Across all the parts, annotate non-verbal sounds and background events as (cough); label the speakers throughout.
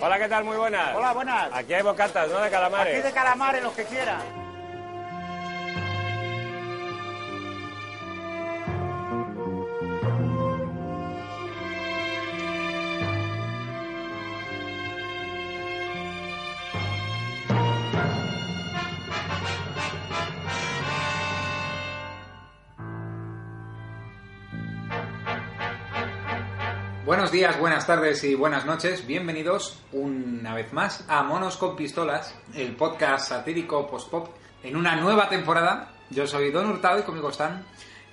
Speaker 1: Hola, ¿qué tal? Muy buenas.
Speaker 2: Hola, buenas.
Speaker 1: Aquí hay bocatas, ¿no? De calamares.
Speaker 2: Aquí de calamares, los que quieran.
Speaker 3: Buenos días, buenas tardes y buenas noches. Bienvenidos una vez más a Monos con Pistolas, el podcast satírico post-pop en una nueva temporada. Yo soy Don Hurtado y conmigo están.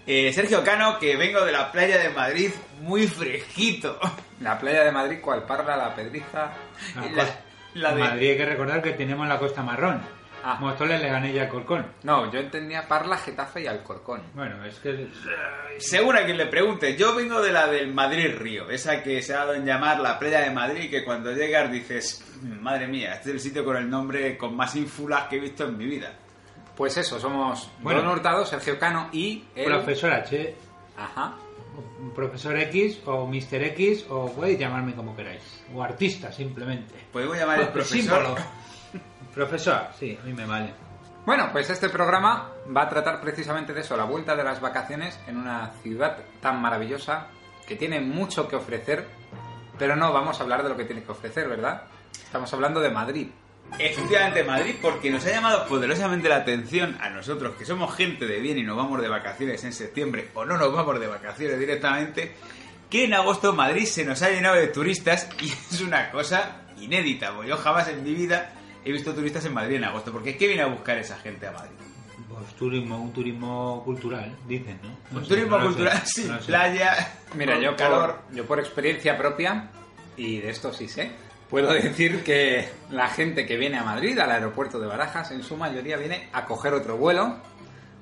Speaker 4: Eh, Sergio Cano, que vengo de la playa de Madrid muy fresquito.
Speaker 5: Ah,
Speaker 3: La playa de Madrid, cual parla la pedriza.
Speaker 5: La
Speaker 4: (laughs) La-
Speaker 5: costa-
Speaker 4: la de-
Speaker 5: Madrid hay que recordar que tenemos la costa marrón.
Speaker 3: Ah.
Speaker 5: Móstoles le gané ya al Corcón.
Speaker 3: No, yo entendía parla, Getafe y Alcorcón.
Speaker 5: Bueno, es que
Speaker 4: Según a quien le pregunte, yo vengo de la del Madrid Río, esa que se ha dado en llamar la playa de Madrid, que cuando llegas dices, madre mía, este es el sitio con el nombre con más ínfulas que he visto en mi vida.
Speaker 3: Pues eso, somos
Speaker 5: Bueno.
Speaker 3: Don Hurtado, Sergio Cano y. el-
Speaker 5: profesor H,
Speaker 3: Ajá.
Speaker 5: profesor X o Mr. X o podéis llamarme como queráis. O artista, simplemente.
Speaker 4: Podemos Pues llamar el
Speaker 5: Pues, Símbolo.
Speaker 4: profesor.
Speaker 5: profesor, sí, a mí me vale.
Speaker 3: Bueno, pues este programa va a tratar precisamente de eso, la vuelta de las vacaciones en una ciudad tan maravillosa que tiene mucho que ofrecer, pero no vamos a hablar de lo que tiene que ofrecer, ¿verdad? Estamos hablando de Madrid.
Speaker 4: Efectivamente, Madrid, porque nos ha llamado poderosamente la atención a nosotros, que somos gente de bien y nos vamos de vacaciones en septiembre, o no nos vamos de vacaciones directamente, que en agosto Madrid se nos ha llenado de turistas y es una cosa inédita. porque Yo jamás en mi vida he visto turistas en Madrid en agosto, porque ¿qué viene a buscar esa gente a Madrid?
Speaker 5: Pues turismo, un turismo cultural, dicen, ¿no? No
Speaker 4: Un
Speaker 5: sé,
Speaker 4: turismo
Speaker 5: Pues no lo sé,
Speaker 4: cultural (laughs)
Speaker 5: no
Speaker 4: sin
Speaker 5: lo sé.
Speaker 4: playa,
Speaker 3: Mira,
Speaker 4: con
Speaker 3: yo
Speaker 4: calor.
Speaker 3: por, yo por experiencia propia, y de esto sí sé, puedo (laughs) decir que la gente que viene a Madrid, al aeropuerto de Barajas, en su mayoría viene a coger otro vuelo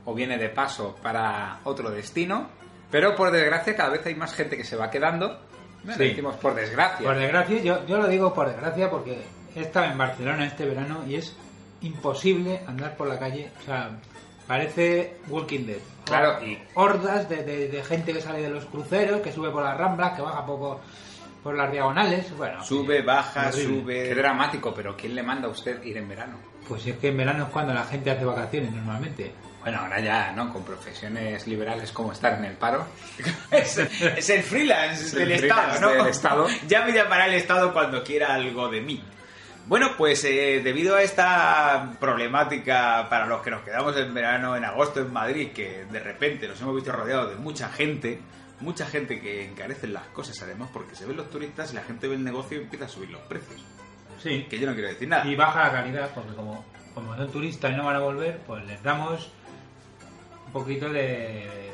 Speaker 3: o viene de paso para otro destino, pero por desgracia cada vez hay más gente que se va quedando. Bueno,
Speaker 5: Sí.
Speaker 3: decimos por desgracia.
Speaker 5: Por desgracia, yo, yo lo digo por desgracia porque he estado en Barcelona este verano y es imposible andar por la calle. O sea, parece Walking Dead.
Speaker 3: Claro, y-
Speaker 5: Hordas de, de- de gente que sale de los cruceros, que sube por las ramblas, que baja poco por las diagonales. Bueno,
Speaker 4: Sube, baja,
Speaker 5: horrible.
Speaker 3: Qué
Speaker 4: sube.
Speaker 3: dramático, pero ¿quién le manda a usted ir en verano?
Speaker 5: Pues es que en verano es cuando la gente hace vacaciones normalmente.
Speaker 3: Bueno, ahora ya, ¿no? Con profesiones liberales como estar en el paro.
Speaker 4: Es, es el freelance
Speaker 3: Es el
Speaker 4: del
Speaker 3: freelance
Speaker 4: Estado, ¿no?
Speaker 3: del Estado.
Speaker 4: (laughs) Ya me llamará el Estado cuando quiera algo de mí. Bueno, pues eh, debido a esta problemática para los que nos quedamos en verano, en agosto en Madrid, que de repente nos hemos visto rodeados de mucha gente, mucha gente que encarece las cosas además porque se ven los turistas y la gente ve el negocio y empieza a subir los precios.
Speaker 5: Sí.
Speaker 4: Que yo no quiero decir nada.
Speaker 5: Y baja la calidad porque como, como son turistas y no van a volver, pues les damos un poquito de- de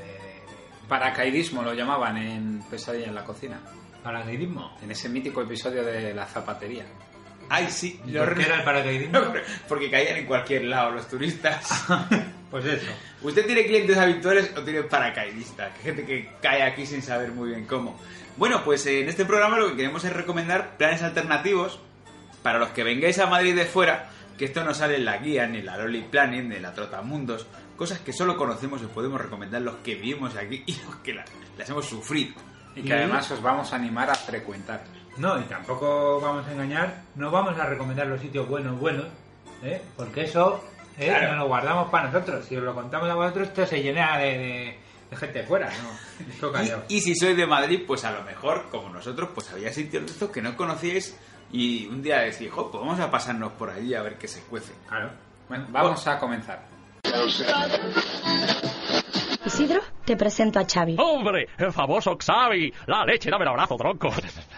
Speaker 3: Paracaidismo lo llamaban en Pesadilla en la cocina.
Speaker 5: paracaidismo.
Speaker 3: En ese mítico episodio de la zapatería.
Speaker 4: Ay, sí,
Speaker 5: ¿Y
Speaker 4: lo
Speaker 5: ¿Por qué era el paracaidismo?
Speaker 4: re- (laughs) porque caían en cualquier lado los turistas.
Speaker 5: Pues eso.
Speaker 4: ¿Usted tiene clientes habituales o tiene paracaidistas? Que Gente que cae aquí sin saber muy bien cómo. Bueno, pues eh, en este programa lo que queremos es recomendar planes alternativos para los que vengáis a Madrid de fuera, que esto no sale en la guía, ni en la Loli Planning, ni en la Trotamundos, cosas que solo conocemos y podemos recomendar los que vivimos aquí y los que la- las hemos sufrido.
Speaker 3: Y
Speaker 5: ¿Y?
Speaker 3: que además os vamos a animar a frecuentar.
Speaker 5: No, y tampoco vamos a engañar, no vamos a recomendar los sitios buenos, buenos, ¿eh? porque eso ¿eh?
Speaker 4: Claro.
Speaker 5: no lo guardamos para nosotros. Si os lo contamos a vosotros, esto se llena de, de- de gente fuera, ¿no? (laughs) Esto callado.
Speaker 4: Y, y si sois de Madrid, pues a lo mejor, como nosotros, pues había sitios de estos que no conocíais y un día decís, "Jo, pues vamos a pasarnos por allí a ver qué se cuece.
Speaker 5: Claro.
Speaker 3: Bueno, vamos
Speaker 5: pues-
Speaker 3: a comenzar.
Speaker 6: Isidro, te presento a Xavi.
Speaker 7: ¡Hombre! ¡El famoso Xavi! ¡La leche! ¡Dame el abrazo, tronco!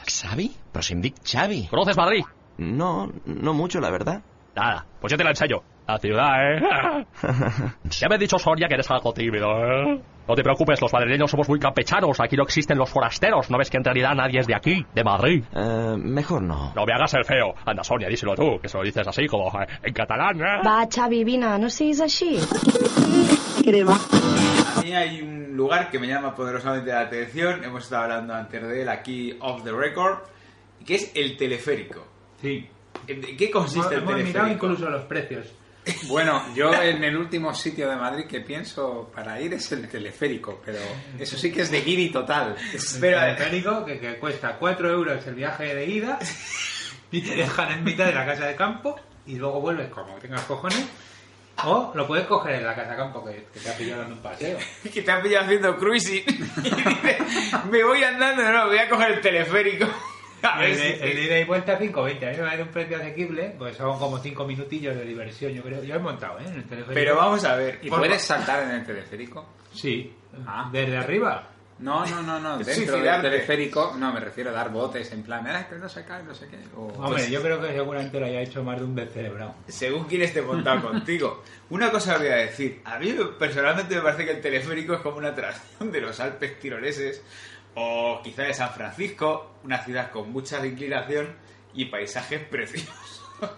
Speaker 8: ¿Xavi? Prosindic Xavi.
Speaker 7: ¿Conoces Madrid?
Speaker 8: No, no mucho, la verdad.
Speaker 7: Nada, pues yo te la enseño. La ciudad,
Speaker 8: (laughs)
Speaker 7: ¿eh? ya me ha dicho Sonia que eres algo tímido, ¿eh? No te preocupes, los madrileños somos muy campechanos. Aquí no existen los forasteros. ¿No ves que en realidad nadie es de aquí, de Madrid?
Speaker 8: Eh, mejor no.
Speaker 7: No me hagas el feo. Anda, Sonia, díselo tú, que se lo dices así como eh, en catalán, ¿eh?
Speaker 6: Va, Xavi, vine, no siguis així.
Speaker 4: A mí hay un lugar que me llama poderosamente la atención, hemos estado hablando antes de él aquí off the record, que es el teleférico.
Speaker 5: Sí.
Speaker 4: ¿En qué consiste el
Speaker 5: Hemos
Speaker 4: teleférico?
Speaker 5: mirado incluso los precios.
Speaker 3: Bueno, yo en el último sitio de Madrid que pienso para ir es el teleférico, pero eso sí que es de guiri total. Es-
Speaker 5: Pero eh,
Speaker 4: Pero-
Speaker 5: (laughs) el teleférico que, que cuesta 4 euros el viaje de ida y te dejan en mitad de la casa de campo y luego vuelves como tengas cojones. O lo puedes coger en la casa de campo que, que te ha pillado en un paseo.
Speaker 4: que te has pillado haciendo cruising y dices, me voy andando, no, no, voy a coger
Speaker 3: (laughs)
Speaker 4: el teleférico. A ver
Speaker 5: El, de-
Speaker 4: si-
Speaker 5: el de ida y vuelta 5.20, a mí me parece un precio asequible, pues son como 5 minutillos de diversión, yo creo. Yo he montado, ¿eh? En el teleférico.
Speaker 4: Pero vamos a ver.
Speaker 3: ¿Y
Speaker 4: por-
Speaker 3: puedes saltar en el teleférico?
Speaker 5: Sí,
Speaker 3: Ah.
Speaker 5: desde arriba.
Speaker 3: No, no, no,
Speaker 5: (laughs)
Speaker 3: no. Dentro del
Speaker 4: Suicidarte.
Speaker 3: teleférico, no, me refiero a dar botes en plan, ah, que no se cae, no sé qué. O,
Speaker 4: Pues
Speaker 3: pues,
Speaker 5: Hombre, yo creo que seguramente lo haya hecho más de un descerebrado.
Speaker 4: Según quién esté montado contigo. Una cosa voy a decir. A mí personalmente me parece que el teleférico es como una atracción de los Alpes tiroleses o quizá de San Francisco, una ciudad con mucha inclinación y paisajes preciosos. (laughs)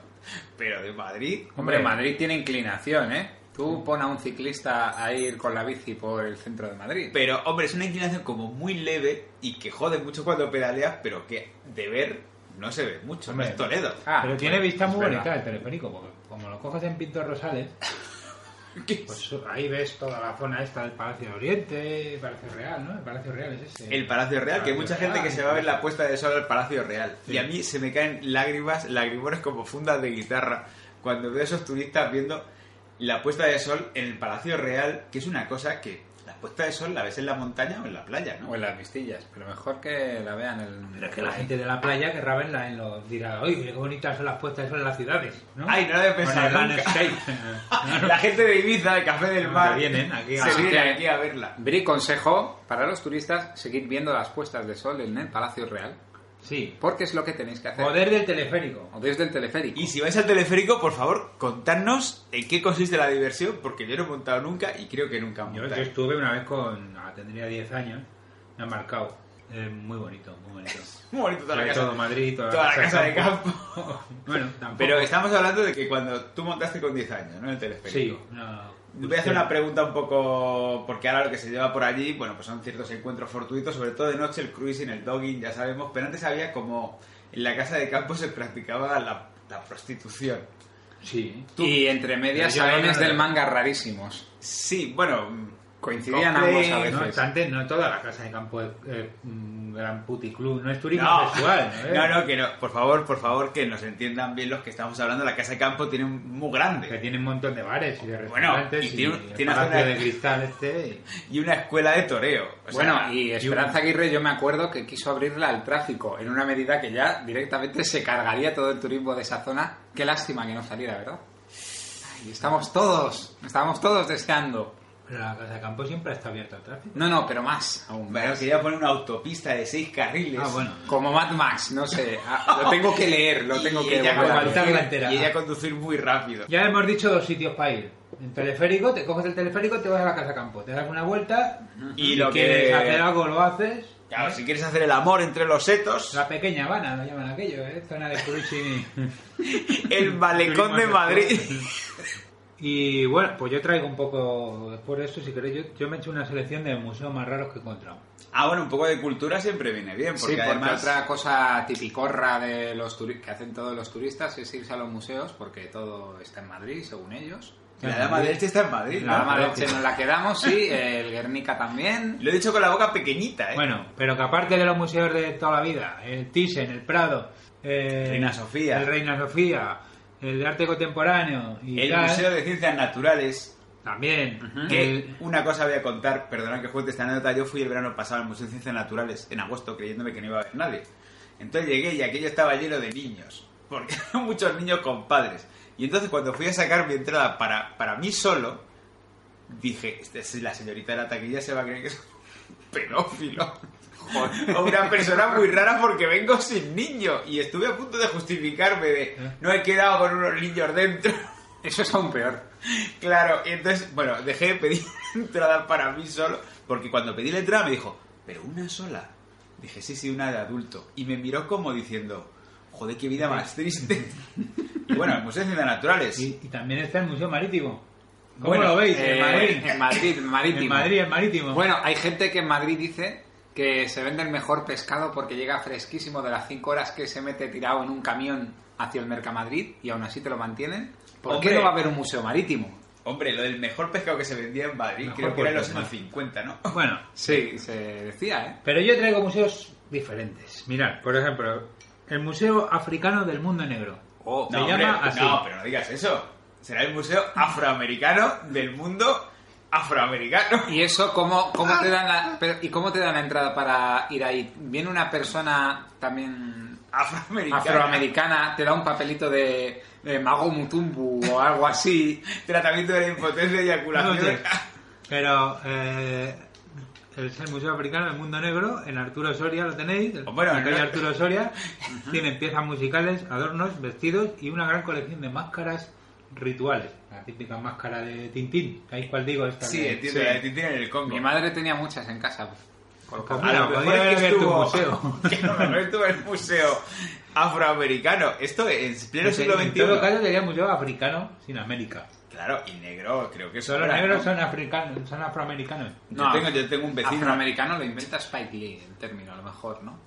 Speaker 4: Pero de Madrid,
Speaker 3: Hombre, Madrid tiene inclinación, ¿eh? Tú pon a un ciclista a ir con la bici por el centro de Madrid.
Speaker 4: Pero, hombre, es una inclinación como muy leve y que jode mucho cuando pedaleas, pero que de ver no se ve mucho.
Speaker 5: Hombre.
Speaker 4: no es Toledo.
Speaker 3: Ah,
Speaker 5: Pero tiene
Speaker 4: pues,
Speaker 3: bueno,
Speaker 5: vista muy
Speaker 3: es
Speaker 5: bonita
Speaker 3: verdad.
Speaker 5: el teleférico, porque como lo coges en Pinto Rosales,
Speaker 4: (laughs) ¿Qué?
Speaker 5: pues ahí ves toda la zona esta del Palacio de Oriente, Palacio Real, ¿no? El Palacio Real es ese.
Speaker 4: El Palacio Real, que hay mucha gente que se va a ver la puesta de sol al Palacio Real. Y a mí se me caen lágrimas, lagrimones como fundas de guitarra cuando veo a esos turistas viendo la puesta de sol en el Palacio Real, que es una cosa que la puesta de sol la ves en la montaña o en la playa, ¿no?
Speaker 5: Pues,
Speaker 4: (laughs)
Speaker 3: O en las vistillas, pero mejor que la vean el...
Speaker 5: Pero que la gente de la playa que Ravenla en los dirá, oye, qué bonitas son las puestas de sol en las ciudades, ¿no?
Speaker 4: Ay, no lo había
Speaker 5: Con el
Speaker 4: pensado nunca.
Speaker 5: (laughs) landscape.
Speaker 4: La gente de Ibiza, de Café del
Speaker 5: Ah, Que
Speaker 4: Mar,
Speaker 5: vienen aquí a-
Speaker 4: se
Speaker 3: Así
Speaker 4: vienen
Speaker 3: que-
Speaker 4: aquí a verla.
Speaker 3: Bri, consejo para los turistas, seguir viendo las puestas de sol en el Palacio Real,
Speaker 5: Sí.
Speaker 3: porque es lo que tenéis que hacer.
Speaker 5: Poder del teleférico.
Speaker 3: O desde el teleférico.
Speaker 4: Y si vais al teleférico, por favor, contadnos en qué consiste la diversión, porque yo no he montado nunca y creo que nunca he
Speaker 5: Yo,
Speaker 4: montado.
Speaker 5: yo estuve una vez con... ah, tendría 10 años. Me ha marcado. Eh, muy bonito, muy bonito.
Speaker 4: Muy bonito toda la
Speaker 5: Sobre
Speaker 4: casa.
Speaker 5: todo Madrid, toda,
Speaker 4: toda la casa de
Speaker 5: campo. (laughs) bueno, tampoco.
Speaker 4: Pero estamos hablando de que cuando tú montaste con 10 años, ¿no? El
Speaker 5: Sí.
Speaker 4: teleférico.
Speaker 5: no,
Speaker 4: Voy a hacer una pregunta un poco, porque ahora lo que se lleva por allí, bueno, pues son ciertos encuentros fortuitos, sobre todo de noche, el cruising, el dogging, ya sabemos, pero antes había como en la casa de campo se practicaba la, la prostitución.
Speaker 5: Sí.
Speaker 3: Y entre medias
Speaker 5: Yo ahí
Speaker 3: salones
Speaker 5: no-
Speaker 3: del manga rarísimos.
Speaker 4: Sí, bueno,
Speaker 3: Coincidían
Speaker 4: cosplay,
Speaker 3: ambos a veces.
Speaker 5: No obstante, no toda la casa de campo es eh, un gran puticlub, no es turismo sexual. ¿eh?
Speaker 4: No, no, que no. Por favor, por favor, que nos entiendan bien los que estamos hablando. La casa de campo tiene un muy
Speaker 5: Que
Speaker 4: grande.
Speaker 5: tiene un montón de bares y de
Speaker 4: Bueno,
Speaker 5: restaurantes
Speaker 4: y tiene un-
Speaker 5: el
Speaker 4: tiene
Speaker 5: palacio
Speaker 4: una-
Speaker 5: de cristal este. y-
Speaker 4: Y una escuela de toreo. O sea,
Speaker 3: Bueno, y Esperanza Aguirre yo me acuerdo que quiso abrirla al tráfico en una medida que ya directamente se cargaría todo el turismo de esa zona. Qué lástima que no saliera, ¿verdad? Ay, estamos todos, estamos todos deseando.
Speaker 5: Pero la casa de campo siempre está abierta al tráfico.
Speaker 3: No, no, pero más aún.
Speaker 4: Bueno, quería poner una autopista de seis carriles.
Speaker 5: Ah, bueno.
Speaker 3: Como Mad Max, no sé. Ah, Lo tengo que leer, lo tengo
Speaker 4: y
Speaker 3: que
Speaker 4: ella
Speaker 3: volver a
Speaker 5: aguanta.
Speaker 3: leer.
Speaker 5: Mandarla entera.
Speaker 4: conducir, y ella conducir muy rápido.
Speaker 5: Ya hemos dicho dos sitios para ir. En teleférico, te coges el teleférico, te vas a la casa de campo, te das una vuelta
Speaker 4: Y
Speaker 5: si
Speaker 4: lo que-
Speaker 5: quieres hacer algo lo haces.
Speaker 4: Claro, si quieres hacer el amor entre los setos,
Speaker 5: La pequeña Habana, lo llaman aquello, ¿eh? Zona de cruising.
Speaker 4: el malecón de
Speaker 5: Turismo
Speaker 4: Madrid.
Speaker 5: (laughs) Y bueno, pues yo traigo un poco, después de esto, si queréis, yo, yo me he hecho una selección de museos más raros que he encontrado.
Speaker 4: Ah, bueno, un poco de cultura siempre viene bien, porque
Speaker 3: Sí, porque
Speaker 4: además...
Speaker 3: otra cosa tipicorra de los turi- que hacen todos los turistas es irse a los museos porque todo está en Madrid, según ellos.
Speaker 4: La dama de Elche está en Madrid.
Speaker 3: La
Speaker 4: ¿no?
Speaker 3: Dama de Elche nos la quedamos, sí, el Guernica también.
Speaker 4: Lo he dicho con la boca pequeñita, ¿eh?
Speaker 5: Bueno, pero que aparte de los museos de toda la vida, el Thyssen, el Prado, eh,
Speaker 4: Reina Sofía.
Speaker 5: el Reina Sofía, el de arte contemporáneo y
Speaker 4: el
Speaker 5: tal,
Speaker 4: Museo de Ciencias Naturales
Speaker 5: también,
Speaker 4: Que
Speaker 5: el-
Speaker 4: una cosa voy a contar, perdonad que cuente esta anécdota, yo fui el verano pasado al Museo de Ciencias Naturales, en agosto, creyéndome que no iba a haber nadie. Entonces llegué y aquello estaba lleno de niños, porque (laughs) eran muchos niños con padres. Y entonces cuando fui a sacar mi entrada para, para mí solo, dije, "Esta es la señorita de la taquilla se va a creer que es un pedófilo. O una persona muy rara porque vengo sin niño. Y estuve a punto de justificarme de, no he quedado con unos niños dentro.
Speaker 3: Ah. Eso es aún peor.
Speaker 4: Claro, y entonces, bueno, dejé de pedir (laughs) entrada para mí solo, porque cuando pedí la entrada me dijo, pero una sola. Dije, sí, sí, una de adulto. Y me miró como diciendo, joder, qué vida más triste. y bueno, el Museo de Ciencias Naturales.
Speaker 5: y, y también está el Museo Marítimo. ¿Cómo
Speaker 4: Bueno,
Speaker 5: lo veis?
Speaker 3: Eh,
Speaker 5: en Madrid.
Speaker 3: en Madrid, marítimo.
Speaker 5: En Madrid, el Marítimo.
Speaker 3: Bueno, hay gente que en Madrid dice que se vende el mejor pescado porque llega fresquísimo de las 5 horas que se mete tirado en un camión hacia el Mercamadrid y aún así te lo mantienen. ¿Por qué
Speaker 4: Hombre.
Speaker 3: no va a haber un museo marítimo?
Speaker 4: Hombre, lo del mejor pescado que se vendía en Madrid,
Speaker 5: Mejor
Speaker 4: creo que era en los
Speaker 5: pescado.
Speaker 4: años 50, ¿no?
Speaker 5: bueno,
Speaker 3: Sí, se decía, ¿eh?
Speaker 5: pero yo traigo museos diferentes. Mirad, por ejemplo, el Museo Africano del Mundo Negro.
Speaker 4: Oh,
Speaker 5: Se
Speaker 4: no,
Speaker 5: llama
Speaker 4: hombre,
Speaker 5: así.
Speaker 4: no, pero no digas eso. Será el museo afroamericano del mundo afroamericano. (laughs)
Speaker 3: ¿Y eso cómo, cómo te dan la, pero- ¿y cómo te dan la entrada para ir ahí? ¿Viene una persona también
Speaker 4: Afroamericano.
Speaker 3: afroamericana, te da un papelito de, de Mago Mutumbu o algo
Speaker 4: (laughs)
Speaker 3: así?
Speaker 4: Tratamiento de la impotencia y eyaculación.
Speaker 5: No sé. Pero eh, es el Museo Africano del Mundo Negro, en Arturo Soria lo tenéis. el-
Speaker 4: Pues Bueno,
Speaker 5: en calle
Speaker 4: no-
Speaker 5: Arturo
Speaker 4: (laughs)
Speaker 5: Soria tienen piezas musicales, adornos, vestidos y una gran colección de máscaras rituales. La típica máscara de Tintín, ¿sabéis cuál digo? Esta
Speaker 4: Ah. (laughs) Sí,
Speaker 5: de-
Speaker 4: entiendo,
Speaker 5: Sí.
Speaker 4: la de Tintín en el Congo.
Speaker 3: Mi madre tenía muchas en casa.
Speaker 5: Pues
Speaker 4: A
Speaker 5: mira,
Speaker 4: lo mejor
Speaker 5: podría haber
Speaker 4: es que
Speaker 5: abierto un
Speaker 4: estuvo-
Speaker 5: museo.
Speaker 4: que (laughs) a lo mejor estuvo en el museo afroamericano. Esto en pleno
Speaker 5: (laughs) En-
Speaker 4: siglo
Speaker 5: En
Speaker 4: XXI.
Speaker 5: todo caso sería un museo africano sin América.
Speaker 4: Claro, y negro, creo que
Speaker 5: Solo
Speaker 4: era,
Speaker 5: negros
Speaker 4: ¿no?
Speaker 5: son africanos, son afroamericanos.
Speaker 4: Yo, tengo, yo tengo un vecino.
Speaker 3: Afroamericano lo inventa Spike Lee, el término, a lo mejor, ¿no?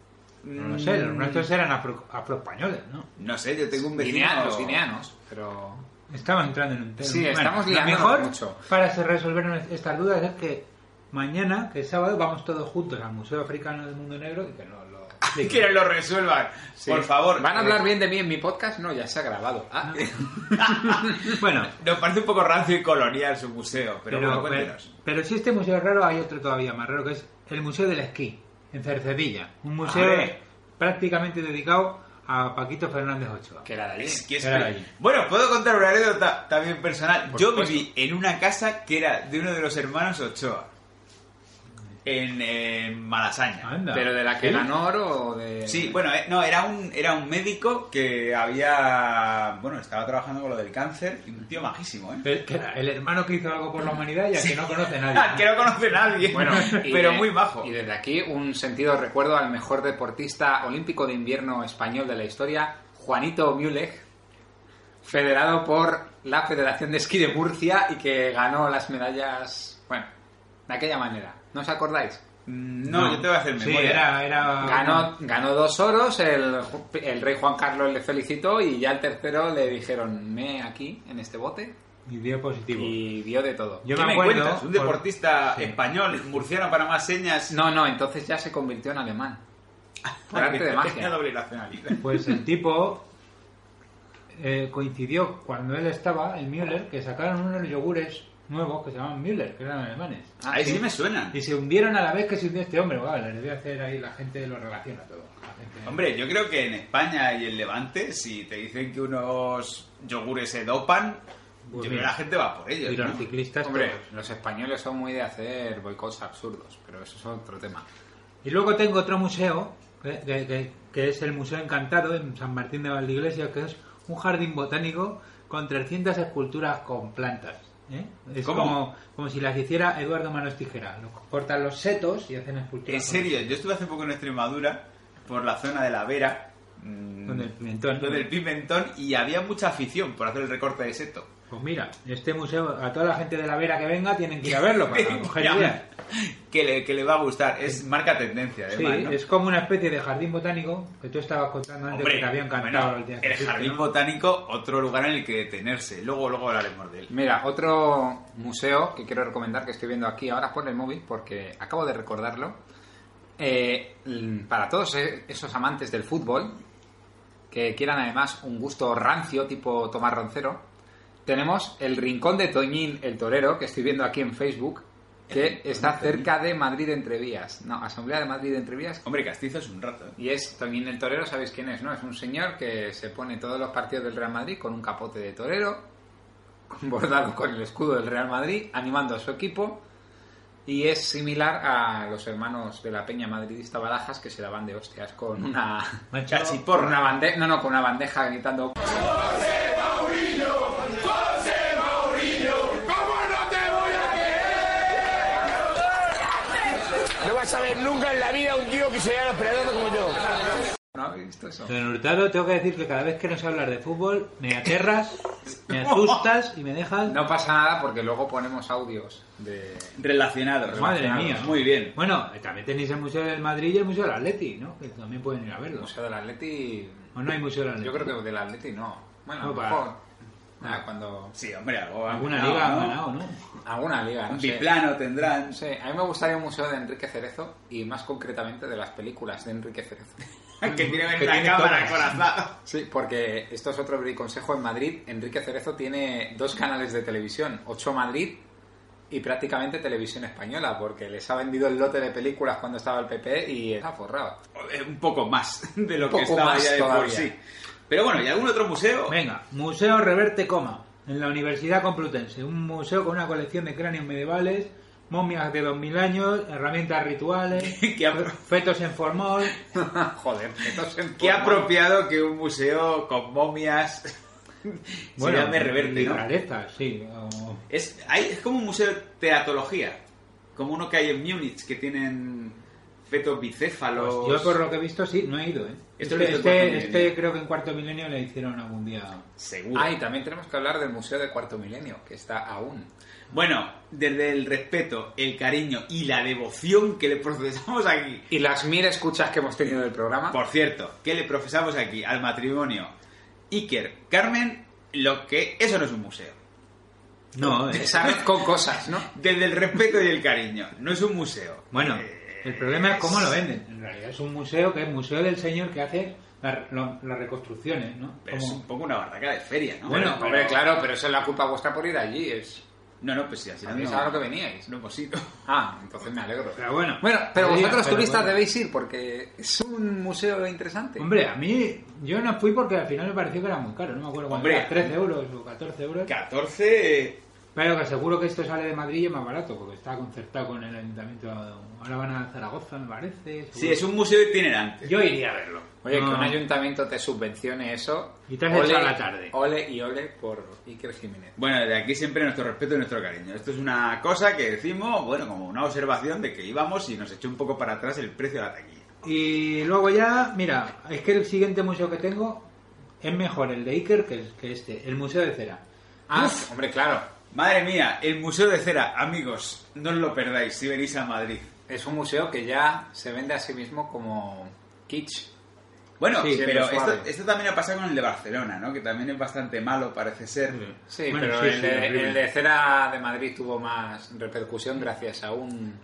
Speaker 5: No lo sé, los nuestros eran afro- afroespañoles, ¿no?
Speaker 4: No sé, yo tengo un vecino.
Speaker 3: Guinea- los guineanos, pero...
Speaker 5: Estaba entrando en un tema.
Speaker 3: Sí, estamos
Speaker 5: lo
Speaker 3: liándonos
Speaker 5: mejor
Speaker 3: mucho.
Speaker 5: para se- resolver nues- estas dudas es que mañana, que es sábado, vamos todos juntos al Museo Africano del Mundo Negro y que nos lo expliquen.
Speaker 4: (laughs) Que lo resuelvan,
Speaker 3: Sí.
Speaker 4: por favor.
Speaker 3: ¿Van a
Speaker 4: Eh,
Speaker 3: hablar bien de mí en mi podcast? No, ya se ha grabado. Ah,
Speaker 5: (laughs)
Speaker 4: (laughs)
Speaker 5: Bueno,
Speaker 4: Nos parece un poco rancio y colonial su museo, pero,
Speaker 5: pero,
Speaker 4: bueno,
Speaker 5: pero,
Speaker 4: cuéntenos.
Speaker 5: pero si este museo es raro, hay otro todavía más raro, que es el Museo del Esquí, en Cercedilla. Un museo
Speaker 4: Hombre.
Speaker 5: prácticamente dedicado a Paquito Fernández Ochoa.
Speaker 3: que era de allí.
Speaker 4: Es que es-
Speaker 5: Era ahí.
Speaker 4: Bueno, puedo contar una anécdota también personal.
Speaker 3: Por
Speaker 4: Yo
Speaker 3: supuesto.
Speaker 4: viví en una casa que era de uno de los hermanos Ochoa. En, eh, Malasaña.
Speaker 5: Anda.
Speaker 3: ¿Pero de la que ganó oro o de...?
Speaker 4: Sí, bueno, eh, no, era un, era un médico que había. Bueno, estaba trabajando con lo del cáncer y un tío majísimo, ¿eh?
Speaker 5: Pero que era el hermano que hizo algo por la humanidad y al que
Speaker 4: (laughs)
Speaker 5: no conoce nadie.
Speaker 4: Al (laughs) Ah, que no conoce nadie.
Speaker 3: Bueno, y
Speaker 4: (laughs) pero
Speaker 3: de-
Speaker 4: muy bajo.
Speaker 3: Y desde aquí un sentido recuerdo al mejor deportista olímpico de invierno español de la historia, Juanito Mulek, federado por la Federación de Esquí de Murcia y que ganó las medallas, bueno, de aquella manera. ¿No os acordáis?
Speaker 4: No, yo te voy a hacer
Speaker 5: Sí,
Speaker 4: memoria.
Speaker 5: era, era...
Speaker 3: Ganó, ganó dos oros, el, el rey Juan Carlos le felicitó y ya al tercero le dijeron, me aquí, en este bote,
Speaker 5: Y dio positivo.
Speaker 3: y vio de todo.
Speaker 5: Yo
Speaker 4: ¿Qué
Speaker 5: me
Speaker 4: me
Speaker 5: acuerdo
Speaker 4: cuentas? Un
Speaker 5: por-
Speaker 4: deportista
Speaker 5: Sí.
Speaker 4: español, murciano para más señas.
Speaker 3: No, no, entonces ya se convirtió en
Speaker 5: (laughs)
Speaker 3: alemán. Por arte de
Speaker 4: Tenía
Speaker 3: magia.
Speaker 4: doble nacionalidad.
Speaker 5: Pues el tipo eh, coincidió cuando él estaba, el Müller, que sacaron unos yogures nuevos que se llamaban Müller, que eran alemanes.
Speaker 4: Ahí Ah, sí me suenan.
Speaker 5: Y se hundieron a la vez que se hundió este hombre. Guau, les voy a hacer ahí, la gente lo relaciona todo. La gente-
Speaker 4: Hombre, yo creo que en España y en Levante, si te dicen que unos yogures se dopan,
Speaker 5: Pues
Speaker 4: yo creo
Speaker 5: mira.
Speaker 4: que la gente va por ellos.
Speaker 5: y los
Speaker 4: ¿no?
Speaker 5: ciclistas.
Speaker 3: Hombre,
Speaker 5: todos.
Speaker 3: los españoles son muy de hacer boicots absurdos, pero eso es otro tema.
Speaker 5: Y luego tengo otro museo, que, que- que- que es el Museo Encantado en San Martín de Valdeiglesias, que es un jardín botánico con 300 esculturas con plantas. ¿eh? Es
Speaker 4: ¿Cómo?
Speaker 5: Como, como si las hiciera Eduardo Manos Tijera. Lo- cortan los setos y hacen esculturas.
Speaker 4: En serio, yo estuve hace poco en Extremadura, por la zona de la Vera, mm,
Speaker 5: Donde el pimentón.
Speaker 4: donde el pimentón, y había mucha afición por hacer el recorte de seto.
Speaker 5: Pues mira, este museo, a toda la gente de la vera que venga, tienen que ir a verlo para
Speaker 4: (laughs)
Speaker 5: coger
Speaker 4: Ya,
Speaker 5: ideas.
Speaker 4: que, le, que le va a gustar, es marca tendencia,
Speaker 5: Sí,
Speaker 4: además. ¿no?
Speaker 5: es como una especie de jardín botánico que tú estabas contando antes que te había encantado
Speaker 4: bueno,
Speaker 5: el día que
Speaker 4: el
Speaker 5: fuiste,
Speaker 4: jardín
Speaker 5: ¿no?
Speaker 4: botánico, otro lugar en el que detenerse. Luego, luego hablaremos de él.
Speaker 3: Mira, otro museo que quiero recomendar que estoy viendo aquí ahora por el móvil porque acabo de recordarlo. Eh, l- para todos e- esos amantes del fútbol que quieran además un gusto rancio tipo Tomás Roncero, tenemos el Rincón de Toñín el Torero que estoy viendo aquí en Facebook que está cerca de Madrid Entrevías. No, Asamblea de Madrid Entrevías
Speaker 4: Hombre, castizo es un rato. ¿eh?
Speaker 3: Y es Toñín el Torero, ¿sabéis quién es? ¿No? Es un señor que se pone todos los partidos del Real Madrid con un capote de torero, con- bordado con el escudo del Real Madrid, animando a su equipo. Y es similar a los hermanos de la Peña Madridista Barajas que se daban de hostias con
Speaker 5: (laughs)
Speaker 3: una.
Speaker 5: Macho.
Speaker 3: Casi por una bandeja. No, no, con una bandeja gritando.
Speaker 2: No vas a ver nunca en la vida un tío que se llama Predato como yo.
Speaker 3: ¿No habéis visto eso?
Speaker 5: Don Hurtado, tengo que decir que cada vez que nos hablas de fútbol, me
Speaker 4: (laughs)
Speaker 5: aterras, me asustas y me dejas.
Speaker 3: No pasa nada porque luego ponemos audios de.
Speaker 4: Relacionado,
Speaker 5: Madre
Speaker 4: relacionado.
Speaker 5: mía.
Speaker 4: pues, Muy bien.
Speaker 5: Bueno, eh, también tenéis el Museo del Madrid y el Museo del Atleti, ¿no? Que también pueden ir a
Speaker 3: El
Speaker 5: verlo.
Speaker 3: Museo del Atleti.
Speaker 5: O no hay Museo del Atleti.
Speaker 3: Yo creo que del Atleti no. Bueno, a
Speaker 5: No,
Speaker 3: lo
Speaker 5: para-
Speaker 3: mejor. nada, cuando.
Speaker 4: Sí, hombre, algo han
Speaker 5: Alguna
Speaker 4: ganado,
Speaker 5: liga
Speaker 4: ¿no?
Speaker 5: han ganado, ¿no?
Speaker 3: Alguna liga, no
Speaker 4: Un
Speaker 3: sé.
Speaker 4: biplano tendrán.
Speaker 3: No sé, a mí me gustaría un museo de Enrique Cerezo y más concretamente de las películas de Enrique Cerezo.
Speaker 4: (laughs) que tiene
Speaker 3: Que
Speaker 4: una
Speaker 3: tiene
Speaker 4: cámara
Speaker 3: todas.
Speaker 4: acorazada.
Speaker 3: Sí, porque esto es otro briconsejo en Madrid. Enrique Cerezo tiene dos canales de televisión, 8 Madrid y prácticamente Televisión Española, porque les ha vendido el lote de películas cuando estaba el PP y ha forrado. (laughs)
Speaker 4: Un poco más (laughs) de lo
Speaker 3: Un
Speaker 4: que
Speaker 3: poco
Speaker 4: estaba
Speaker 3: más
Speaker 4: ya de por
Speaker 3: todavía.
Speaker 4: sí. Pero bueno, ¿y algún otro museo?
Speaker 5: Venga, Museo Reverte Coma, en la Universidad Complutense. Un museo con una colección de cráneos medievales, momias de 2000 años, herramientas rituales,
Speaker 4: (laughs) Que ha-
Speaker 5: fetos en formol.
Speaker 3: Joder, entonces...
Speaker 4: Qué apropiado que un museo con momias (laughs) se llame Reverte,
Speaker 5: y
Speaker 4: ¿no?
Speaker 5: rarezas, sí. o-
Speaker 4: Es, hay- es como un museo de teatología, como uno que hay en Múnich, que tienen fetos bicéfalos.
Speaker 5: Pues Yo por lo que he visto, sí, no he ido, ¿eh?
Speaker 4: Esto
Speaker 5: Este-
Speaker 4: lo hizo en Cuarto
Speaker 5: este,
Speaker 4: Milenio.
Speaker 5: este creo que en Cuarto Milenio le hicieron algún día...
Speaker 4: Seguro.
Speaker 3: Ah, y también tenemos que hablar del Museo de Cuarto Milenio, que está aún.
Speaker 4: Bueno, desde el respeto, el cariño y la devoción que le procesamos aquí.
Speaker 3: Y las mil escuchas que hemos tenido del programa.
Speaker 4: Por cierto, que le profesamos aquí al matrimonio Iker Carmen, lo que eso no es un museo.
Speaker 5: No, eh.
Speaker 3: Desarroz con cosas, ¿no?
Speaker 4: Desde el respeto y el cariño, no es un museo.
Speaker 5: Bueno,
Speaker 4: Eh,
Speaker 5: el problema es cómo lo venden. En realidad es un museo que es museo del señor que hace la- lo- las reconstrucciones, ¿no?
Speaker 4: pero es
Speaker 5: Como-
Speaker 4: un poco una barraca de feria, ¿no?
Speaker 5: Bueno,
Speaker 4: Pero-
Speaker 3: Hombre, claro, pero eso es la culpa vuestra por ir allí. Es...
Speaker 4: No, no, pues si al final
Speaker 3: Sabéis a
Speaker 4: no,
Speaker 3: lo que veníais.
Speaker 4: no hemos ido.
Speaker 3: Ah, entonces me alegro.
Speaker 5: Pero bueno.
Speaker 3: Bueno, pero
Speaker 5: Oiga,
Speaker 3: vosotros
Speaker 5: pero
Speaker 3: turistas
Speaker 5: bueno.
Speaker 3: debéis ir porque es un museo
Speaker 4: este.
Speaker 3: interesante.
Speaker 5: Hombre, a mí yo no fui porque al final me pareció que era muy caro, no me acuerdo cuánto
Speaker 4: Hombre.
Speaker 5: era, 13 euros o 14 euros.
Speaker 4: 14
Speaker 5: Pero que seguro que esto sale de Madrid y es más barato porque está concertado con el ayuntamiento. Ahora van a Zaragoza, me parece.
Speaker 4: Sí,
Speaker 5: seguro.
Speaker 4: es un museo itinerante.
Speaker 5: Yo iría a verlo.
Speaker 3: Oye,
Speaker 5: No.
Speaker 3: que un ayuntamiento te subvencione eso.
Speaker 5: Y te has echado la tarde.
Speaker 3: Ole y ole por Iker Jiménez.
Speaker 4: Bueno, desde aquí siempre nuestro respeto y nuestro cariño. Esto es una cosa que decimos, bueno, como una observación de que íbamos y nos echó un poco para atrás el precio de la taquilla.
Speaker 5: Y luego ya, mira, es que el siguiente museo que tengo es mejor el de Iker que, que este, el Museo de Cera.
Speaker 3: Ah, hombre, claro.
Speaker 4: Madre mía, el Museo de Cera, amigos, no os lo perdáis si venís a Madrid.
Speaker 3: Es un museo que ya se vende a sí mismo como kitsch.
Speaker 4: Bueno,
Speaker 3: Sí,
Speaker 4: pero
Speaker 3: siendo
Speaker 4: esto,
Speaker 3: suave.
Speaker 4: esto también ha pasado con el de Barcelona, ¿no? Que también es bastante malo, parece ser.
Speaker 3: Sí,
Speaker 5: Bueno,
Speaker 3: pero
Speaker 5: sí,
Speaker 3: el,
Speaker 5: sí,
Speaker 3: de,
Speaker 5: horrible.
Speaker 3: el de Cera de Madrid tuvo más repercusión gracias a un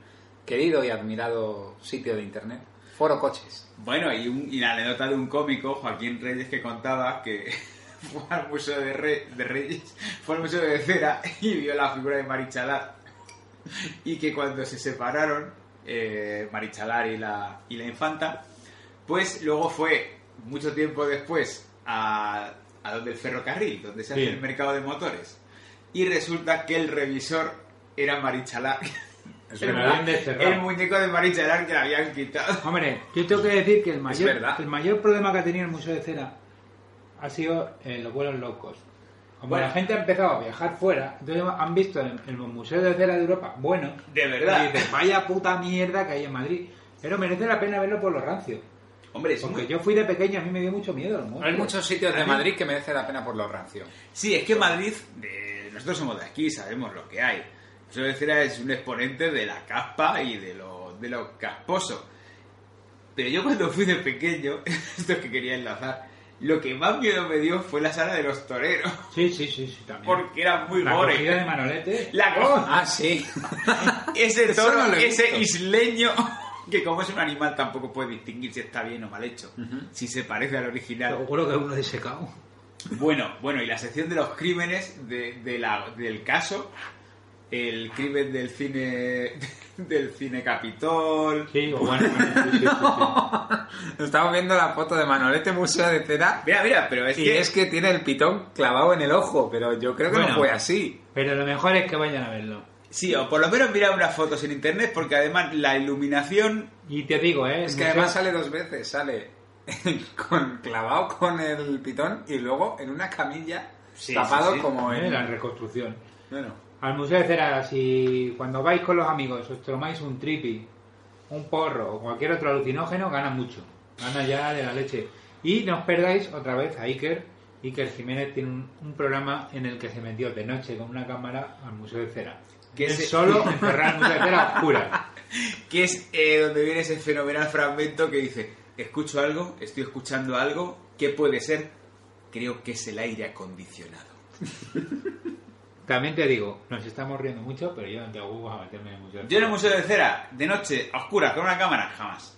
Speaker 3: querido y admirado sitio de internet. Foro Coches.
Speaker 4: Bueno, y, un- y la anécdota de un cómico, Joaquín Reyes, que contaba que (laughs) fue al Museo de, Re- de Reyes, fue al Museo de Cera y vio la figura de Marichalar. Y que cuando se separaron, eh, Marichalar y la, y la infanta, pues luego fue, mucho tiempo después, a, a donde el ferrocarril, donde se hace
Speaker 5: Sí.
Speaker 4: el mercado de motores. Y resulta que el revisor era Marichalar.
Speaker 5: Es
Speaker 4: El,
Speaker 5: verdad.
Speaker 4: el muñeco de Marichalar que le habían quitado.
Speaker 5: Hombre, yo tengo que decir que el mayor,
Speaker 3: verdad.
Speaker 5: el mayor problema que ha tenido el Museo de Cera ha sido eh, los vuelos locos. Como
Speaker 4: Bueno.
Speaker 5: la gente ha empezado a viajar fuera, entonces han visto el, el Museo de Cera de Europa, bueno,
Speaker 4: De verdad.
Speaker 5: y dices, vaya puta mierda que hay en Madrid. Pero merece la pena verlo por lo rancio.
Speaker 4: Hombre, es
Speaker 5: Porque
Speaker 4: muy-
Speaker 5: yo fui de pequeño, a mí me dio mucho miedo el monstruo.
Speaker 3: Hay muchos sitios de Madrid que merece la pena por lo rancio.
Speaker 4: Sí, es que Madrid, de- nosotros somos de aquí, sabemos lo que hay. Yo decía, es un exponente de la caspa y de lo, de lo casposo. Pero yo cuando fui de pequeño, (laughs) esto es que quería enlazar, lo que más miedo me dio fue la sala de los toreros,
Speaker 5: Sí, sí, sí, sí, también.
Speaker 4: porque era muy
Speaker 5: la cogida de
Speaker 4: gore.
Speaker 5: Manolete.
Speaker 4: La co-
Speaker 3: Ah, sí.
Speaker 4: ese
Speaker 3: Eso
Speaker 4: toro,
Speaker 3: no lo he
Speaker 4: ese
Speaker 3: visto.
Speaker 4: isleño, (laughs) que como es un animal tampoco puede distinguir si está bien o mal hecho, si se parece al original.
Speaker 5: Seguro que uno disecado.
Speaker 4: Bueno, bueno, y la sección de los crímenes de, de la- del caso, el crimen del cine (laughs) del cine Capitol.
Speaker 5: Sí, o bueno, bueno, sí, sí, sí, sí.
Speaker 3: Estamos viendo la foto de Manolete Museo de Cera
Speaker 4: Mira, mira, pero es
Speaker 3: y
Speaker 4: que
Speaker 3: es que tiene el pitón clavado en el ojo, pero yo creo que
Speaker 5: Bueno.
Speaker 3: no fue así.
Speaker 5: (laughs) Pero lo mejor es que vayan a verlo.
Speaker 4: sí, o por lo menos mira unas fotos en internet porque además la iluminación
Speaker 5: Y te digo, ¿eh?
Speaker 3: Es
Speaker 5: el
Speaker 3: que
Speaker 5: museo-
Speaker 3: además sale dos veces, sale (laughs) con, clavado con el pitón y luego en una camilla
Speaker 4: Sí,
Speaker 3: tapado
Speaker 4: sí, sí.
Speaker 3: como
Speaker 5: ¿eh?
Speaker 3: en...
Speaker 5: La reconstrucción.
Speaker 3: Bueno,
Speaker 5: Al Museo de Cera, si cuando vais con los amigos os tomáis un tripi, un porro o cualquier otro alucinógeno, gana mucho. Gana ya de la leche. Y no os perdáis otra vez a Iker. Iker Jiménez tiene un, un programa en el que se metió de noche con una cámara al Museo de Cera.
Speaker 4: Que
Speaker 5: Que
Speaker 4: se-
Speaker 5: es (laughs) solo encerrar al Museo de Cera a oscuras.
Speaker 4: que es eh, donde viene ese fenomenal fragmento que dice, escucho algo, estoy escuchando algo, ¿qué puede ser? Creo que es el aire acondicionado.
Speaker 5: También te digo, nos estamos riendo mucho, pero yo no tengo huevos a meterme en el museo.
Speaker 4: Yo en el Museo de Cera, de noche, a oscuras, con una cámara, jamás.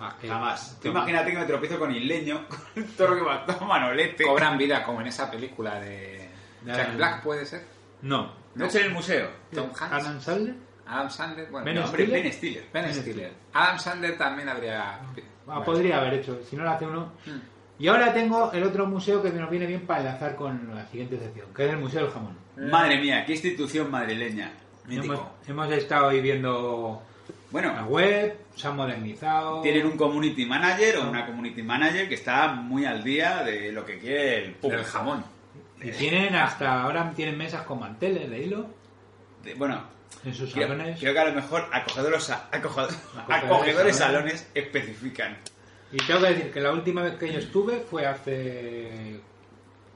Speaker 5: Ah, eh,
Speaker 4: Jamás. Tú
Speaker 5: toma.
Speaker 4: imagínate que me tropiezo con Isleño, (laughs) con el toro que mató a Manolete. Eh,
Speaker 3: Cobran vida como en esa película de
Speaker 5: Ya,
Speaker 3: Jack
Speaker 5: ya, ya.
Speaker 3: Black, puede ser.
Speaker 5: No.
Speaker 4: No estoy en el museo.
Speaker 3: Tom Hanks,
Speaker 5: Adam Sandler.
Speaker 3: Adam Sandler, bueno,
Speaker 5: Ben
Speaker 3: no,
Speaker 4: Hombre,
Speaker 5: Stiller.
Speaker 4: Ben Stiller. Eh.
Speaker 3: Ben Stiller. Adam Sandler también habría.
Speaker 5: Ah,
Speaker 3: Bueno.
Speaker 5: podría haber hecho, si no lo hace uno.
Speaker 3: Mm.
Speaker 5: Y ahora tengo el otro museo que nos viene bien para enlazar con la siguiente sección, que es el Museo del Jamón.
Speaker 4: Madre mía, qué institución madrileña.
Speaker 5: Hemos,
Speaker 4: Mítico.
Speaker 5: hemos estado ahí viendo la
Speaker 3: Ah,
Speaker 4: Bueno,
Speaker 5: web, se han modernizado.
Speaker 4: tienen un community manager
Speaker 3: Ah.
Speaker 4: o una community manager que está muy al día de lo que quiere el público.
Speaker 3: El jamón.
Speaker 5: Y tienen hasta ahora tienen mesas con manteles de hilo
Speaker 4: De- bueno,
Speaker 5: en sus
Speaker 4: creo,
Speaker 5: salones.
Speaker 4: creo que a lo mejor acogedores, a- acoged-
Speaker 5: Acogedores
Speaker 4: acogedores
Speaker 5: salones.
Speaker 4: salones especifican.
Speaker 5: Y tengo que decir que la última vez que yo estuve fue hace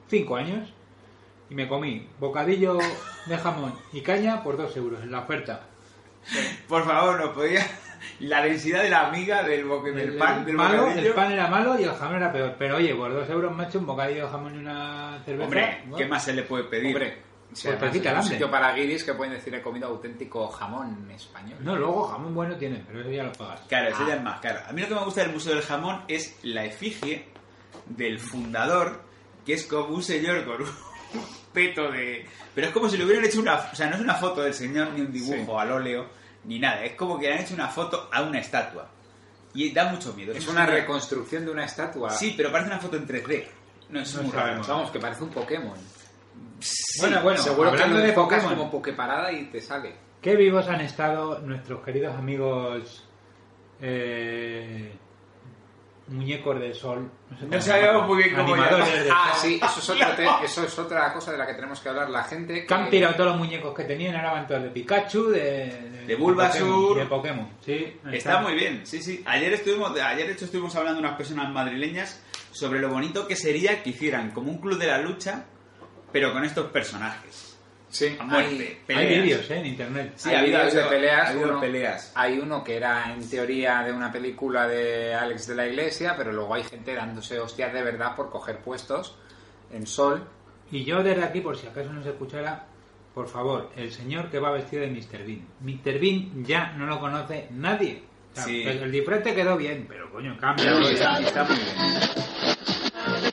Speaker 5: cinco años y me comí bocadillo de jamón y caña por dos euros en la oferta.
Speaker 4: Por favor, nos podía... (laughs) La densidad de la amiga del, boque, del pan, del
Speaker 5: malo,
Speaker 4: bocadillo.
Speaker 5: el pan era malo y el jamón era peor. Pero oye, por dos euros, macho, un bocadillo de jamón y una cerveza.
Speaker 4: Hombre,
Speaker 5: bueno,
Speaker 4: ¿qué más se le puede pedir?
Speaker 3: Hombre, si
Speaker 5: Pues te
Speaker 3: además
Speaker 5: quita
Speaker 3: es
Speaker 5: el
Speaker 3: un
Speaker 5: hambre.
Speaker 3: sitio para guiris que pueden decir he comido auténtico jamón español.
Speaker 5: No, luego jamón bueno tienen, pero eso ya lo pagas.
Speaker 4: Claro, eso ya es más caro. A mí lo que me gusta del Museo del Jamón es la efigie del fundador, que es como un (laughs) señor con un peto de... Pero es como si le hubieran hecho una... O sea, no es una foto del señor, ni un dibujo al óleo, ni nada. Es como que le han hecho una foto a una estatua. Y da mucho miedo.
Speaker 3: Es
Speaker 4: Eso
Speaker 3: una reconstrucción de una estatua.
Speaker 4: Sí, pero parece una foto en 3D. No, eso es muy raro.
Speaker 5: sabemos.
Speaker 3: Vamos, que parece un Pokémon.
Speaker 4: Sí,
Speaker 5: Bueno, bueno,
Speaker 3: Seguro que
Speaker 5: hablando
Speaker 3: lo
Speaker 5: de
Speaker 3: enfocas
Speaker 5: Pokémon.
Speaker 3: como Poképarada y te sale.
Speaker 5: Qué vivos han estado nuestros queridos amigos eh, muñecos del sol. sé
Speaker 4: No
Speaker 5: cómo
Speaker 4: sabemos
Speaker 5: se
Speaker 4: muy bien
Speaker 5: llaman,
Speaker 4: cómo
Speaker 5: Animadores
Speaker 4: llaman.
Speaker 5: del
Speaker 3: Ah,
Speaker 5: sol,
Speaker 3: sí, eso es, otro te- eso es otra cosa de la que tenemos que hablar la gente.
Speaker 5: Que han
Speaker 3: que-
Speaker 5: tirado todos los muñecos que tenían, ahora van todos de Pikachu, de, de,
Speaker 4: De Bulbasur.
Speaker 5: Pokémon, de Pokémon. Sí,
Speaker 4: Está muy bien, sí, sí. Ayer estuvimos, ayer de hecho estuvimos hablando unas personas madrileñas sobre lo bonito que sería que hicieran como un club de la lucha, pero con estos personajes.
Speaker 3: Sí,
Speaker 4: A muerte,
Speaker 3: hay-
Speaker 5: Hay
Speaker 4: peleas.
Speaker 5: vídeos eh, en internet.
Speaker 4: Sí,
Speaker 3: hay
Speaker 4: ha habido
Speaker 3: vídeos de
Speaker 4: eso,
Speaker 3: peleas.
Speaker 4: ha habido
Speaker 3: uno-
Speaker 4: peleas.
Speaker 3: Hay uno que era en teoría de una película de Alex de la Iglesia, pero luego hay gente dándose hostias de verdad por coger puestos en sol.
Speaker 5: Y yo desde aquí, por si acaso no se escuchara, por favor, el señor que va vestido de Mr. Bean. Mr. Bean ya no lo conoce nadie. O sea,
Speaker 4: Sí.
Speaker 5: El, el disfraz te quedó bien, pero coño, pues, cambia.
Speaker 4: Pero está, está muy bien.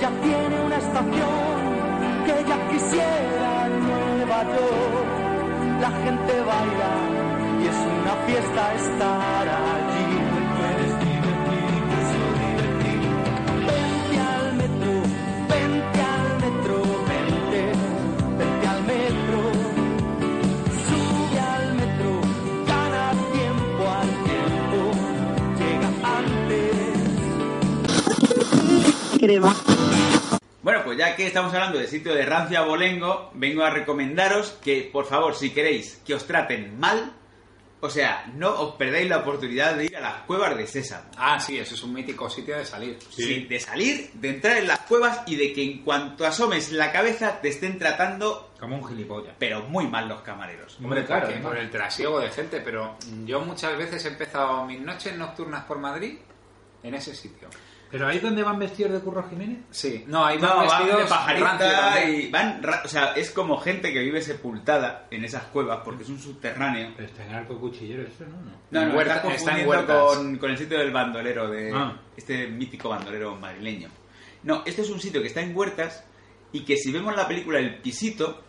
Speaker 9: ya tiene una estación que ya quisiera Nueva York. La gente baila y es una fiesta estar allí. Eres divertido, soy divertido. Vente al metro, vente al metro, vente, vente al metro. Sube al metro, gana tiempo al tiempo, llega antes.
Speaker 4: Bueno, pues ya que estamos hablando del sitio de Rancia Bolengo, vengo a recomendaros que, por favor, si queréis que os traten mal, o sea, no os perdáis la oportunidad de ir a las cuevas de Sésamo.
Speaker 3: Ah, sí, eso es un mítico sitio de salir.
Speaker 4: Sí, de salir, de entrar en las cuevas y de que en cuanto asomes la cabeza te estén tratando,
Speaker 5: Como un gilipollas.
Speaker 4: pero muy mal los camareros.
Speaker 5: Hombre,
Speaker 3: Claro,
Speaker 5: claro.
Speaker 3: que por
Speaker 5: además.
Speaker 3: el trasiego de gente, pero yo muchas veces he empezado mis noches nocturnas por Madrid en ese sitio.
Speaker 5: Pero ahí donde van vestidos de Curro Jiménez.
Speaker 3: Sí, no, ahí van
Speaker 4: No, van
Speaker 3: vestidos
Speaker 4: de
Speaker 3: rancio
Speaker 4: pajarita
Speaker 3: también.
Speaker 4: y van... ra- O sea, es como gente que vive sepultada en esas cuevas porque es un subterráneo.
Speaker 5: Pero este está en arco cuchillero, eso este, no, no.
Speaker 4: No, no,
Speaker 3: Huerta-
Speaker 4: estás
Speaker 3: está en
Speaker 4: confundiendo
Speaker 3: Huertas.
Speaker 4: con, con el sitio del bandolero, de
Speaker 5: Ah.
Speaker 4: este mítico bandolero madrileño. No, este es un sitio que está en Huertas y que si vemos la película El Pisito,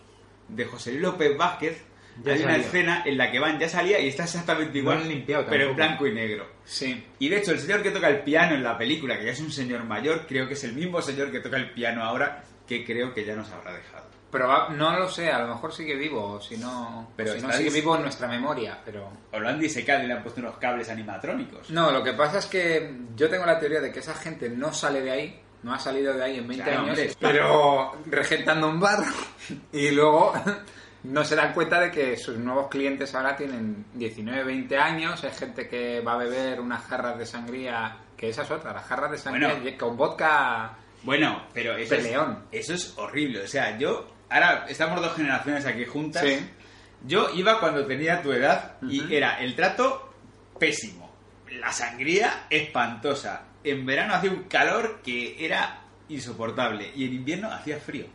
Speaker 4: de José Luis López Vázquez,
Speaker 5: Ya
Speaker 4: hay una
Speaker 5: salía.
Speaker 4: escena en la que van, ya salía y está exactamente
Speaker 5: No
Speaker 4: igual,
Speaker 5: han limpiado
Speaker 4: pero en
Speaker 5: tampoco.
Speaker 4: blanco y negro.
Speaker 3: Sí.
Speaker 4: Y de hecho, el señor que toca el piano en la película, que ya es un señor mayor, creo que es el mismo señor que toca el piano ahora, que creo que ya nos habrá dejado.
Speaker 3: Proba- no lo sé, a lo mejor sigue vivo, si no,
Speaker 4: Pero
Speaker 3: si no
Speaker 4: está
Speaker 3: sigue
Speaker 4: dis-
Speaker 3: vivo en nuestra memoria, pero...
Speaker 4: O lo han disecado y le han puesto unos cables animatrónicos.
Speaker 3: No, lo que pasa es que yo tengo la teoría de que esa gente no sale de ahí, no ha salido de ahí en 20
Speaker 4: Claro,
Speaker 3: años,
Speaker 4: hombre.
Speaker 3: pero regentando un bar (laughs) y luego no se dan cuenta de que sus nuevos clientes ahora tienen 19, 20 años, es gente que va a beber unas jarras de sangría, que esa es otra, las jarras de sangría
Speaker 4: Bueno.
Speaker 3: con vodka...
Speaker 4: Bueno, pero eso es,
Speaker 3: Peleón.
Speaker 4: eso es horrible. O sea, yo... Ahora estamos dos generaciones aquí juntas.
Speaker 3: Sí.
Speaker 4: Yo iba cuando tenía tu edad y era el trato pésimo. La sangría espantosa. En verano hacía un calor que era insoportable y en invierno hacía frío.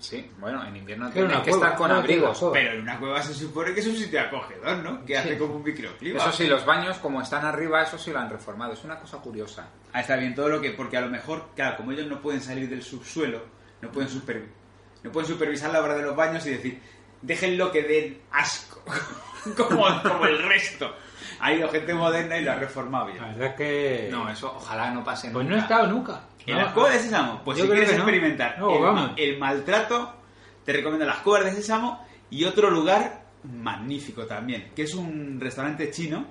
Speaker 3: Sí, bueno, en invierno
Speaker 5: Pero
Speaker 3: tienes
Speaker 5: una
Speaker 3: que
Speaker 5: cueva,
Speaker 3: estar con
Speaker 5: una
Speaker 3: abrigo.
Speaker 5: cueva,
Speaker 4: Pero en una cueva se supone que es un sitio acogedor, ¿no? Que hace como un microclima.
Speaker 3: Eso sí, los baños, como están arriba, eso sí lo han reformado. Es una cosa curiosa.
Speaker 4: Ah, está bien todo lo que... Porque a lo mejor, claro, como ellos no pueden salir del subsuelo, no pueden, super- no pueden supervisar la obra de los baños y decir, déjenlo que den asco, (laughs) como, como el resto. Ha ido gente moderna y lo ha reformado bien.
Speaker 5: La verdad es que...
Speaker 3: No, eso ojalá no pase
Speaker 5: Eh, pues no he
Speaker 3: nunca.
Speaker 5: estado nunca.
Speaker 4: ¿En
Speaker 5: No,
Speaker 4: las cuevas de sésamo? Pues
Speaker 5: Ah, Yo
Speaker 4: si
Speaker 5: creo
Speaker 4: quieres
Speaker 5: que no.
Speaker 4: experimentar
Speaker 5: No,
Speaker 4: el,
Speaker 5: vamos.
Speaker 4: el maltrato, te recomiendo las cuevas de sésamo y otro lugar magnífico también, que es un restaurante chino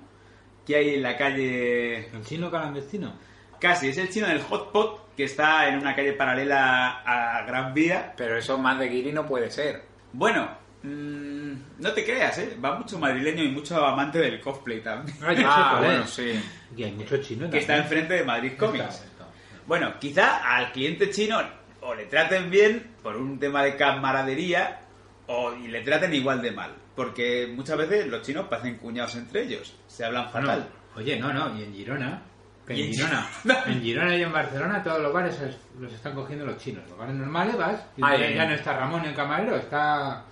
Speaker 4: que hay en la calle...
Speaker 5: ¿El chino clandestino?
Speaker 4: Casi, es el chino del Hot Pot, que está en una calle paralela a Gran Vía.
Speaker 3: Pero eso más de guiri no puede ser.
Speaker 4: Bueno, mm, no te creas, ¿eh? Va mucho madrileño y mucho amante del cosplay también.
Speaker 5: Ah,
Speaker 4: (laughs)
Speaker 5: ya sé
Speaker 3: ah,
Speaker 5: cuál
Speaker 3: bueno,
Speaker 5: es.
Speaker 3: sí.
Speaker 5: Y hay muchos chinos
Speaker 4: que está
Speaker 5: también.
Speaker 4: enfrente de Madrid Comics.
Speaker 5: Está, está.
Speaker 4: Bueno, quizá al cliente chino o le traten bien por un tema de camaradería o y le traten igual de mal. Porque muchas veces los chinos parecen cuñados entre ellos. Se hablan fatal.
Speaker 5: No, Oye, no, no, y en Girona. que
Speaker 4: Y
Speaker 5: en
Speaker 4: en
Speaker 5: (laughs) Girona.
Speaker 4: Girona.
Speaker 5: en Girona y en Barcelona todos los bares es- los están cogiendo los chinos. Los bares normales vas, y
Speaker 3: Ay,
Speaker 5: ya,
Speaker 3: ay,
Speaker 5: ya
Speaker 3: ay.
Speaker 5: no está Ramón el camarero, está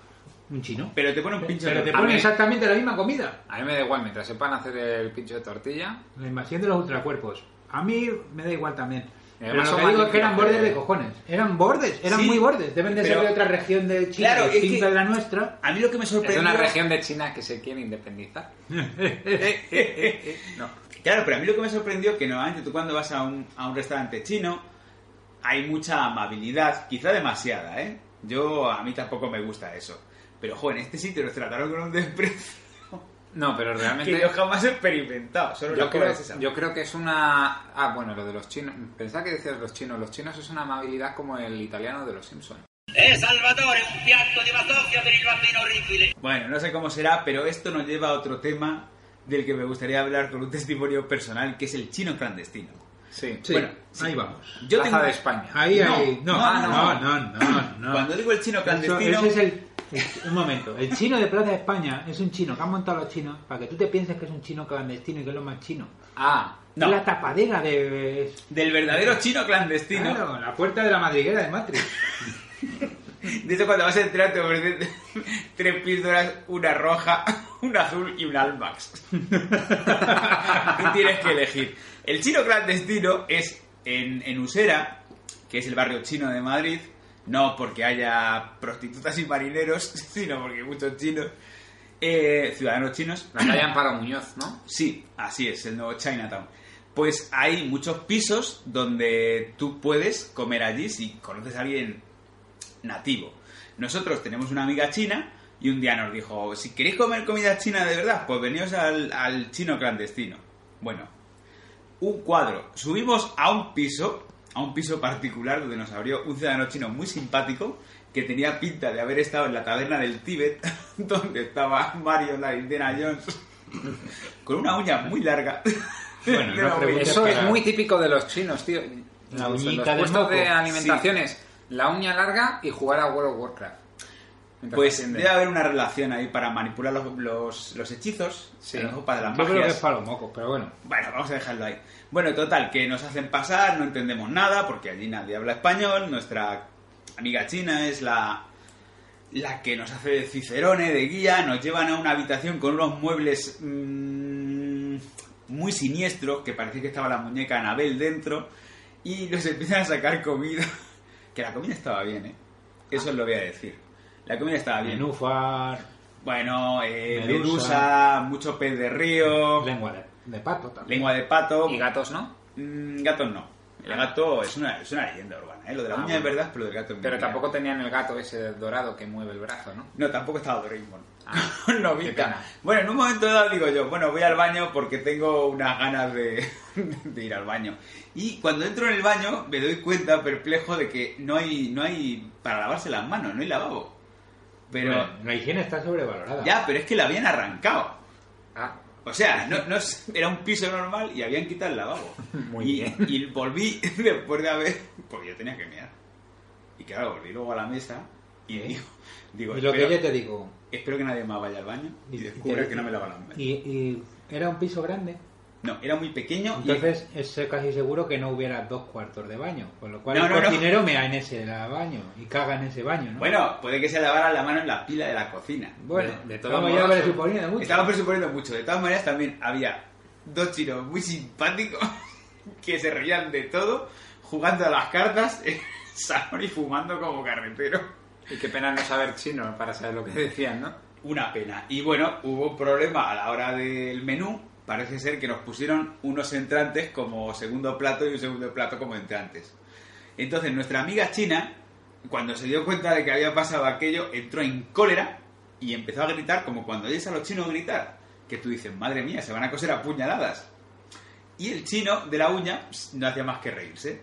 Speaker 5: un chino.
Speaker 4: Pero te pone un pincho
Speaker 5: Pero
Speaker 4: de
Speaker 5: te
Speaker 4: tortilla.
Speaker 5: ponen exactamente la misma comida.
Speaker 3: A mí me da igual, mientras sepan hacer el pincho de tortilla.
Speaker 5: La invasión de los ultracuerpos. A mí me da igual también. Pero
Speaker 3: además
Speaker 5: lo
Speaker 3: son
Speaker 5: que digo es que
Speaker 3: magníficos,
Speaker 5: eran bordes
Speaker 3: pero-
Speaker 5: de cojones. Eran bordes, eran
Speaker 4: Sí,
Speaker 5: muy bordes. Deben de
Speaker 4: pero-
Speaker 5: ser de otra región de China
Speaker 4: Claro, es que-
Speaker 5: distinta de la nuestra.
Speaker 4: A mí lo que me
Speaker 3: Es
Speaker 4: sorprendió...
Speaker 3: una región de China que se quiere independizar.
Speaker 4: No. Claro, pero a mí lo que me sorprendió que normalmente tú cuando vas a un, a un restaurante chino hay mucha amabilidad, quizá demasiada, ¿eh? Yo, a mí tampoco me gusta eso. Pero, jo, en este sitio nos trataron con un desprecio
Speaker 3: No, pero
Speaker 4: (laughs) que
Speaker 3: realmente...
Speaker 4: yo jamás he experimentado. Solo
Speaker 3: Yo
Speaker 4: las cosas
Speaker 3: creo,
Speaker 4: esas.
Speaker 3: yo creo que es una... Ah, bueno, lo de los chinos. Pensaba que decías los chinos. Los chinos es una amabilidad como el italiano de los Simpsons.
Speaker 4: Bueno, no sé cómo será, pero esto nos lleva a otro tema del que me gustaría hablar con un testimonio personal, que es el chino clandestino.
Speaker 3: Sí.
Speaker 5: Sí,
Speaker 4: Bueno,
Speaker 5: ahí vamos.
Speaker 4: Yo
Speaker 3: Plaza
Speaker 4: tengo-
Speaker 3: de España.
Speaker 5: Ahí,
Speaker 4: No,
Speaker 5: ahí. No,
Speaker 4: no,
Speaker 5: no, no, no, no.
Speaker 4: Cuando digo el chino
Speaker 5: Eso-
Speaker 4: clandestino...
Speaker 5: ese es el, el- un momento. El chino de Plaza de España es un chino que han montado los chinos para que tú te pienses que es un chino clandestino y que es lo más chino.
Speaker 3: Ah,
Speaker 4: No.
Speaker 5: Es la tapadera de...
Speaker 4: Del verdadero chino clandestino.
Speaker 5: Claro, la puerta de la madriguera de
Speaker 4: (laughs)
Speaker 5: Matrix.
Speaker 4: De eso cuando vas a entrar te ofrecen (laughs) tres píldoras, una roja, (laughs) una azul y un Almax. (laughs) Tú tienes que elegir. El chino clandestino es en, en Usera, que es el barrio chino de Madrid, no porque haya prostitutas y marineros, (laughs) sino porque hay muchos chinos, eh, ciudadanos chinos,
Speaker 3: la calle Amparo Muñoz, ¿no?
Speaker 4: (clears throat) Sí, así es, el nuevo Chinatown. Pues hay muchos pisos donde tú puedes comer allí si conoces a alguien nativo. Nosotros tenemos una amiga china y un día nos dijo, "Oh, si queréis comer comida china de verdad, pues veníos al, al chino clandestino. Bueno, un cuadro. Subimos a un piso, a un piso particular donde nos abrió un ciudadano chino muy simpático que tenía pinta de haber estado en la taberna del Tíbet, (laughs) donde estaba Mario, la Indiana Jones, (laughs) con una uña muy larga.
Speaker 5: (laughs) Bueno,
Speaker 4: De
Speaker 5: no
Speaker 4: la
Speaker 5: preguntes.
Speaker 4: uña.
Speaker 3: Eso es
Speaker 5: para-
Speaker 3: muy típico de los chinos, tío.
Speaker 5: La
Speaker 3: Los-
Speaker 5: uñita
Speaker 3: los
Speaker 5: de
Speaker 3: puestos de,
Speaker 5: moco.
Speaker 3: alimentaciones, la uña larga y jugar a World of Warcraft. Mientras
Speaker 4: Pues
Speaker 3: atienden.
Speaker 4: debe haber una relación ahí para manipular los, los, los hechizos, sí. para las
Speaker 5: Yo creo que
Speaker 4: magias.
Speaker 5: es para los mocos, pero bueno.
Speaker 4: Bueno, vamos a dejarlo ahí. Bueno, total, que nos hacen pasar, no entendemos nada, porque allí nadie habla español, nuestra amiga china es la, la que nos hace de cicerone, de guía, nos llevan a una habitación con unos muebles mm, muy siniestros, que parecía que estaba la muñeca Anabel dentro, y nos empiezan a sacar comida. (laughs) Que la comida estaba bien, ¿eh? Eso os lo voy a decir. La comida estaba bien.
Speaker 5: Nenúfar,
Speaker 4: Bueno, eh, medusa.
Speaker 5: Medusa.
Speaker 4: mucho pez de río,
Speaker 5: lengua de, de pato también.
Speaker 4: lengua de pato.
Speaker 3: Y gatos, ¿no?
Speaker 4: Mm, gatos no. El gato es una, es una leyenda urbana, ¿eh? Lo de la
Speaker 3: Ah,
Speaker 4: uña
Speaker 3: bueno.
Speaker 4: es verdad, pero lo del gato es
Speaker 3: Pero
Speaker 4: mentira.
Speaker 3: tampoco tenían el gato ese dorado que mueve el brazo, ¿no?
Speaker 4: No, tampoco estaba Doraemon.
Speaker 3: Ah,
Speaker 4: (laughs) no,
Speaker 3: qué pena.
Speaker 4: Bueno, en un momento dado digo yo, bueno, voy al baño porque tengo unas ganas de, (laughs) de ir al baño. Y cuando entro en el baño me doy cuenta, perplejo, de que no hay, no hay para lavarse las manos, no hay lavabo. Pero...
Speaker 5: Bueno, la higiene está sobrevalorada.
Speaker 4: Ya, pero es que la habían arrancado.
Speaker 3: Ah,
Speaker 4: O sea, no, no es- era un piso normal y habían quitado el lavabo.
Speaker 5: (laughs)
Speaker 3: Muy
Speaker 4: y,
Speaker 3: bien.
Speaker 4: y volví (laughs) después de haber... Porque yo tenía que mear. Y claro, volví luego a la mesa y digo... digo
Speaker 5: y lo
Speaker 4: espero,
Speaker 5: que yo te digo.
Speaker 4: espero que nadie más vaya al baño y,
Speaker 5: y- y
Speaker 4: descubra
Speaker 5: te-
Speaker 4: que no me lava las manos.
Speaker 5: Y, y era un piso grande.
Speaker 4: No, era muy pequeño y-
Speaker 5: Entonces, es casi seguro que no hubiera dos cuartos de baño. Con lo cual,
Speaker 4: No,
Speaker 5: el
Speaker 4: no, no.
Speaker 5: cocinero mea en ese baño y caga en ese baño, ¿no?
Speaker 4: Bueno, puede que se lavara la mano en la pila de la cocina.
Speaker 5: Bueno,
Speaker 3: de- de todos
Speaker 5: estamos ya
Speaker 3: modos-
Speaker 5: presuponiendo mucho.
Speaker 4: Estaba presuponiendo mucho. De todas maneras, también había dos chinos muy simpáticos (laughs) que se reían de todo, jugando a las cartas, en el salón y fumando como carretero.
Speaker 3: Y qué pena no saber chino para saber lo que decían, ¿no?
Speaker 4: Una pena. Y bueno, hubo un problema a la hora del menú. Parece ser que nos pusieron unos entrantes como segundo plato y un segundo plato como entrantes. Entonces, nuestra amiga china, cuando se dio cuenta de que había pasado aquello, entró en cólera y empezó a gritar como cuando oyes a los chinos gritar. Que tú dices, madre mía, se van a coser a puñaladas. Y el chino de la uña ps, no hacía más que reírse.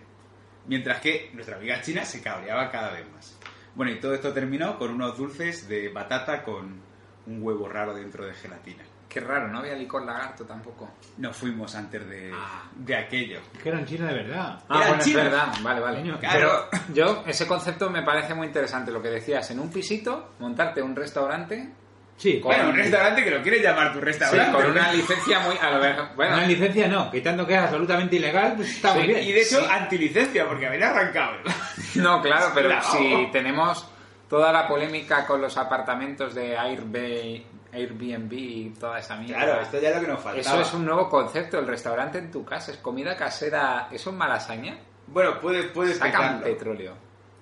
Speaker 4: Mientras que nuestra amiga china se cabreaba cada vez más. Bueno, y todo esto terminó con unos dulces de batata con un huevo raro dentro de gelatina.
Speaker 3: Qué raro, no había licor lagarto tampoco.
Speaker 4: Nos fuimos antes de, de aquello.
Speaker 5: Es que eran chinos de verdad.
Speaker 3: Ah,
Speaker 4: Eran
Speaker 3: bueno, es
Speaker 4: chinos.
Speaker 3: verdad, vale, vale.
Speaker 4: Coño, claro.
Speaker 3: Pero yo, ese concepto me parece muy interesante, lo que decías, en un pisito, montarte un restaurante
Speaker 5: Sí,
Speaker 3: Con-
Speaker 4: Bueno, un restaurante que lo quieres llamar tu
Speaker 3: sí,
Speaker 4: restaurante.
Speaker 3: con una licencia muy... A lo ver- bueno,
Speaker 5: una licencia no, quitando que es absolutamente ilegal, pues está muy bien.
Speaker 4: Y de hecho, antilicencia, porque habéis arrancado.
Speaker 3: (laughs) no,
Speaker 4: (laughs)
Speaker 3: claro, pero
Speaker 4: Claro.
Speaker 3: si tenemos toda la polémica con los apartamentos de Airbnb, Airbnb y toda esa mierda...
Speaker 4: Claro, esto ya es lo que nos faltaba.
Speaker 3: Eso es un nuevo concepto, el restaurante en tu casa, es comida casera, ¿eso es malasaña?
Speaker 4: Bueno, puedes, puedes
Speaker 3: Sacan
Speaker 4: petarlo.
Speaker 3: petróleo.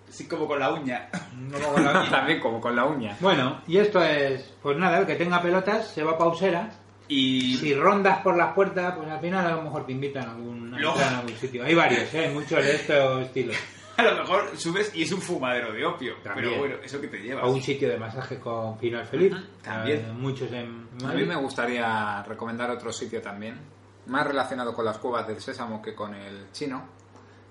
Speaker 4: Así como con la uña. (laughs)
Speaker 5: Como
Speaker 3: (laughs)
Speaker 5: con la-
Speaker 3: También como con la uña.
Speaker 5: Bueno, y esto es, pues nada, el que tenga pelotas se va a pausera.
Speaker 4: Y...
Speaker 5: Si rondas por las puertas, pues al final a lo mejor te invitan a algún, a
Speaker 4: Lo-
Speaker 5: entrar en algún sitio. Hay varios, ¿eh? hay muchos de estos estilos.
Speaker 4: A lo mejor subes y es un fumadero de opio.
Speaker 5: También.
Speaker 4: Pero bueno, eso que te llevas.
Speaker 5: O un sitio de masaje con final feliz.
Speaker 4: también.
Speaker 5: Eh, muchos en
Speaker 3: A mí me gustaría recomendar otro sitio también, más relacionado con las cuevas del sésamo que con el chino,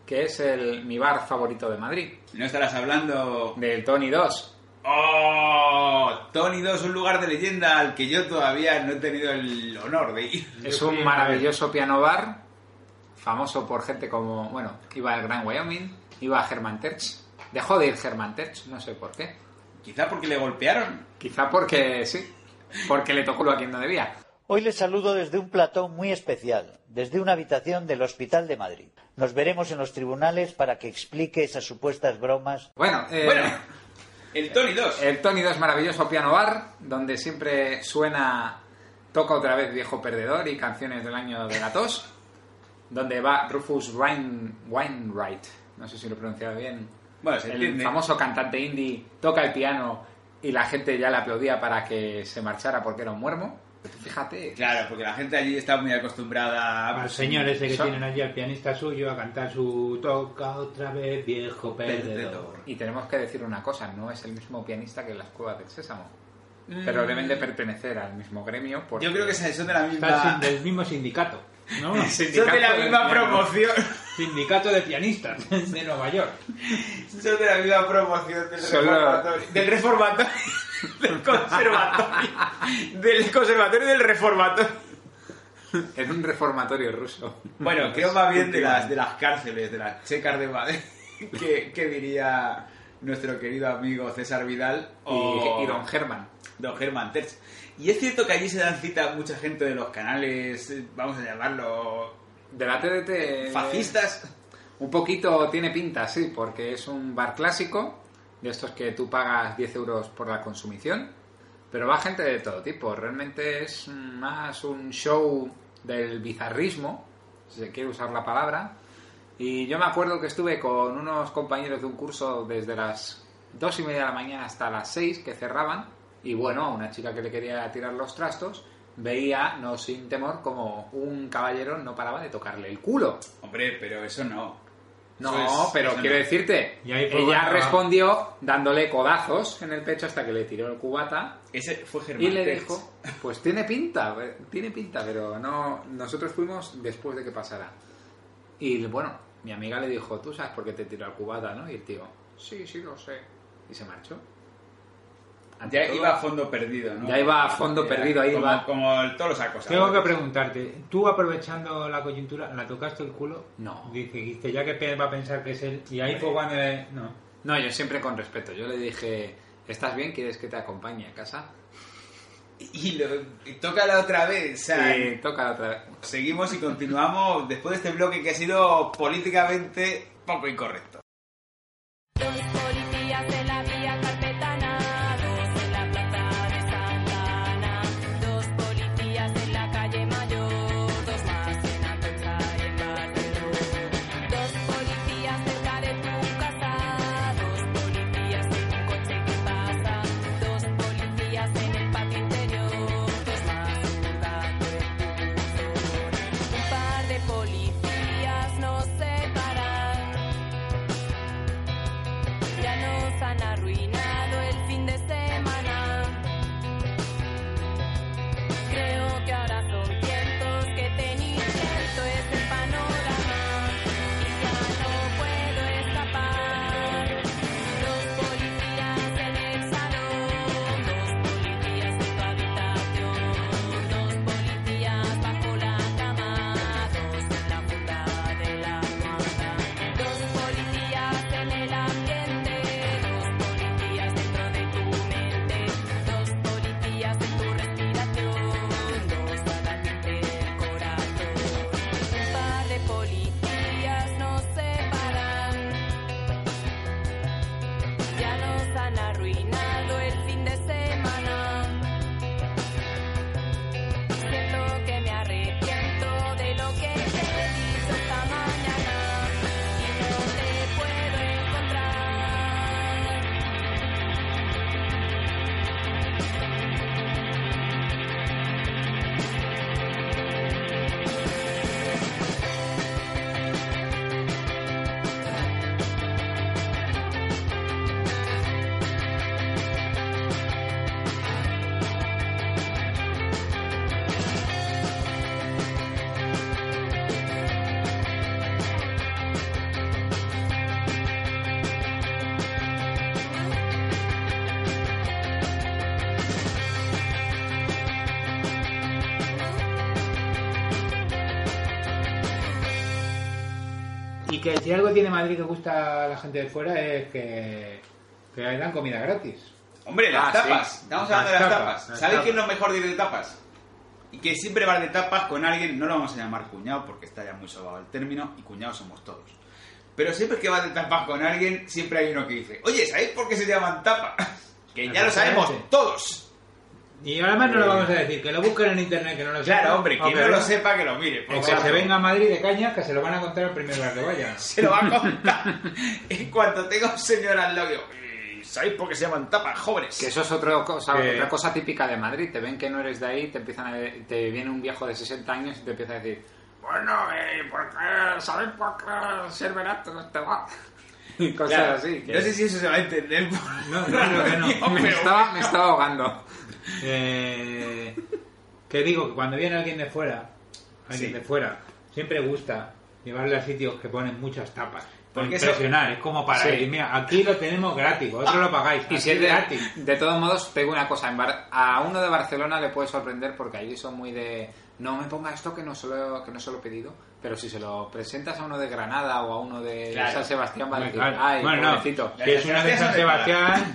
Speaker 3: que es el mi bar favorito de Madrid,
Speaker 4: No estarás hablando...
Speaker 3: del Tony 2.
Speaker 4: ¡Oh! Tony 2, un lugar de leyenda al que yo todavía no he tenido el honor de ir.
Speaker 3: Es un maravilloso piano bar, famoso por gente como, bueno, iba el Gran Wyoming, iba Germán Terch, dejó de ir Germán Terch, no sé por qué.
Speaker 4: Quizá porque le golpearon.
Speaker 3: Quizá porque sí, porque le tocó lo a quien no debía.
Speaker 10: Hoy les saludo desde un platón muy especial, desde una habitación del Hospital de Madrid. Nos veremos en los tribunales para que explique esas supuestas bromas.
Speaker 3: Bueno, eh,
Speaker 4: Bueno, el Tony
Speaker 5: Eh,
Speaker 4: 2.
Speaker 3: El Tony 2 maravilloso piano bar, donde siempre suena Toca otra vez viejo perdedor y canciones del año de la tos, donde va Rufus Wain- Wainwright, no sé si lo he pronunciado bien,
Speaker 4: Bueno, se
Speaker 3: el
Speaker 4: entiende.
Speaker 3: famoso cantante indie, toca el piano y la gente ya le aplaudía para que se marchara porque era un muermo. Fíjate,
Speaker 4: Claro, porque la gente allí está muy acostumbrada a... pues,
Speaker 5: Al señor ese que
Speaker 3: Son-
Speaker 5: tienen allí, al pianista suyo, a cantar su toca otra vez, viejo perdedor.
Speaker 3: y tenemos que decir una cosa, no es el mismo pianista que en las cuevas del sésamo, pero deben de pertenecer al mismo gremio. Porque
Speaker 4: Mm. Yo creo que son de la
Speaker 5: Está
Speaker 4: (laughs) misma...
Speaker 5: sin- del mismo sindicato,
Speaker 4: (laughs)
Speaker 5: ¿no?
Speaker 4: Son de la
Speaker 3: del
Speaker 4: misma
Speaker 3: piano.
Speaker 5: (laughs)
Speaker 4: promoción.
Speaker 5: sindicato de pianistas (laughs) de Nueva York.
Speaker 4: Son de la misma promoción del
Speaker 3: Solo-
Speaker 4: reformatorio. Del reformatorio. (laughs) Del conservatorio. Del conservatorio y del reformatorio.
Speaker 3: En un reformatorio ruso.
Speaker 4: Bueno, creo más bien de las, de las cárceles, de las checas de Madrid, (laughs) que, que diría nuestro querido amigo César Vidal
Speaker 3: Y,
Speaker 4: o
Speaker 3: y Don Germán.
Speaker 4: don Germán Terz. Y es cierto que allí se dan cita mucha gente de los canales, eh, vamos a llamarlo,
Speaker 3: De la TDT. eh,
Speaker 4: fascistas.
Speaker 3: Un poquito tiene pinta, sí, porque es un bar clásico, de estos que tú pagas 10 euros por la consumición, pero va gente de todo tipo. Realmente es más un show del bizarrismo, si se quiere usar la palabra. Y yo me acuerdo que estuve con unos compañeros de un curso desde las dos y media de la mañana hasta las 6 que cerraban. Y bueno, a una chica que le quería tirar los trastos veía, no sin temor, como un caballero no paraba de tocarle el culo.
Speaker 4: Hombre, pero eso no.
Speaker 3: No,
Speaker 4: Eso es-
Speaker 3: pero
Speaker 4: eso
Speaker 3: quiero
Speaker 4: no.
Speaker 3: decirte,
Speaker 5: Y ahí fue
Speaker 3: ella
Speaker 5: cuando-
Speaker 3: respondió dándole codazos en el pecho hasta que le tiró el cubata
Speaker 4: Ese fue Germán
Speaker 3: y le
Speaker 4: Terz.
Speaker 3: dijo, pues tiene pinta, eh, tiene pinta, pero no, nosotros fuimos después de que pasara. Y bueno, mi amiga le dijo, tú sabes por qué te tiró el cubata, ¿no? Y el tío, sí, sí, lo sé. Y se marchó. Ante
Speaker 4: Ya
Speaker 3: todo,
Speaker 4: iba a fondo perdido, ¿no?
Speaker 3: Ya iba a fondo perdido, ahí
Speaker 4: como,
Speaker 3: va.
Speaker 4: Como el- todos los acosadores.
Speaker 5: Tengo que preguntarte, tú aprovechando la coyuntura, ¿la tocaste el culo?
Speaker 3: No.
Speaker 5: Dice, dijiste, ya que pe- va a pensar que es él. Y ahí fue cuando... eh, No.
Speaker 3: No, yo siempre con respeto. Yo le dije, ¿estás bien? ¿Quieres que te acompañe a casa?
Speaker 4: Y, lo- y tócala otra vez. O sea,
Speaker 3: Sí, toca otra vez.
Speaker 4: Seguimos y continuamos después de este bloque que ha sido políticamente poco incorrecto.
Speaker 11: Los policías de la vía carpetanados en la plaza de Santana. Dos policías en la calle Mayor, dos más en Atocha y en Barceló. Dos policías cerca de tu casa, dos policías en un coche que pasa. Dos policías en el patio interior, dos más en tu gato impulsor. Un par de policías nos separan. Ya nos han arruinado el fin de semana. Creo que ahora son cientos que tenía. Esto es el panorama. Y ya no puedo escapar. Dos policías en el salón. Dos policías en tu habitación. Dos policías bajo la cama. Dos en la punta de la almohada. Dos policías en el ambiente, dos policías dentro de tu mente, dos policías en tu respiración, dos a latir del corazón. Un par de policías nos separan, ya nos han arruinado el fin de semana. Siento que me arrepiento de lo que te he dicho esta mañana y no te puedo encontrar.
Speaker 5: Y que si algo tiene Madrid que gusta a la gente de fuera es que, que le dan comida gratis.
Speaker 4: Hombre, las
Speaker 3: Ah,
Speaker 4: tapas.
Speaker 3: sí.
Speaker 4: Estamos
Speaker 5: Las
Speaker 4: hablando de las
Speaker 5: tapas,
Speaker 4: tapas.
Speaker 5: las
Speaker 4: ¿Sabéis
Speaker 5: tapas.
Speaker 4: quién es lo mejor de ir de tapas? Y que siempre va de tapas con alguien, no lo vamos a llamar cuñado porque está ya muy sobado el término y cuñados somos todos. Pero siempre que vas de tapas con alguien, siempre hay uno que dice, oye, ¿sabéis por qué se llaman tapas? (laughs) Que ya lo sabemos
Speaker 5: Exactamente.
Speaker 4: todos.
Speaker 5: Y además no lo vamos a decir, que lo busquen en internet, que no lo sepan.
Speaker 4: Claro, hombre, quien
Speaker 5: Aunque
Speaker 4: no lo sepa que lo mire. por
Speaker 5: O que
Speaker 4: favor.
Speaker 5: se venga a Madrid de cañas, que se lo van a contar al primer lugar que vaya.
Speaker 4: se lo va a (laughs) contar. en cuanto tenga un señor al lado, digo, "Eh, ¿sabéis por qué se llaman tapas, jóvenes?
Speaker 3: Que eso es otra cosa,
Speaker 5: Que-
Speaker 3: otra cosa típica de Madrid. Te ven que no eres de ahí, te empiezan a, te viene un viejo de 60 años y te empieza a decir, bueno, eh, ¿por qué? ¿Sabes por qué ser barato no te va? Y cosas
Speaker 4: Claro,
Speaker 3: así. que-
Speaker 4: No sé si eso se va a entender. (laughs)
Speaker 5: No, no, (laughs) no, que
Speaker 3: (laughs)
Speaker 5: no.
Speaker 3: me,
Speaker 4: pero-
Speaker 3: estaba, me estaba ahogando.
Speaker 5: Eh, que digo que cuando viene alguien de fuera, alguien
Speaker 4: Sí.
Speaker 5: de fuera, siempre gusta llevarle a sitios que ponen muchas tapas. Para
Speaker 4: Porque eso-
Speaker 5: impresionar, es como para
Speaker 3: Sí.
Speaker 5: decir, mira, aquí lo tenemos gratis, vosotros lo pagáis,
Speaker 3: Y
Speaker 5: aquí
Speaker 3: si es
Speaker 5: gratis.
Speaker 3: de, de todos modos, pego una cosa. en Bar- a uno de Barcelona le puede sorprender porque allí son muy de. No me ponga esto que no se lo, que no se lo he pedido. Pero si se lo presentas a uno de Granada o a uno de
Speaker 4: Claro.
Speaker 3: San Sebastián, va a
Speaker 5: Hombre,
Speaker 3: decir:
Speaker 5: claro.
Speaker 3: ¡Ay,
Speaker 5: bueno,
Speaker 3: pobrecito".
Speaker 5: no, si es una de San Sebastián,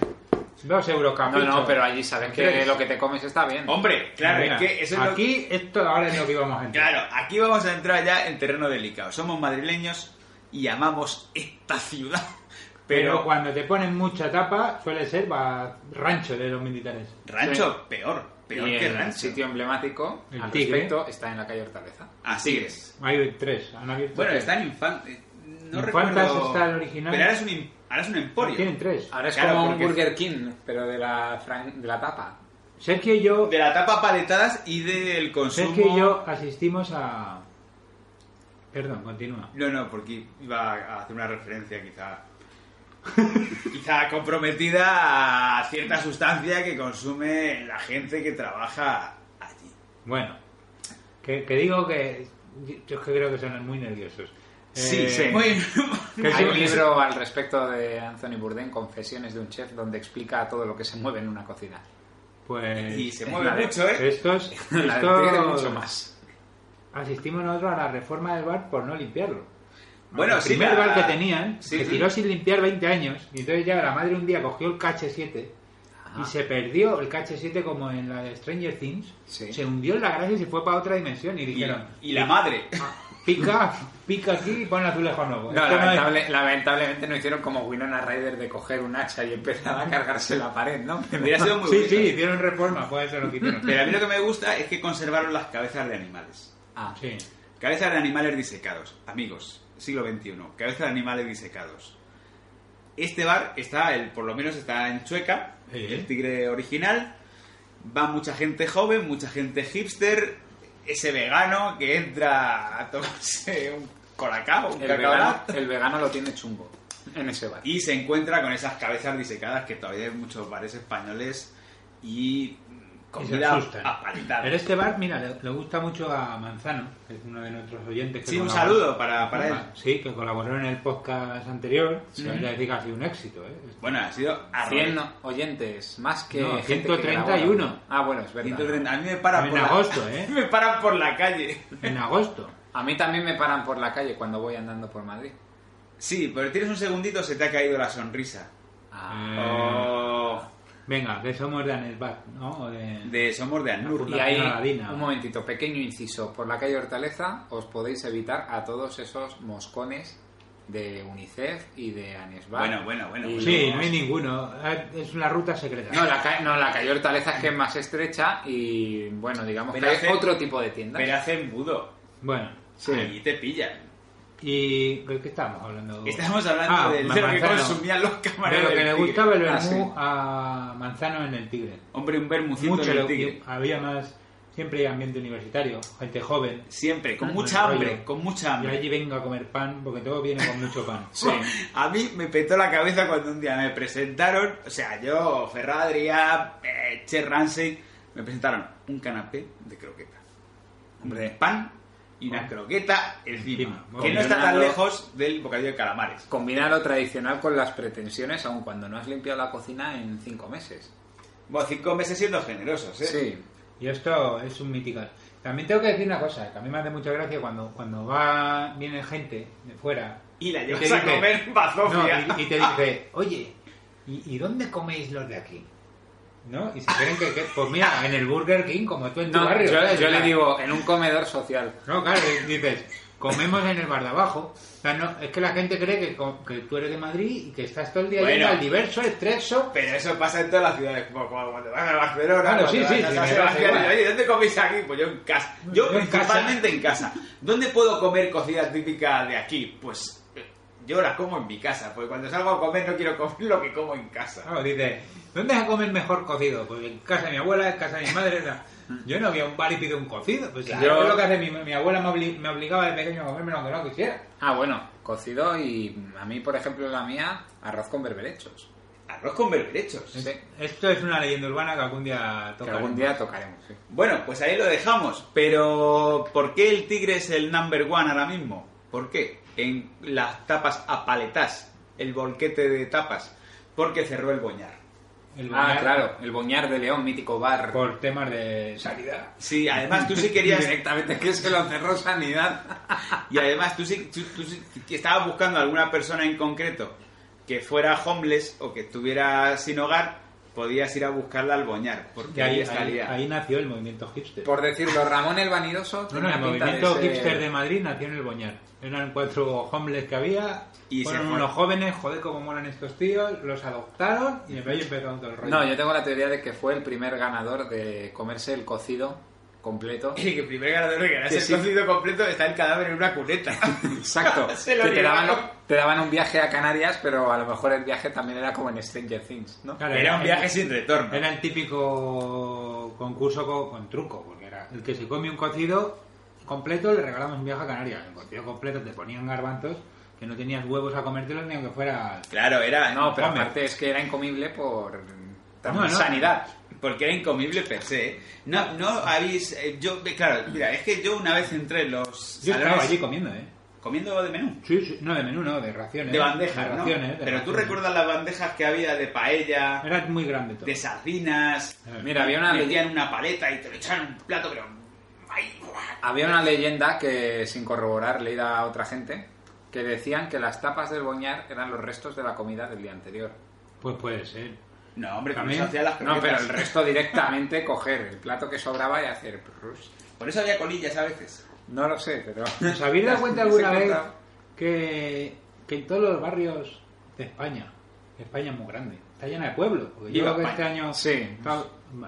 Speaker 5: dos euros
Speaker 3: No,
Speaker 5: capricho.
Speaker 3: no, pero allí sabes que
Speaker 5: Tres.
Speaker 3: lo que te comes está bien.
Speaker 4: Hombre, claro,
Speaker 5: Mira,
Speaker 4: es que eso es lo que-
Speaker 5: aquí esto ahora es lo que íbamos a entrar.
Speaker 4: Claro, aquí vamos a entrar ya en terreno delicado. Somos madrileños y amamos esta ciudad. (laughs)
Speaker 5: Pero,
Speaker 4: Pero,
Speaker 5: cuando te ponen mucha tapa, suele ser va rancho de los militares.
Speaker 4: rancho, peor, peor
Speaker 3: y
Speaker 4: que
Speaker 3: el
Speaker 4: rancho.
Speaker 3: sitio emblemático
Speaker 5: El
Speaker 3: al
Speaker 5: Tigre.
Speaker 3: respecto está en la calle Hortaleza.
Speaker 4: Así es.
Speaker 5: Hay tres, han abierto
Speaker 4: Bueno,
Speaker 5: tres.
Speaker 4: está en infante. No
Speaker 5: Infantas
Speaker 4: recuerdo.
Speaker 5: está el original.
Speaker 4: Pero ahora es un, im- ahora es un emporio.
Speaker 5: Tienen tres.
Speaker 3: Ahora es
Speaker 4: Claro,
Speaker 3: como un
Speaker 4: porque-
Speaker 3: Burger King, pero de la, fran- de la tapa.
Speaker 5: Sergio y yo,
Speaker 4: De la tapa paletadas y del consumo.
Speaker 5: Sergio y yo asistimos a... Perdón, continúa.
Speaker 4: No, no, porque iba a hacer una referencia quizá. (laughs) quizá comprometida a cierta sustancia que consume la gente que trabaja allí.
Speaker 5: Bueno, que, que digo que... Yo es que creo que son muy nerviosos. Eh,
Speaker 4: Muy-
Speaker 5: Que
Speaker 3: Hay
Speaker 5: sí,
Speaker 3: un
Speaker 5: que sí.
Speaker 3: libro al respecto de Anthony Bourdain, Confesiones de un chef, donde explica todo lo que se mueve en una (laughs) cocina.
Speaker 5: Pues...
Speaker 4: y se mueve
Speaker 3: la de-
Speaker 4: mucho, ¿eh? (laughs)
Speaker 5: Estos...
Speaker 3: La del
Speaker 5: estos-
Speaker 3: tigre mucho más.
Speaker 5: Asistimos nosotros a la reforma del bar por no limpiarlo.
Speaker 4: Bueno,
Speaker 5: el
Speaker 4: sí,
Speaker 5: primer
Speaker 4: la-
Speaker 5: bar que tenían,
Speaker 4: Sí,
Speaker 5: se
Speaker 4: sí.
Speaker 5: tiró sin limpiar 20 años, y entonces ya la madre un día cogió el KH7 y se perdió el cache 7 como en la de Stranger Things.
Speaker 3: Sí.
Speaker 5: Se hundió en la gracia y se fue para otra dimensión. Y dijeron,
Speaker 4: Y la madre.
Speaker 5: pica, pica aquí y pon azulejo nuevo.
Speaker 3: No,
Speaker 5: Esto no es-
Speaker 3: lamentable- lamentablemente no hicieron como Winona Ryder de coger un hacha y empezar a cargarse la pared, ¿no?
Speaker 4: Hubiera sido muy
Speaker 5: Sí,
Speaker 4: bonito.
Speaker 5: sí, hicieron reforma, puede ser lo que hicieron.
Speaker 4: Pero a mí lo que me gusta es que conservaron las cabezas de animales.
Speaker 3: Ah,
Speaker 5: Sí.
Speaker 4: Cabezas de animales disecados. Amigos, siglo XXI. Cabezas de animales disecados. Este bar está, el, por lo menos está en Chueca,
Speaker 5: Sí.
Speaker 4: el tigre original. Va mucha gente joven, mucha gente hipster. Ese vegano que entra a tomarse un colacao, un
Speaker 3: el,
Speaker 4: cacaolat.
Speaker 3: vegano, el vegano lo tiene chungo en ese bar.
Speaker 4: Y se encuentra con esas cabezas disecadas que todavía hay en muchos bares españoles y mm, comida
Speaker 5: asustan.
Speaker 4: a palitar.
Speaker 5: Pero este bar, mira, le, le gusta mucho a Manzano, que es uno de nuestros oyentes. que
Speaker 4: Sí, un
Speaker 5: colaboró-
Speaker 4: saludo para, para él.
Speaker 5: Sí, que colaboró en el podcast anterior. Se le decir que ha sido un éxito, ¿eh?
Speaker 4: Bueno, ha sido a
Speaker 3: 100 oyentes, más que.
Speaker 5: No,
Speaker 3: gente que
Speaker 5: 131.
Speaker 3: grabó. Ah, bueno, es verdad.
Speaker 4: 130. A mí me paran
Speaker 5: En
Speaker 4: por la- (laughs)
Speaker 5: agosto, ¿eh?
Speaker 4: me paran por la calle.
Speaker 5: En agosto.
Speaker 3: A mí también me paran por la calle cuando voy andando por Madrid.
Speaker 4: Sí, pero tienes un segundito, se te ha caído la sonrisa. Oh,
Speaker 5: Eh, Venga, que somos de Anesbat, ¿no? O de...
Speaker 4: de Somos de Anur.
Speaker 3: Y ahí,
Speaker 5: Granadina.
Speaker 3: un momentito, pequeño inciso. Por la calle Hortaleza os podéis evitar a todos esos moscones de UNICEF y de Anisbar.
Speaker 4: Bueno, bueno, bueno.
Speaker 3: Y
Speaker 5: Sí,
Speaker 3: los-
Speaker 5: no hay ninguno. Ah, Es una ruta secreta.
Speaker 3: No la, ca- no, la calle Hortaleza es que es más estrecha y, bueno, digamos
Speaker 4: Pero
Speaker 3: que
Speaker 4: hace-
Speaker 3: hay otro tipo de tiendas.
Speaker 4: Pero hacen budo.
Speaker 5: Bueno,
Speaker 4: Sí. Allí te pillan.
Speaker 5: ¿y de qué estamos hablando?
Speaker 4: Estamos hablando
Speaker 5: Ah,
Speaker 4: de de lo que
Speaker 5: Manzano.
Speaker 4: consumían los
Speaker 5: De
Speaker 4: camareros.
Speaker 5: lo que
Speaker 4: del
Speaker 5: le
Speaker 4: Tigre.
Speaker 5: gustaba el
Speaker 3: Ah,
Speaker 5: vermú a Manzano en el Tigre.
Speaker 4: Hombre, un bermucito
Speaker 5: Mucho
Speaker 4: del
Speaker 5: le-
Speaker 4: tigre.
Speaker 5: Había más... Siempre hay ambiente universitario, gente joven.
Speaker 4: Siempre, con
Speaker 5: Ah,
Speaker 4: mucha
Speaker 5: buen
Speaker 4: hambre,
Speaker 5: rollo.
Speaker 4: con mucha
Speaker 5: Yo
Speaker 4: hambre.
Speaker 5: allí vengo a comer pan porque todo viene con
Speaker 4: (laughs)
Speaker 5: mucho pan.
Speaker 4: A mí me petó la cabeza cuando un día me presentaron, o sea, yo, Ferradria, eh, Che Ramsey, me presentaron un canapé de croqueta. Hombre, de pan y una croqueta encima.
Speaker 5: Encima.
Speaker 4: que no está tan
Speaker 3: Combinando-
Speaker 4: lejos del bocadillo de calamares.
Speaker 3: Combinar lo tradicional con las pretensiones, aun cuando no has limpiado la cocina en cinco meses.
Speaker 4: Bueno, cinco meses siendo generosos, ¿eh?
Speaker 3: Sí.
Speaker 5: Y esto es un mitical. También tengo que decir una cosa, que a mí me hace mucha gracia cuando, cuando va, viene gente de fuera
Speaker 4: Y la
Speaker 5: y
Speaker 4: llevas
Speaker 5: te
Speaker 4: a
Speaker 5: dice-
Speaker 4: comer bazofia.
Speaker 5: no, y, y te
Speaker 4: (laughs)
Speaker 5: dice, oye, ¿y, y dónde coméis los de aquí? ¿No? Y se creen que, que- pues mira, en el Burger King, como tú en tu
Speaker 3: No,
Speaker 5: barrio.
Speaker 3: yo,
Speaker 5: ¿sabes?
Speaker 3: yo le
Speaker 5: Claro.
Speaker 3: digo, en un comedor social.
Speaker 5: No, claro, y dices, comemos en el bar de abajo. O sea, no, es que la gente cree que, co- que tú eres de Madrid y que estás todo el día
Speaker 4: Bueno.
Speaker 5: yendo al diverso, expreso.
Speaker 4: Pero eso pasa en todas las ciudades. Como Cuando vas a Barcelona,
Speaker 5: Claro,
Speaker 4: cuando
Speaker 5: sí,
Speaker 4: vas
Speaker 5: sí,
Speaker 4: a
Speaker 5: sí,
Speaker 4: San
Speaker 5: me
Speaker 4: Sebastián,
Speaker 5: pasa igual.
Speaker 4: oye, ¿dónde coméis aquí? Pues yo en casa. Yo,
Speaker 5: Yo en
Speaker 4: principalmente en casa. ¿Dónde puedo comer cocina típica de aquí? Pues eh, yo la como en mi casa, porque cuando salgo a comer no quiero comer lo que como en casa.
Speaker 5: Claro, dices, ¿dónde vas a comer mejor cocido? Pues en casa de mi abuela, en casa de mi madre. o sea, yo no voy a un bar y pido un cocido. Pues
Speaker 3: Yo-
Speaker 5: yo... lo que hace mi, mi abuela me, obli- me obligaba de pequeño a comerme aunque no quisiera.
Speaker 3: Ah, bueno, cocido y a mí, por ejemplo, la mía, arroz con berberechos.
Speaker 4: Arroz con berberechos.
Speaker 3: Sí.
Speaker 5: Esto es una leyenda urbana que algún día
Speaker 3: Que
Speaker 5: toca.
Speaker 3: algún día tocaremos. sí.
Speaker 4: Bueno, pues ahí lo dejamos. Pero, ¿por qué el tigre es el number one ahora mismo? ¿Por qué? En las tapas a paletas, el volquete de tapas. Porque cerró el boñar.
Speaker 5: El
Speaker 3: Ah,
Speaker 5: lugar
Speaker 3: claro, el Boñar de León, mítico bar.
Speaker 5: Por temas de sanidad.
Speaker 4: Sí, además tú sí (laughs)
Speaker 5: (laughs)
Speaker 4: querías...
Speaker 3: Directamente que se lo cerró Sanidad.
Speaker 4: Y además, tú sí, tú, tú sí- que estabas buscando a alguna persona en concreto que fuera homeless o que estuviera sin hogar, podías ir a buscarla al boñar, porque
Speaker 5: Que
Speaker 4: ahí,
Speaker 5: ahí,
Speaker 4: está
Speaker 5: ahí-
Speaker 4: liada.
Speaker 5: ahí nació el movimiento hipster.
Speaker 3: Por decirlo, Ramón el Vanidoso
Speaker 5: No, no,
Speaker 3: tenía
Speaker 5: el
Speaker 3: pinta
Speaker 5: movimiento
Speaker 3: de ser-
Speaker 5: hipster de Madrid nació en el Boñar. Eran cuatro homeless que había.
Speaker 4: Y
Speaker 5: Y
Speaker 4: se
Speaker 5: fueron
Speaker 4: fue.
Speaker 5: unos jóvenes, joder, cómo molan estos tíos. Los adoptaron y ahí empezaron todo el rollo.
Speaker 3: No, yo tengo la teoría de que fue el primer ganador de comerse el cocido
Speaker 4: (laughs)
Speaker 3: completo.
Speaker 4: (laughs) Y que primer ganador de ganarse
Speaker 3: Que
Speaker 4: el
Speaker 3: sí.
Speaker 4: cocido completo está el cadáver en una cuneta. (laughs)
Speaker 3: Exacto.
Speaker 4: Se lo
Speaker 3: Que te, daban,
Speaker 4: llevaron.
Speaker 3: te daban un viaje a Canarias, pero a lo mejor el viaje también era como en Stranger Things, ¿no?
Speaker 5: Claro,
Speaker 4: Era un viaje sin retorno.
Speaker 5: Era el típico concurso co- con, truco, porque era el que se come un cocido completo le regalamos un viaje a Canarias. El cocido completo te ponían garbanzos que no tenías huevos a comértelos ni aunque fuera...
Speaker 4: Claro, era.
Speaker 3: No, pero
Speaker 5: Hombre.
Speaker 3: aparte es que era incomible por
Speaker 5: No, no.
Speaker 3: sanidad.
Speaker 4: Porque era incomible per se. No, no habéis. eh, Yo, claro, mira, es que yo una vez entré en los.
Speaker 5: Yo estaba
Speaker 4: salones
Speaker 5: allí comiendo, ¿eh?
Speaker 4: comiendo de menú.
Speaker 5: Sí, sí, No, de menú, no, de raciones.
Speaker 4: De bandejas, ¿no?
Speaker 5: raciones, Eh, de
Speaker 4: Pero tú
Speaker 5: raciones. Eh,
Speaker 4: recuerdas las bandejas que había de paella.
Speaker 5: Era muy grande todo.
Speaker 4: de sardinas.
Speaker 3: Mira, había una,
Speaker 4: metían
Speaker 3: leyenda,
Speaker 4: una paleta y te lo echaban en un plato, pero. ¡Ay! guau.
Speaker 3: había una leyenda que, sin corroborar, leída a otra gente, que decían que las tapas del boñar eran los restos de la comida del día anterior.
Speaker 5: Pues puede ser.
Speaker 4: No, hombre, también
Speaker 3: También.
Speaker 4: hacía las
Speaker 3: No, pero
Speaker 4: croquetas.
Speaker 3: el resto directamente coger el plato que sobraba y hacer. prrrus.
Speaker 4: Por eso había colillas a veces.
Speaker 3: No lo sé, pero. (laughs)
Speaker 5: ¿Os habéis dado cuenta alguna
Speaker 3: Se
Speaker 5: vez
Speaker 3: encontraba.
Speaker 5: que, que en todos los barrios de España, España es muy grande, está llena de pueblos? Porque yo
Speaker 4: Viva
Speaker 5: creo que este
Speaker 4: España.
Speaker 5: año.
Speaker 3: Sí.
Speaker 5: está-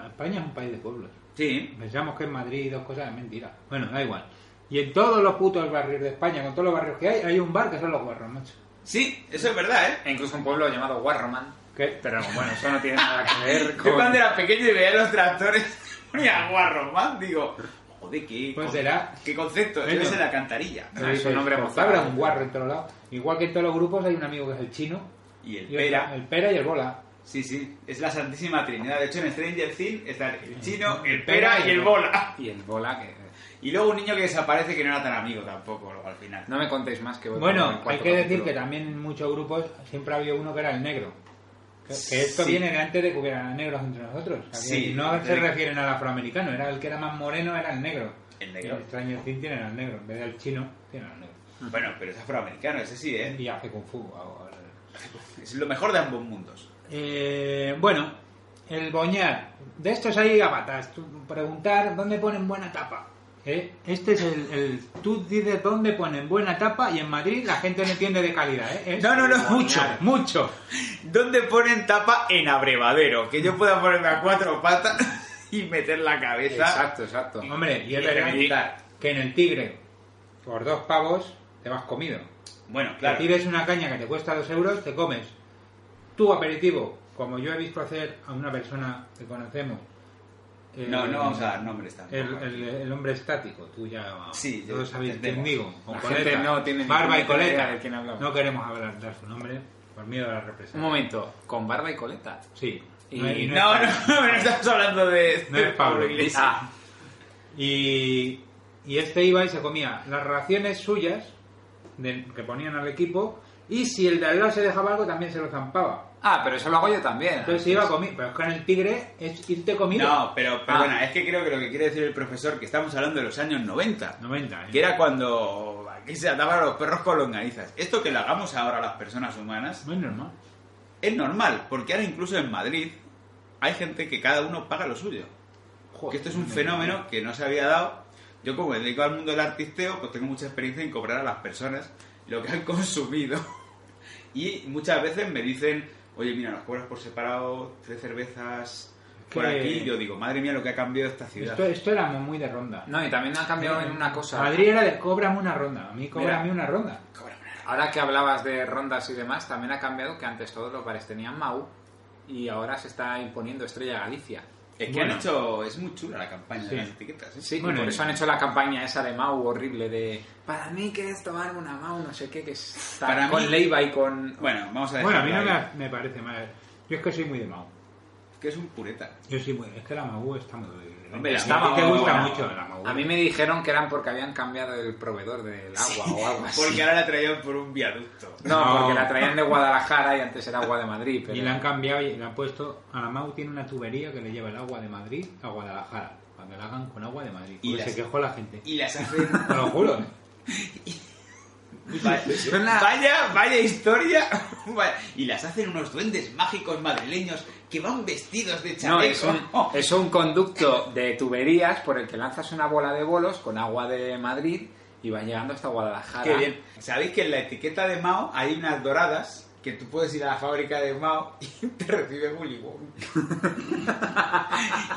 Speaker 5: España es un país de pueblos.
Speaker 4: Sí.
Speaker 5: Pensamos que en Madrid dos cosas es mentira. Bueno, da igual. Y en todos los putos barrios de España, con todos los barrios que hay, hay un bar que son los guarros, macho.
Speaker 4: Sí, eso es verdad, ¿eh?
Speaker 3: E incluso un pueblo llamado Warroman.
Speaker 5: Que-
Speaker 3: Pero bueno, eso no tiene nada que
Speaker 5: (laughs)
Speaker 3: ver
Speaker 4: Yo
Speaker 3: con.
Speaker 4: cuando era pequeño y veía los tractores, (laughs) ponía guarro, man, digo, joder, qué,
Speaker 5: Pues
Speaker 4: con-
Speaker 5: será.
Speaker 4: qué concepto,
Speaker 5: Bueno.
Speaker 4: debe ser la cantarilla.
Speaker 3: Ah, es un hombre
Speaker 5: Pues,
Speaker 3: mozado.
Speaker 5: Habrá un guarro en todos lados. Igual que en todos los grupos hay un amigo que es el chino.
Speaker 4: Y el
Speaker 5: otro-
Speaker 4: pera.
Speaker 5: El pera y el bola.
Speaker 4: Sí, sí, es la Santísima Trinidad. De hecho, en Stranger Things están el chino, el pera y el bola.
Speaker 3: Y el bola que.
Speaker 4: Y luego un niño que desaparece que no era tan amigo tampoco, luego al final.
Speaker 3: No me contéis más que voy por el
Speaker 5: Bueno, hay
Speaker 3: cuarto
Speaker 5: que decir
Speaker 3: capítulo.
Speaker 5: que también en muchos grupos siempre había uno que era el negro. Que, que esto
Speaker 4: Sí.
Speaker 5: viene de antes de que hubiera negros entre nosotros. O sea, que
Speaker 4: Sí.
Speaker 5: no se
Speaker 4: Sí.
Speaker 5: refieren al afroamericano, era el que era más moreno, era el negro.
Speaker 4: El negro.
Speaker 5: Y el extraño Thing tienen al negro, en vez del chino, tienen al negro.
Speaker 4: Bueno, pero es afroamericano, ese sí, ¿eh?
Speaker 5: Y hace kung fu. o-
Speaker 4: Es lo mejor de ambos mundos.
Speaker 5: Eh, bueno, el boñar. De estos hay gabatas. Tú Preguntar dónde ponen buena tapa. ¿Eh? Este es el, el- Tú dices dónde ponen buena tapa y en Madrid la gente no entiende de calidad. ¿eh? Es
Speaker 4: No, no, no,
Speaker 5: boñar,
Speaker 4: mucho.
Speaker 5: Mucho.
Speaker 4: ¿Dónde ponen tapa en abrevadero? Que yo pueda ponerme a cuatro patas (laughs) y meter la cabeza.
Speaker 3: Exacto, exacto.
Speaker 5: Hombre, y es
Speaker 4: Y
Speaker 5: verdad
Speaker 4: evitar.
Speaker 5: que en el tigre, por dos pavos, te vas comido.
Speaker 4: Bueno,
Speaker 5: Te
Speaker 4: claro.
Speaker 5: pides una caña que te cuesta dos euros, te comes tu aperitivo, como yo he visto hacer a una persona que conocemos. eh,
Speaker 4: No, no vamos a dar nombres tampoco.
Speaker 5: El, el- el hombre estático, tú ya
Speaker 4: Sí, yo-
Speaker 5: todos sabéis quién
Speaker 4: entendemos.
Speaker 5: digo. con
Speaker 3: La
Speaker 5: coleta,
Speaker 3: gente no tiene ni
Speaker 5: barba y
Speaker 3: puñetera
Speaker 5: coleta.
Speaker 3: idea de quién hablamos.
Speaker 5: no queremos hablar, dar su nombre por miedo a la
Speaker 3: Un
Speaker 5: represión.
Speaker 3: momento, con barba y coleta.
Speaker 5: Sí.
Speaker 3: Y-
Speaker 5: No, y no
Speaker 4: No,
Speaker 5: es-
Speaker 4: no, (laughs) no, no estamos hablando de,
Speaker 5: No
Speaker 4: de
Speaker 5: es Pablo
Speaker 4: Iglesias.
Speaker 3: Ah,
Speaker 5: Y, y este iba y se comía las raciones suyas de- que ponían al equipo y si el de al lado se dejaba algo también se lo zampaba.
Speaker 3: ah, pero eso lo hago yo también.
Speaker 5: Entonces se iba a comer, pero es que en el tigre es irte comido.
Speaker 4: No, pero
Speaker 5: Ah.
Speaker 4: perdona, es que creo que lo que quiere decir el profesor que estamos hablando de los años 90,
Speaker 5: 90. ¿eh?
Speaker 4: que era cuando aquí se ataban a los perros con longanizas. Esto que lo hagamos ahora a las personas humanas
Speaker 5: Muy normal.
Speaker 4: es normal, porque ahora incluso en Madrid hay gente que cada uno paga lo suyo.
Speaker 5: Joder,
Speaker 4: que esto es un
Speaker 5: Pues me-
Speaker 4: fenómeno que no se había dado. Yo como me dedico al mundo del artisteo, pues tengo mucha experiencia en cobrar a las personas lo que han (laughs) consumido. Y muchas veces me dicen, oye, mira, nos cobras por separado tres cervezas por
Speaker 5: Que-
Speaker 4: aquí. Yo digo, madre mía, lo que ha cambiado esta ciudad.
Speaker 5: Esto, esto era muy de ronda.
Speaker 3: No, y también ha cambiado en una cosa.
Speaker 5: Madrid era de cóbrame una ronda. A mí cóbrame
Speaker 3: Mira.
Speaker 5: una ronda.
Speaker 3: Ahora que hablabas de rondas y demás, también ha cambiado que antes todos los bares tenían Mau y ahora se está imponiendo Estrella Galicia.
Speaker 4: Es que
Speaker 5: Bueno.
Speaker 4: han hecho, es muy chula la campaña
Speaker 5: Sí.
Speaker 4: de las etiquetas. ¿eh?
Speaker 3: Sí, y
Speaker 5: Bueno,
Speaker 3: por
Speaker 5: y-
Speaker 3: eso han hecho la campaña esa de Mau horrible de para mí que es tomar una Mau, no sé qué, que es
Speaker 4: Para
Speaker 3: con
Speaker 4: mí-
Speaker 3: Leiva y con...
Speaker 4: Bueno, vamos a
Speaker 5: Bueno, a mí no
Speaker 4: dejarlo ahí,
Speaker 5: me, me parece mal. Yo es que soy muy de Mau.
Speaker 4: que es un pureta.
Speaker 5: Yo soy muy... Es que la Mau está muy...
Speaker 4: Hombre, la
Speaker 5: a
Speaker 4: Mau
Speaker 5: ti te
Speaker 4: es
Speaker 5: gusta
Speaker 4: buena.
Speaker 5: mucho la Mau.
Speaker 3: A mí me dijeron que eran porque habían cambiado el proveedor del agua o algo
Speaker 5: Ah,
Speaker 3: así.
Speaker 4: Porque ahora la traían por un viaducto.
Speaker 3: No,
Speaker 5: No.
Speaker 3: porque la traían de Guadalajara y antes era agua de Madrid. Pero...
Speaker 5: Y la han cambiado y le han puesto. A la Mau tiene una tubería que le lleva el agua de Madrid a Guadalajara. Para que la hagan con agua de Madrid.
Speaker 4: Y
Speaker 5: Y
Speaker 4: las-
Speaker 5: se quejó la gente.
Speaker 4: Y las hacen...
Speaker 5: (laughs) Te lo
Speaker 3: (laughs)
Speaker 5: juro. ¿eh?
Speaker 4: Vaya,
Speaker 3: Suena-
Speaker 4: vaya, vaya historia. (laughs) Vaya. Y las hacen unos duendes mágicos madrileños que van vestidos de Oh,
Speaker 3: No,
Speaker 4: chaleco.
Speaker 5: eh,
Speaker 3: es
Speaker 4: (laughs)
Speaker 3: un,
Speaker 5: oh,
Speaker 3: es un conducto de tuberías por el que lanzas una bola de bolos con agua de Madrid y va llegando hasta Guadalajara.
Speaker 4: Qué bien. Sabéis que en la etiqueta de Mao hay unas doradas que tú puedes ir a la fábrica de Mao (laughs) y te recibe Willy Wonka.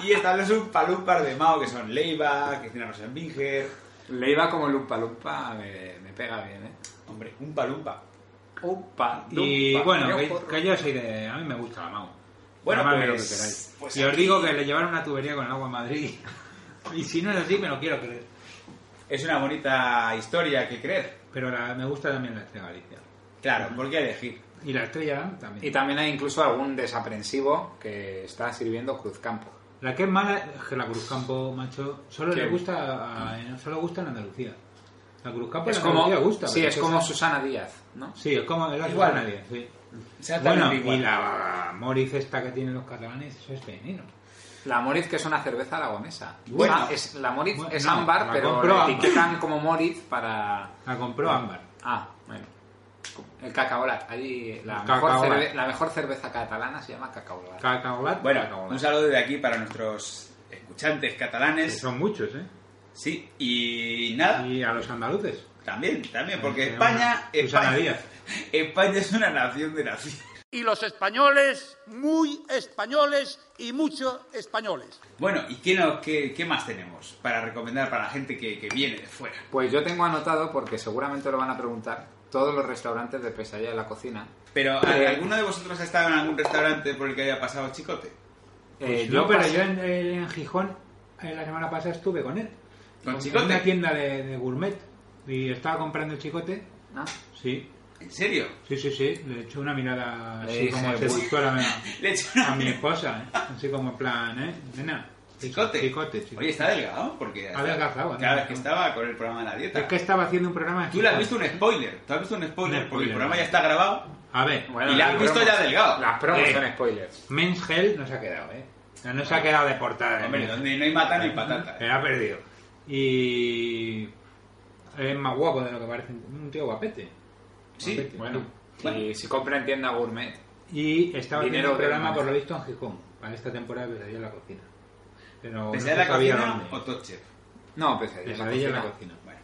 Speaker 4: (laughs) y están los umpalumpas de Mao que son Leiva, Cristina Rosenbinger.
Speaker 3: Le iba como lumpa lumpa, me, me pega bien, ¿eh?
Speaker 4: Hombre, un palumpa.
Speaker 3: Opa,
Speaker 5: Y
Speaker 3: lumpa,
Speaker 5: bueno,
Speaker 3: yo
Speaker 5: que,
Speaker 3: porro.
Speaker 5: que yo soy de. A mí me gusta la Mau.
Speaker 4: Bueno,
Speaker 5: Llamadme lo que
Speaker 4: pues-
Speaker 5: queráis.
Speaker 4: pues
Speaker 5: y os
Speaker 4: aquí-
Speaker 5: digo que le llevaron una tubería con agua a Madrid. (laughs) Y si no es así, me lo quiero creer.
Speaker 4: Es una bonita historia que creer.
Speaker 5: Pero la- me gusta también la Estrella Galicia.
Speaker 4: Claro, ¿por qué elegir?
Speaker 5: Y la Estrella
Speaker 3: Y
Speaker 5: también.
Speaker 3: también hay incluso algún desaprensivo que está sirviendo Cruzcampo.
Speaker 5: La que es mala es que la Cruzcampo, macho, solo
Speaker 3: ¿Qué?
Speaker 5: le gusta a- solo gusta en Andalucía. La Cruzcampo
Speaker 3: Es
Speaker 5: en
Speaker 3: como,
Speaker 5: Andalucía gusta.
Speaker 3: sí,
Speaker 5: pero
Speaker 3: es como Susana Díaz, ¿no?
Speaker 5: Sí, es como el
Speaker 4: Igual.
Speaker 5: igual nadie. Sí.
Speaker 4: Exactamente
Speaker 5: Bueno, y
Speaker 4: igual.
Speaker 5: la moriz esta que tienen los catalanes, eso es veneno.
Speaker 3: La Moritz, que es una cerveza aragonesa.
Speaker 4: Bueno.
Speaker 3: Ah, es, la Moritz
Speaker 5: Bueno,
Speaker 3: es
Speaker 5: no,
Speaker 3: ámbar,
Speaker 5: la
Speaker 3: pero
Speaker 5: compro
Speaker 3: la
Speaker 5: ámbar.
Speaker 3: etiquetan como Moritz para...
Speaker 5: La compró Ámbar.
Speaker 3: Ah, bueno. El cacaolat. Allí la,
Speaker 5: El
Speaker 3: mejor
Speaker 5: cacaolat.
Speaker 3: cerve- la mejor cerveza catalana se llama cacaolat.
Speaker 5: Cacaolat.
Speaker 4: Bueno,
Speaker 5: cacaolat.
Speaker 4: un saludo de aquí para nuestros escuchantes
Speaker 5: Que
Speaker 4: catalanes.
Speaker 5: Son muchos, ¿eh?
Speaker 4: Sí, y nada,
Speaker 5: Y a los andaluces.
Speaker 4: también, también, porque
Speaker 5: Tenemos
Speaker 4: España,
Speaker 5: a Susana
Speaker 4: España,
Speaker 5: Díaz.
Speaker 4: (laughs) España es una nación de naciones.
Speaker 12: Y los españoles, muy españoles y mucho españoles.
Speaker 4: Bueno, ¿y qué, no- qué- qué más tenemos para recomendar para la gente que, que viene de fuera?
Speaker 3: Pues yo tengo anotado, porque seguramente lo van a preguntar, todos los restaurantes de pesadilla de la cocina.
Speaker 4: Pero, ¿a-
Speaker 3: Eh.
Speaker 4: ¿alguno de vosotros ha estado en algún restaurante por el que haya pasado chicote?
Speaker 3: Eh,
Speaker 5: no, pero
Speaker 3: pasé-
Speaker 5: yo en, en Gijón eh, la semana pasada estuve con él.
Speaker 4: ¿Con
Speaker 5: En
Speaker 4: Chicote?
Speaker 5: una tienda de, de gourmet. Y estaba comprando chicote.
Speaker 3: ¿no?
Speaker 5: Sí,
Speaker 4: ¿En serio? (laughs)
Speaker 5: sí, sí, sí. Le eché una mirada
Speaker 3: Le
Speaker 5: así
Speaker 4: Eh,
Speaker 3: dije,
Speaker 5: como
Speaker 3: "Uy".
Speaker 4: (laughs)
Speaker 5: seductora a,
Speaker 4: Le echo
Speaker 5: a
Speaker 4: una
Speaker 5: mi esposa. ¿eh? Así como en plan, ¿eh? Nena.
Speaker 4: ¿Chicote?
Speaker 5: Chicote, chicote.
Speaker 4: Oye, está delgado, porque...
Speaker 5: Ha adelgazado,
Speaker 4: Cada
Speaker 5: ¿no?
Speaker 4: vez que estaba con el programa de la dieta.
Speaker 5: Es que estaba haciendo un programa. de
Speaker 4: Tú le has
Speaker 5: Gijón.
Speaker 4: visto un spoiler, tú has visto un spoiler,
Speaker 5: Un
Speaker 4: porque el
Speaker 5: spoiler.
Speaker 4: programa ya está grabado.
Speaker 5: A ver,
Speaker 4: y la
Speaker 3: las
Speaker 4: has visto
Speaker 3: promos-
Speaker 4: ya delgado.
Speaker 3: Las promos
Speaker 5: Eh.
Speaker 3: son spoilers.
Speaker 5: Men's Health no se ha quedado, ¿eh? No, no se ha quedado de portada. ¿eh?
Speaker 4: Hombre, donde no hay mata ni patata.
Speaker 3: Eh,
Speaker 5: Se ha perdido. Y. Es más guapo de lo que parece. Un tío guapete.
Speaker 4: Sí,
Speaker 5: Guapete,
Speaker 3: Bueno,
Speaker 4: Bueno.
Speaker 3: y si compra en tienda gourmet,
Speaker 5: Y estaba haciendo
Speaker 3: Dinero
Speaker 5: un
Speaker 3: de
Speaker 5: programa,
Speaker 3: mano.
Speaker 5: por lo visto, en Gijón. Para esta temporada de Pesadilla en la Cocina. Pero
Speaker 4: ¿Pesadilla
Speaker 5: no
Speaker 4: la
Speaker 5: se sabía
Speaker 4: cocina
Speaker 5: dónde.
Speaker 4: o Top Chef?
Speaker 3: no, pesadilla,
Speaker 5: Pesadilla en
Speaker 3: la
Speaker 5: la
Speaker 3: cocina.
Speaker 5: Cocina.
Speaker 4: Bueno,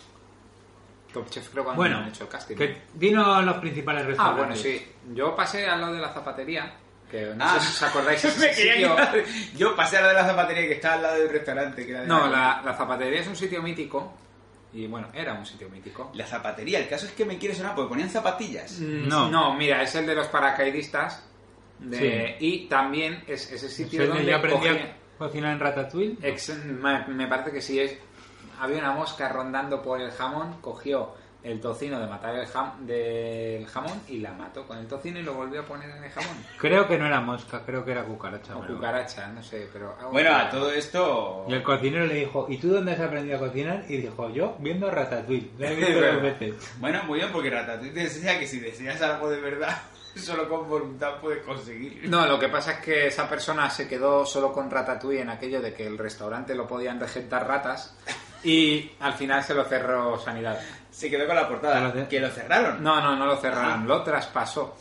Speaker 3: Top Chef creo que han
Speaker 5: Bueno,
Speaker 3: hecho el casting.
Speaker 5: que- dinos los principales
Speaker 3: Ah,
Speaker 5: restaurantes.
Speaker 3: bueno, sí. Yo pasé al lado de la zapatería, que no
Speaker 4: Ah.
Speaker 3: sé si os acordáis de
Speaker 4: me
Speaker 3: ese
Speaker 4: quería
Speaker 3: sitio.
Speaker 4: quitar. Yo pasé a la de la zapatería que está al lado del restaurante. Que era de
Speaker 5: Eh,
Speaker 3: No, la, la zapatería es un sitio mítico. Y bueno, era un sitio mítico.
Speaker 4: La zapatería, el caso es que me quiere sonar porque ponían zapatillas.
Speaker 3: Mm.
Speaker 5: No.
Speaker 3: No, mira, es el de los paracaidistas. de- Y también es ese
Speaker 5: Es
Speaker 3: sitio
Speaker 5: el
Speaker 3: donde
Speaker 5: donde yo aprendí
Speaker 3: cogía-
Speaker 5: a cocinar en Ratatouille.
Speaker 3: Ex- me, me parece que sí es. Había una mosca rondando por el jamón, cogió el tocino de matar el jam- del jamón y la mató con el tocino y lo volvió a poner en el jamón.
Speaker 4: (laughs)
Speaker 5: Creo que no era mosca, creo que era cucaracha.
Speaker 3: O
Speaker 5: pero-
Speaker 3: cucaracha, no sé, pero. algo
Speaker 4: Bueno,
Speaker 3: que-
Speaker 4: a todo esto.
Speaker 5: Y el cocinero le dijo, ¿y tú dónde has aprendido a cocinar? Y dijo, yo viendo Ratatouille. La he visto dos veces.
Speaker 4: Bueno, muy bien, porque Ratatouille te decía que si deseas algo de verdad, (laughs) solo con voluntad puedes conseguir.
Speaker 3: No, lo que pasa es que esa persona se quedó solo con Ratatouille en aquello de que el restaurante lo podían regentar ratas y al final se lo cerró Sanidad.
Speaker 4: Se quedó con la portada. Que lo cerraron.
Speaker 3: No, no, no lo cerraron,
Speaker 4: Ah.
Speaker 3: lo traspasó.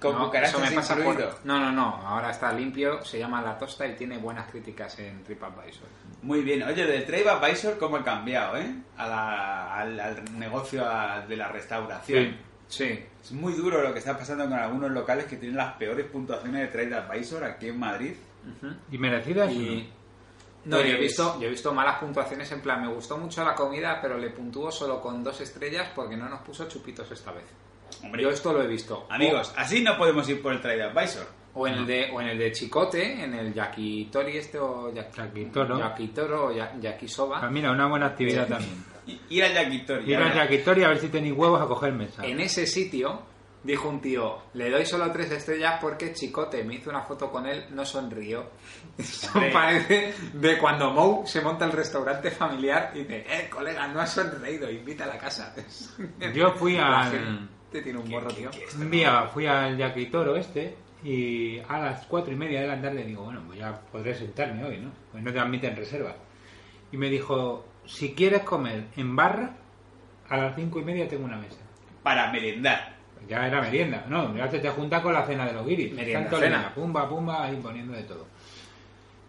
Speaker 4: Con
Speaker 3: No,
Speaker 4: cucarachas
Speaker 3: eso me pasa por-
Speaker 4: incluido.
Speaker 3: No, no, no, ahora está limpio, se llama La Tosta y tiene buenas críticas en TripAdvisor.
Speaker 4: Muy bien, oye, de TripAdvisor, ¿cómo ha cambiado, eh? A la- al, al negocio a- de la restauración.
Speaker 3: Sí.
Speaker 4: Es muy duro lo que está pasando con algunos locales que tienen las peores puntuaciones de TripAdvisor aquí en Madrid.
Speaker 5: Y merecidas.
Speaker 3: Y...
Speaker 5: ¿no?
Speaker 3: No, yo he,
Speaker 4: Pues-
Speaker 3: visto, yo he visto malas puntuaciones en plan, me gustó mucho la comida, pero le puntúo solo con dos estrellas porque no nos puso chupitos esta vez.
Speaker 4: Hombre.
Speaker 3: yo esto lo he visto.
Speaker 4: Amigos, así no podemos ir por el TripAdvisor.
Speaker 3: O en, el de, o en el de Chicote, en el Yakitori este o ya-
Speaker 5: Yakitoro.
Speaker 3: Yakitoro o ya- Yakisoba.
Speaker 5: Ah, mira, una buena
Speaker 3: (laughs)
Speaker 5: actividad también.
Speaker 4: I- Ir a Yakitori.
Speaker 5: Ir
Speaker 4: ahora.
Speaker 5: al yakitori a ver si tenéis huevos a coger mesa.
Speaker 3: En ese sitio, dijo un tío, le doy solo tres estrellas porque Chicote me hizo una foto con él, no sonrió. (laughs) Eso
Speaker 4: Hombre.
Speaker 3: parece de cuando Mou se monta el restaurante familiar y dice, eh, colega, no has sonreído, invita a la casa. (laughs) este
Speaker 5: Yo fui
Speaker 3: La
Speaker 5: al...
Speaker 3: gente tiene un morro, tío.
Speaker 5: Un día fui al yakitoro este y a las cuatro y media de la tarde digo, bueno, pues ya podré sentarme hoy, ¿no? Pues no te admiten reserva. Y me dijo, si quieres comer en barra, a las cinco y media tengo una mesa.
Speaker 4: Para merendar.
Speaker 5: Ya era merienda, no, ya te, te juntas con la cena de los guiris.
Speaker 3: Merienda,
Speaker 5: Tanto
Speaker 3: cena.
Speaker 5: leña, pumba, pumba, ahí poniendo de todo.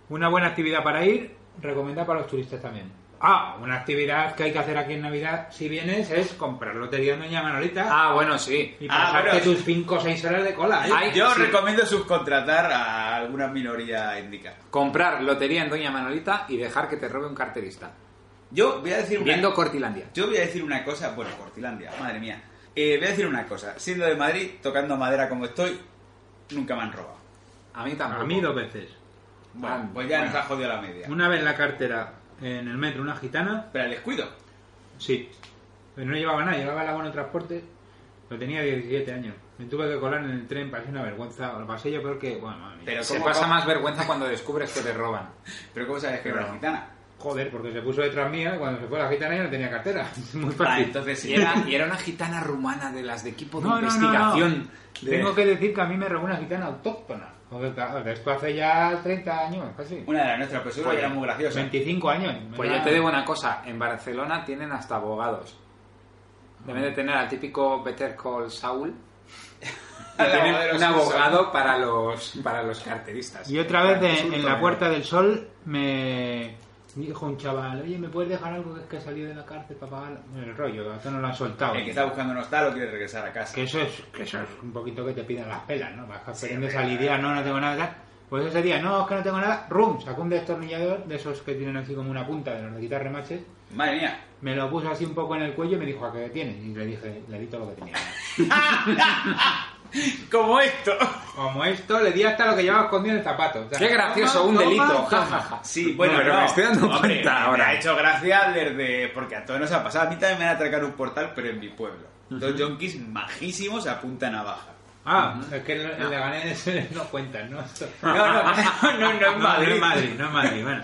Speaker 5: Una buena actividad para ir, recomendada para los turistas también. Ah, una actividad que hay que hacer aquí en Navidad, si vienes, es comprar lotería en Doña Manolita
Speaker 3: Ah, bueno, sí.
Speaker 5: y
Speaker 4: ah,
Speaker 5: pasarte
Speaker 4: bueno.
Speaker 5: tus 5 o 6 horas de cola. ¿eh?
Speaker 3: Ay,
Speaker 4: Yo
Speaker 3: sí.
Speaker 4: recomiendo subcontratar a alguna minoría étnica.
Speaker 3: Comprar lotería en Doña Manolita y dejar que te robe un carterista.
Speaker 4: Yo voy a decir una,
Speaker 3: Viendo Cortilandia.
Speaker 4: yo voy a decir una cosa, bueno, Cortilandia, madre mía. Eh, voy a decir una cosa, siendo de Madrid, tocando madera como estoy, nunca me han robado.
Speaker 3: A mí tampoco.
Speaker 5: A mí dos veces.
Speaker 4: Bueno,
Speaker 3: Ah,
Speaker 4: pues ya
Speaker 3: bueno.
Speaker 4: nos ha jodido la media.
Speaker 5: Una vez la cartera en el metro, una gitana,
Speaker 4: Pero el descuido.
Speaker 5: sí. Pero no llevaba nada, llevaba el abono de transporte, pero tenía 17 años. Me tuve que colar en el tren, parece una vergüenza. Lo pasé yo peor que... Bueno, madre mía.
Speaker 4: Pero
Speaker 3: Se
Speaker 4: ¿cómo-
Speaker 3: pasa
Speaker 4: cómo-
Speaker 3: más vergüenza cuando descubres que te roban.
Speaker 4: Pero ¿cómo sabes que era una gitana?
Speaker 5: Joder, porque se puso detrás mía, cuando se fue la gitana ya no tenía cartera. (laughs) Muy fácil.
Speaker 4: Ah, entonces sí.
Speaker 3: Y era, y era una gitana rumana de las de equipo de
Speaker 5: No, no, no,
Speaker 3: investigación.
Speaker 5: no.
Speaker 3: De-
Speaker 5: Tengo que decir que a mí me robó una gitana autóctona. Joder, claro, esto hace ya 30 años, casi.
Speaker 4: Una de las nuestras, pero seguro que era muy (laughs) graciosa.
Speaker 5: 25 años.
Speaker 3: Pues
Speaker 5: Era-
Speaker 3: yo te digo una cosa, en Barcelona tienen hasta abogados. Deben de tener al típico Better Call Saul. Y
Speaker 4: Al
Speaker 3: tienen
Speaker 4: abogado de los
Speaker 3: un
Speaker 4: Simpson.
Speaker 3: abogado para los, para los carteristas.
Speaker 5: Y otra vez
Speaker 3: Para
Speaker 5: en-
Speaker 3: los
Speaker 5: en la
Speaker 3: ultramen.
Speaker 5: Puerta del Sol me dijo un chaval, oye, ¿me puedes dejar algo que es que ha salido de la cárcel para pagar el rollo? A esto no lo han soltado.
Speaker 4: El que está buscando no está, lo quiere regresar a casa.
Speaker 5: Que eso es, que eso es un poquito que te pidan las pelas, ¿no? Vas aprendiendo esa idea, no, no tengo nada. tal. Pues ese día, no, es que no tengo nada, rum, sacó un destornillador de esos que tienen así como una punta de los de quitar remaches,
Speaker 4: Madre mía.
Speaker 5: me lo puso así un poco en el cuello y me dijo, ¿a qué tienes? Y le dije, le di todo lo que tenía.
Speaker 4: Como esto.
Speaker 5: Como esto, le di hasta lo que llevaba escondido en el zapato. O sea,
Speaker 3: Qué gracioso,
Speaker 5: toma,
Speaker 3: un
Speaker 5: toma,
Speaker 3: delito,
Speaker 5: toma.
Speaker 3: (laughs) jajaja.
Speaker 4: Ah, Sí, bueno,
Speaker 3: No, pero
Speaker 4: no.
Speaker 3: me estoy dando
Speaker 4: Hombre,
Speaker 3: cuenta
Speaker 4: me
Speaker 3: ahora.
Speaker 4: ha hecho gracia desde. Porque a todos nos ha pasado. A mí también me han atracado un portal, pero en mi pueblo. Dos yonkis majísimos a punta
Speaker 3: (laughs)
Speaker 4: navaja.
Speaker 5: Ah, es que el (laughs) Leganés no cuentan, (laughs) ¿no?
Speaker 4: No, no, (laughs) no, no, no es Madrid.
Speaker 5: No es Madrid, no es
Speaker 3: (laughs)
Speaker 5: Madrid, bueno.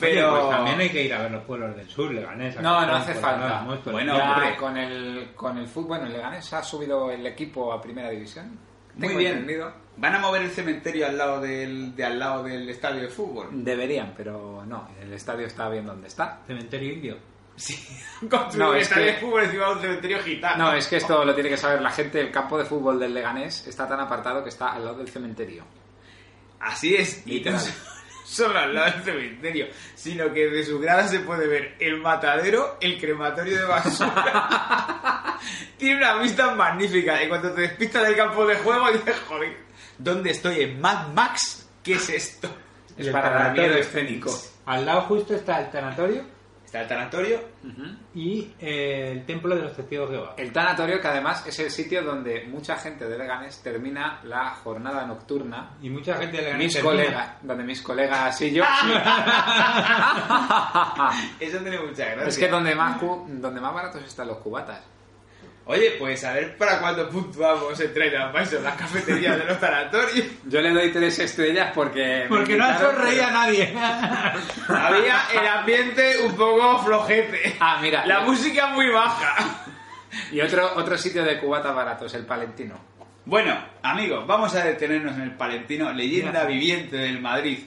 Speaker 4: Pero-
Speaker 5: Pero pues también hay que ir a ver los pueblos del sur, Leganés.
Speaker 3: No, no
Speaker 5: Alcorcón,
Speaker 3: hace
Speaker 5: Fuenlabrada,
Speaker 3: falta.
Speaker 5: Móstoles.
Speaker 4: Bueno,
Speaker 3: Ya
Speaker 4: hombre.
Speaker 3: con el, con el fútbol, bueno, el Leganés ha subido el equipo a primera división.
Speaker 4: Muy
Speaker 3: Tengo
Speaker 4: bien.
Speaker 3: entendido.
Speaker 4: Van a mover el cementerio al lado del, de al lado del estadio de fútbol.
Speaker 3: Deberían, pero no, el estadio está bien donde está.
Speaker 5: Cementerio indio.
Speaker 4: Construir
Speaker 3: No,
Speaker 4: el
Speaker 3: es
Speaker 4: estadio
Speaker 3: que-
Speaker 4: de fútbol encima de un cementerio gitano.
Speaker 3: No, es que esto lo tiene que saber la gente. El campo de fútbol del Leganés está tan apartado que está al lado del cementerio.
Speaker 4: Así es, y no
Speaker 3: Literal.
Speaker 4: solo al lado del cementerio, sino que de su grada se puede ver el matadero, el crematorio de basura. Tiene una vista magnífica. En cuanto te despistas del campo de juego, dices, joder, ¿dónde estoy? ¿En Mad Max? ¿Qué es esto?
Speaker 5: Y
Speaker 3: Es
Speaker 5: el
Speaker 3: para dar miedo
Speaker 5: tanatorio.
Speaker 3: escénico.
Speaker 5: Al lado justo está el tanatorio
Speaker 4: este. Está el tanatorio.
Speaker 5: y eh, el templo de los testigos de Jehová.
Speaker 3: El tanatorio, que además es el sitio donde mucha gente de Leganés termina la jornada nocturna.
Speaker 5: Y mucha gente de Leganés
Speaker 3: Mis
Speaker 5: termina-
Speaker 3: colegas, donde mis colegas (laughs) y yo.
Speaker 4: Eso tiene mucha gracia.
Speaker 3: es que donde más, cu- donde más baratos están los cubatas.
Speaker 4: Oye, pues a ver para cuándo puntuamos en Trailer Bison, las cafeterías de los tanatorios.
Speaker 3: Yo le doy tres estrellas porque. me
Speaker 5: Porque no ha
Speaker 3: invitaron,
Speaker 5: sonreído a
Speaker 3: pero-
Speaker 5: nadie.
Speaker 4: (laughs) Había el ambiente un poco flojete.
Speaker 3: Ah, mira.
Speaker 4: La música muy baja.
Speaker 3: Y otro, otro sitio de cubata baratos, el palentino.
Speaker 4: Bueno, amigos, vamos a detenernos en el Palentino, leyenda viviente del Madrid.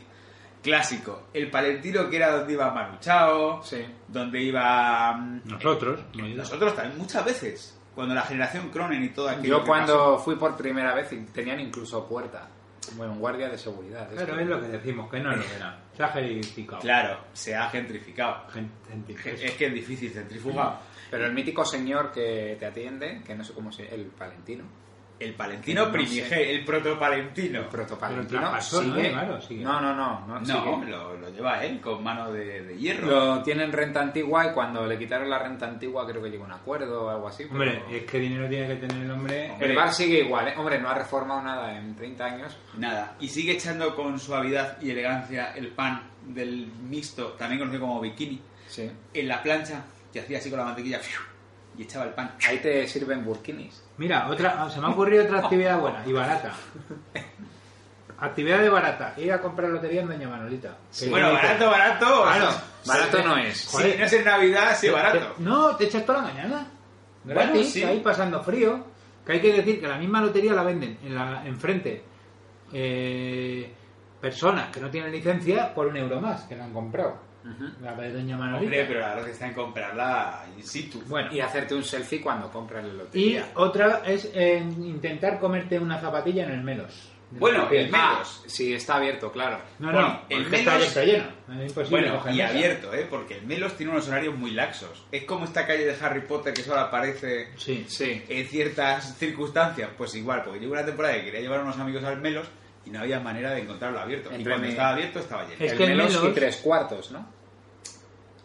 Speaker 4: Clásico. El Palentino que era donde iba Manu Chao,
Speaker 3: Sí.
Speaker 4: donde iba... mm,
Speaker 5: Nosotros,
Speaker 4: eh,
Speaker 5: no yo.
Speaker 4: nosotros también, muchas veces. Cuando la generación Cronen y todo aquello
Speaker 3: Yo
Speaker 4: que
Speaker 3: cuando fui por primera vez y tenían incluso puerta. Bueno, un guardia de seguridad. Es
Speaker 5: Pero
Speaker 3: que-
Speaker 5: es lo que decimos, que no es lo que era. Se ha
Speaker 4: pasó-
Speaker 5: gelificado.
Speaker 4: Claro, se ha gentrificado.
Speaker 5: Gente- gente-
Speaker 4: Es que es difícil gentrifugar.
Speaker 3: Pero el mítico señor que te atiende, que no sé cómo se el palentino.
Speaker 4: El Palentino
Speaker 3: No sé.
Speaker 4: primigenio, el protopalentino.
Speaker 5: Pero
Speaker 3: Protopalentino.
Speaker 5: traspasó, ¿no?
Speaker 3: sigue-
Speaker 5: Claro, sigue.
Speaker 3: No, no, no. no,
Speaker 4: No,
Speaker 3: sigue.
Speaker 4: lo, lo lleva él con mano de, de hierro.
Speaker 3: Lo tienen renta antigua y cuando le quitaron la renta antigua creo que llegó a un acuerdo o algo así. pero-
Speaker 5: Hombre, eh, es que dinero tiene que tener el hombre.
Speaker 3: el bar sigue igual, ¿eh? Hombre, no ha reformado nada en 30 años.
Speaker 4: Nada. Y sigue echando con suavidad y elegancia el pan del mixto, también conocido como bikini,
Speaker 3: Sí.
Speaker 4: en la plancha que hacía así con la mantequilla ¡fiu! y echaba el pan.
Speaker 3: Ahí te sirven burkinis.
Speaker 5: Mira, otra, ah, se me ha ocurrido otra actividad buena y barata. Actividad de barata. Ir a comprar lotería en Doña Manolita. Que
Speaker 4: bueno,
Speaker 5: dice,
Speaker 4: barato, barato.
Speaker 5: Claro.
Speaker 3: Barato no
Speaker 4: Sí,
Speaker 3: es.
Speaker 5: Joder.
Speaker 4: no es en Navidad, sí,
Speaker 5: te-
Speaker 4: barato.
Speaker 5: te- no, te echas toda la mañana. Gratis,
Speaker 4: Bueno, sí.
Speaker 5: ahí pasando frío. Que hay que decir que la misma lotería la venden en la, enfrente. eh, personas que no tienen licencia por un euro más que la han comprado. La de Doña Manolita.
Speaker 4: Hombre, pero la verdad está en comprarla in situ.
Speaker 5: Bueno,
Speaker 3: Y hacerte un selfie cuando compras el
Speaker 5: Y
Speaker 3: lotería.
Speaker 5: otra es eh, intentar comerte una zapatilla en el menos.
Speaker 4: Bueno, el
Speaker 3: Ah,
Speaker 4: Melos.
Speaker 3: sí, está abierto, claro.
Speaker 5: No,
Speaker 4: bueno,
Speaker 5: no,
Speaker 4: el
Speaker 5: el está
Speaker 4: Melos-
Speaker 5: abierto lleno. Es imposible
Speaker 4: Bueno,
Speaker 5: coger
Speaker 4: y
Speaker 5: mesa.
Speaker 4: abierto, ¿eh? Porque el Melos tiene unos horarios muy laxos. Es como esta calle de Harry Potter que solo aparece
Speaker 5: Sí.
Speaker 3: Sí.
Speaker 4: en ciertas circunstancias, pues igual, porque llegó una temporada que quería llevar a unos amigos al Melos y no había manera de encontrarlo abierto. y
Speaker 3: Entre
Speaker 4: cuando
Speaker 3: mi-
Speaker 4: estaba abierto estaba lleno.
Speaker 5: Es
Speaker 3: el
Speaker 5: que el
Speaker 3: menos y
Speaker 5: menos-
Speaker 3: tres cuartos, ¿no?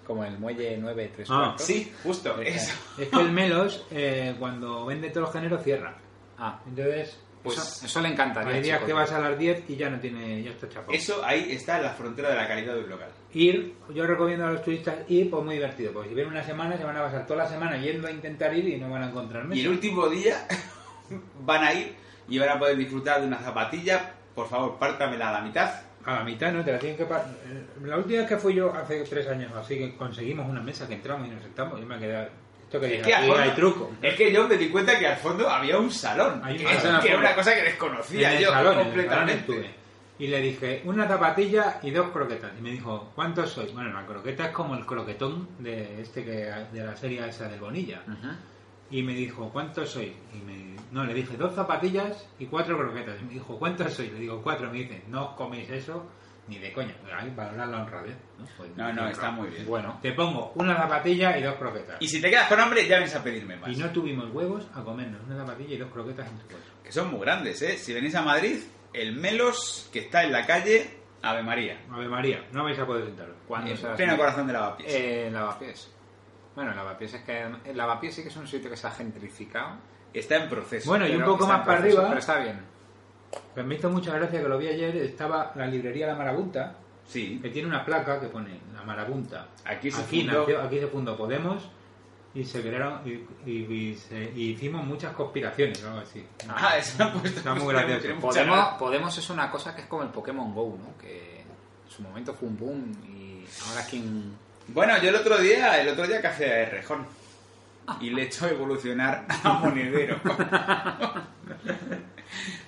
Speaker 3: Como el muelle 9 y tres
Speaker 5: Ah,
Speaker 3: cuartos.
Speaker 4: Sí, justo, eso.
Speaker 5: Es que el Melos, eh, cuando vende todos los géneros, cierra.
Speaker 3: Ah,
Speaker 5: Entonces,
Speaker 3: pues
Speaker 5: eso-
Speaker 3: eso, le encantaría.
Speaker 5: hay días
Speaker 3: chicos.
Speaker 5: que vas a las 10 y ya no tiene, ya está chapado.
Speaker 4: Eso ahí está la frontera de la calidad de un local.
Speaker 5: Ir, yo recomiendo a los turistas ir, pues muy divertido. Porque si vienen una semana, se van a pasar toda la semana yendo a intentar ir y no van a encontrar
Speaker 4: Y el
Speaker 5: mesa.
Speaker 4: último día (laughs) van a ir y van a poder disfrutar de una zapatilla. Por favor, pártamela a la mitad.
Speaker 5: A la mitad, ¿no? Te la tienen que pa- eh, La última vez que fui yo, hace tres años o así, que conseguimos una mesa que entramos y nos sentamos. Yo me quedé. Esto que
Speaker 4: Es
Speaker 5: dije,
Speaker 4: que, al
Speaker 5: aquí
Speaker 4: fondo-
Speaker 5: hay truco.
Speaker 4: es que yo me di cuenta que al fondo había un salón.
Speaker 5: Hay un
Speaker 4: que,
Speaker 5: salón.
Speaker 4: que era una cosa que desconocía
Speaker 5: en el
Speaker 4: yo
Speaker 5: salón, en el
Speaker 4: completamente.
Speaker 5: salón estuve. Y le dije, una zapatilla y dos croquetas. Y me dijo, ¿cuántos sois? Bueno, la croqueta es como el croquetón de este que de la serie esa del Bonilla. y me dijo, ¿cuántos sois? Y me, no, le dije, dos zapatillas y cuatro croquetas. Y me dijo, ¿cuántos sois? Le digo, cuatro. Me dice, no os coméis eso ni de coña. Hay que valorar la honradez. No, Pues,
Speaker 4: No, no,
Speaker 5: honra.
Speaker 4: está muy bien.
Speaker 5: Bueno, te pongo una zapatilla y dos croquetas.
Speaker 4: Y si te quedas con hambre, ya vienes a pedirme más.
Speaker 5: Y no tuvimos huevos a comernos una zapatilla y dos croquetas en tu cuerpo.
Speaker 4: Que son muy grandes, ¿eh? Si venís a Madrid, el Melos, que está en la calle Ave María.
Speaker 5: Ave María, no vais a poder sentaros. Cuando
Speaker 4: En
Speaker 5: sea
Speaker 4: pleno
Speaker 5: así.
Speaker 4: corazón de Lavapiés.
Speaker 5: Eh, Lavapiés. Bueno, Lavapiés es que eh, Lavapiés sí que es un sitio que se ha gentrificado.
Speaker 4: Está en proceso.
Speaker 5: Bueno, y un
Speaker 4: pero
Speaker 5: poco
Speaker 4: está en
Speaker 5: más para
Speaker 4: proceso,
Speaker 5: arriba.
Speaker 4: Pero está bien.
Speaker 5: Pues me hizo mucha gracia que lo vi ayer. Estaba la librería La Marabunta,
Speaker 4: Sí.
Speaker 5: que tiene una placa que pone La Marabunta.
Speaker 4: Aquí se
Speaker 5: aquí,
Speaker 4: fundó-
Speaker 5: nació- aquí se fundó Podemos y se crearon y, y- y se- y hicimos mucha conspiraciones o algo así.
Speaker 4: Ah, eso lo han puesto.
Speaker 5: Está muy gracioso.
Speaker 4: Tiene mucha
Speaker 3: Podemos,
Speaker 4: gracia.
Speaker 3: Podemos es una cosa que es como el Pokémon Go, ¿no? Que en su momento fue un boom y ahora quien.
Speaker 4: Bueno, yo el otro día, el otro día café de Rejón. Y le he hecho evolucionar a
Speaker 5: (laughs)
Speaker 4: Monedero.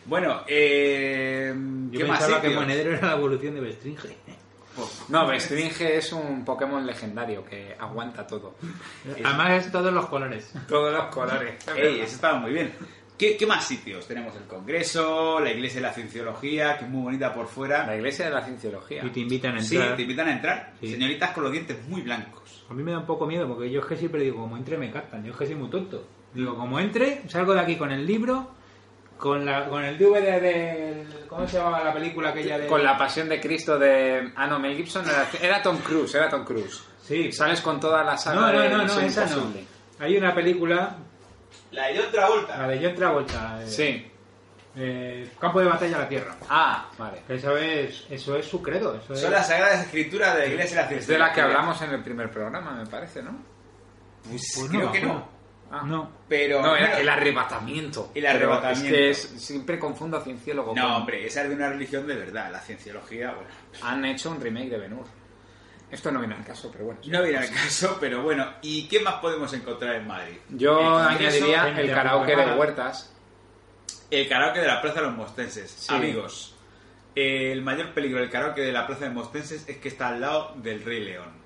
Speaker 4: bueno, eh,
Speaker 5: Yo
Speaker 4: ¿qué más
Speaker 5: pensaba que
Speaker 4: sitios?
Speaker 5: Monedero era la evolución
Speaker 4: (laughs)
Speaker 5: de Bestringe.
Speaker 4: Pues,
Speaker 3: No, Bestringe es un Pokémon legendario que aguanta
Speaker 5: (laughs)
Speaker 3: todo.
Speaker 5: Además es todos los colores.
Speaker 3: Todos los colores.
Speaker 4: Ey, eso estaba muy bien. ¿Qué, qué más sitios? Tenemos el Congreso, la Iglesia de la Cienciología, que es muy bonita por fuera.
Speaker 3: La iglesia de la cienciología.
Speaker 5: Y te invitan a
Speaker 4: Sí,
Speaker 5: entrar.
Speaker 4: te invitan a entrar.
Speaker 5: Sí.
Speaker 4: Señoritas con los dientes muy blancos.
Speaker 5: A mí me da un poco miedo porque yo es que siempre digo, como entre me captan, yo es que soy muy tonto. Digo, como entre, salgo de aquí con el libro, con la con el DVD del... ¿Cómo se llamaba la película aquella de...?
Speaker 3: Con la pasión de Cristo de. Ah, no, Mel Gibson era, era Tom Cruise, era Tom Cruise.
Speaker 5: Sí,
Speaker 3: Sales con toda la
Speaker 5: no,
Speaker 3: saga
Speaker 5: no,
Speaker 3: de
Speaker 5: no, no,
Speaker 3: Misión
Speaker 5: esa no.
Speaker 3: Imposible.
Speaker 5: Hay una película,
Speaker 4: La de otra
Speaker 5: la
Speaker 3: Ah,
Speaker 4: vuelta.
Speaker 5: de John Travolta, eh,
Speaker 3: Sí.
Speaker 5: eh, Campo de Batalla a la Tierra.
Speaker 3: Ah, vale.
Speaker 5: Que Esa es, eso es su credo. Eso es,
Speaker 4: Son las Sagradas Escrituras de la Iglesia de la
Speaker 3: Es de
Speaker 4: Cienciología.
Speaker 3: la que hablamos en el primer programa, me parece, ¿no?
Speaker 4: Pues,
Speaker 5: Pues
Speaker 4: creo
Speaker 5: me
Speaker 4: que no.
Speaker 5: acuerdo. Ah, no.
Speaker 4: Pero.
Speaker 3: No, era
Speaker 4: bueno,
Speaker 3: el arrebatamiento.
Speaker 4: El
Speaker 3: Pero
Speaker 4: arrebatamiento.
Speaker 3: Es que es- siempre confundo a cienciólogo.
Speaker 4: No,
Speaker 3: con-
Speaker 4: hombre, esa es de una religión de verdad. La Cienciología, bueno.
Speaker 3: Han hecho un remake de Benur. Esto no viene al caso, pero bueno.
Speaker 4: No viene al caso, pero bueno. ¿Y qué más podemos encontrar en Madrid? El
Speaker 3: Yo
Speaker 4: Congreso,
Speaker 3: añadiría
Speaker 5: gente
Speaker 3: el karaoke de
Speaker 5: amontonada.
Speaker 3: huertas.
Speaker 4: El karaoke de la Plaza de los Mostenses.
Speaker 3: Sí.
Speaker 4: Amigos, el mayor peligro del karaoke de la Plaza de Mostenses es que está al lado del Rey León.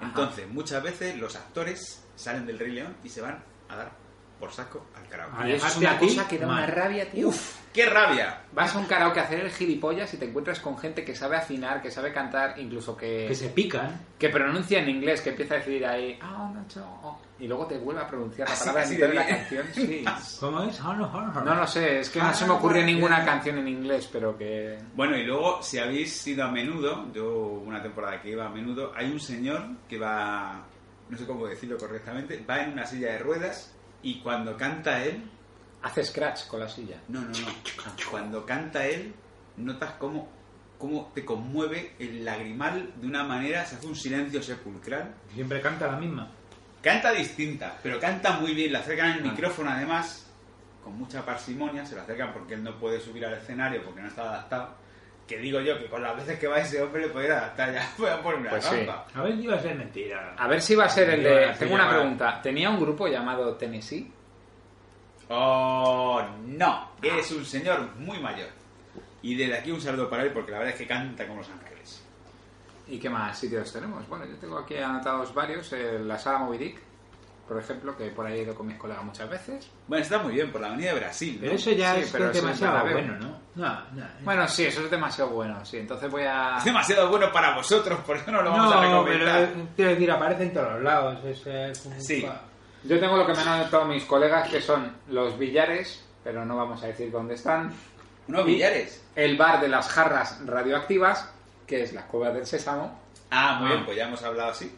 Speaker 4: Entonces, muchas veces los actores salen del Rey León y se van a dar por saco al karaoke.
Speaker 5: A
Speaker 3: Y eso es
Speaker 5: dejarte
Speaker 3: Ah, una
Speaker 5: a ti
Speaker 3: cosa que da una
Speaker 5: mal.
Speaker 3: rabia, tío.
Speaker 4: ¡Qué rabia!
Speaker 3: Vas a un karaoke a hacer el gilipollas y te encuentras con gente que sabe afinar, que sabe cantar, incluso que,
Speaker 5: Que se pican.
Speaker 3: que pronuncia en inglés, que empieza a decir ahí, ah, oh, no, cho, oh", y luego te vuelve a pronunciar la
Speaker 4: Así,
Speaker 3: palabra en
Speaker 4: así
Speaker 3: mitad de
Speaker 4: de
Speaker 3: la
Speaker 4: bien.
Speaker 3: canción. (laughs) Sí.
Speaker 5: ¿Cómo es? Ah, no, ah, ah.
Speaker 3: No lo sé, es que no se me ocurre ninguna canción en inglés, pero que.
Speaker 4: Bueno, y luego, si habéis ido a menudo, yo hubo una temporada que iba a menudo, hay un señor que va, no sé cómo decirlo correctamente, va en una silla de ruedas y cuando canta él,
Speaker 3: Hace scratch con la silla.
Speaker 4: No, no, no. Cuando canta él, notas cómo, cómo te conmueve el lagrimal de una manera, se hace un silencio sepulcral.
Speaker 5: Siempre canta la misma.
Speaker 4: Canta distinta, pero canta muy bien, le acercan
Speaker 3: Ah.
Speaker 4: el micrófono además, con mucha parsimonia, se lo acercan porque él no puede subir al escenario porque no está adaptado. Que digo yo que con las veces que va ese hombre le podría adaptar ya, (laughs) voy a poner una
Speaker 3: Pues sí.
Speaker 4: rampa.
Speaker 5: A ver, iba a ser mentira.
Speaker 3: A ver si va a ser el
Speaker 5: Lleva
Speaker 3: de.
Speaker 5: la
Speaker 3: Tengo
Speaker 5: silla,
Speaker 3: una
Speaker 5: va.
Speaker 3: pregunta. ¿Tenía un grupo llamado Tennessee?
Speaker 4: Oh, no, es un señor muy mayor. Y desde aquí un saludo para él porque la verdad es que canta como los ángeles.
Speaker 3: ¿Y qué más sitios tenemos? Bueno, yo tengo aquí anotados varios. eh, la sala Moby Dick, por ejemplo, que por ahí he ido con mis colegas muchas veces.
Speaker 4: Bueno, está muy bien, por la Avenida de Brasil. ¿no?
Speaker 5: Pero eso ya
Speaker 3: Sí,
Speaker 5: es,
Speaker 3: pero
Speaker 5: que es
Speaker 3: eso es
Speaker 5: demasiado
Speaker 3: Bernabéu.
Speaker 5: bueno, ¿no? No, no.
Speaker 3: Bueno, sí, eso es demasiado bueno. Sí, entonces voy a.
Speaker 4: Es demasiado bueno para vosotros, por eso no lo vamos a
Speaker 5: no, pero
Speaker 4: recomendar.
Speaker 5: eh, quiero decir, aparece en todos los lados. Es, eh, es un-
Speaker 4: Sí.
Speaker 3: Yo tengo lo que me han anotado mis colegas, que son los billares, pero no vamos a decir dónde están.
Speaker 4: Unos billares.
Speaker 3: El bar de las jarras radioactivas, que es la cueva del sésamo.
Speaker 4: Ah, muy bien, pues ya hemos hablado así.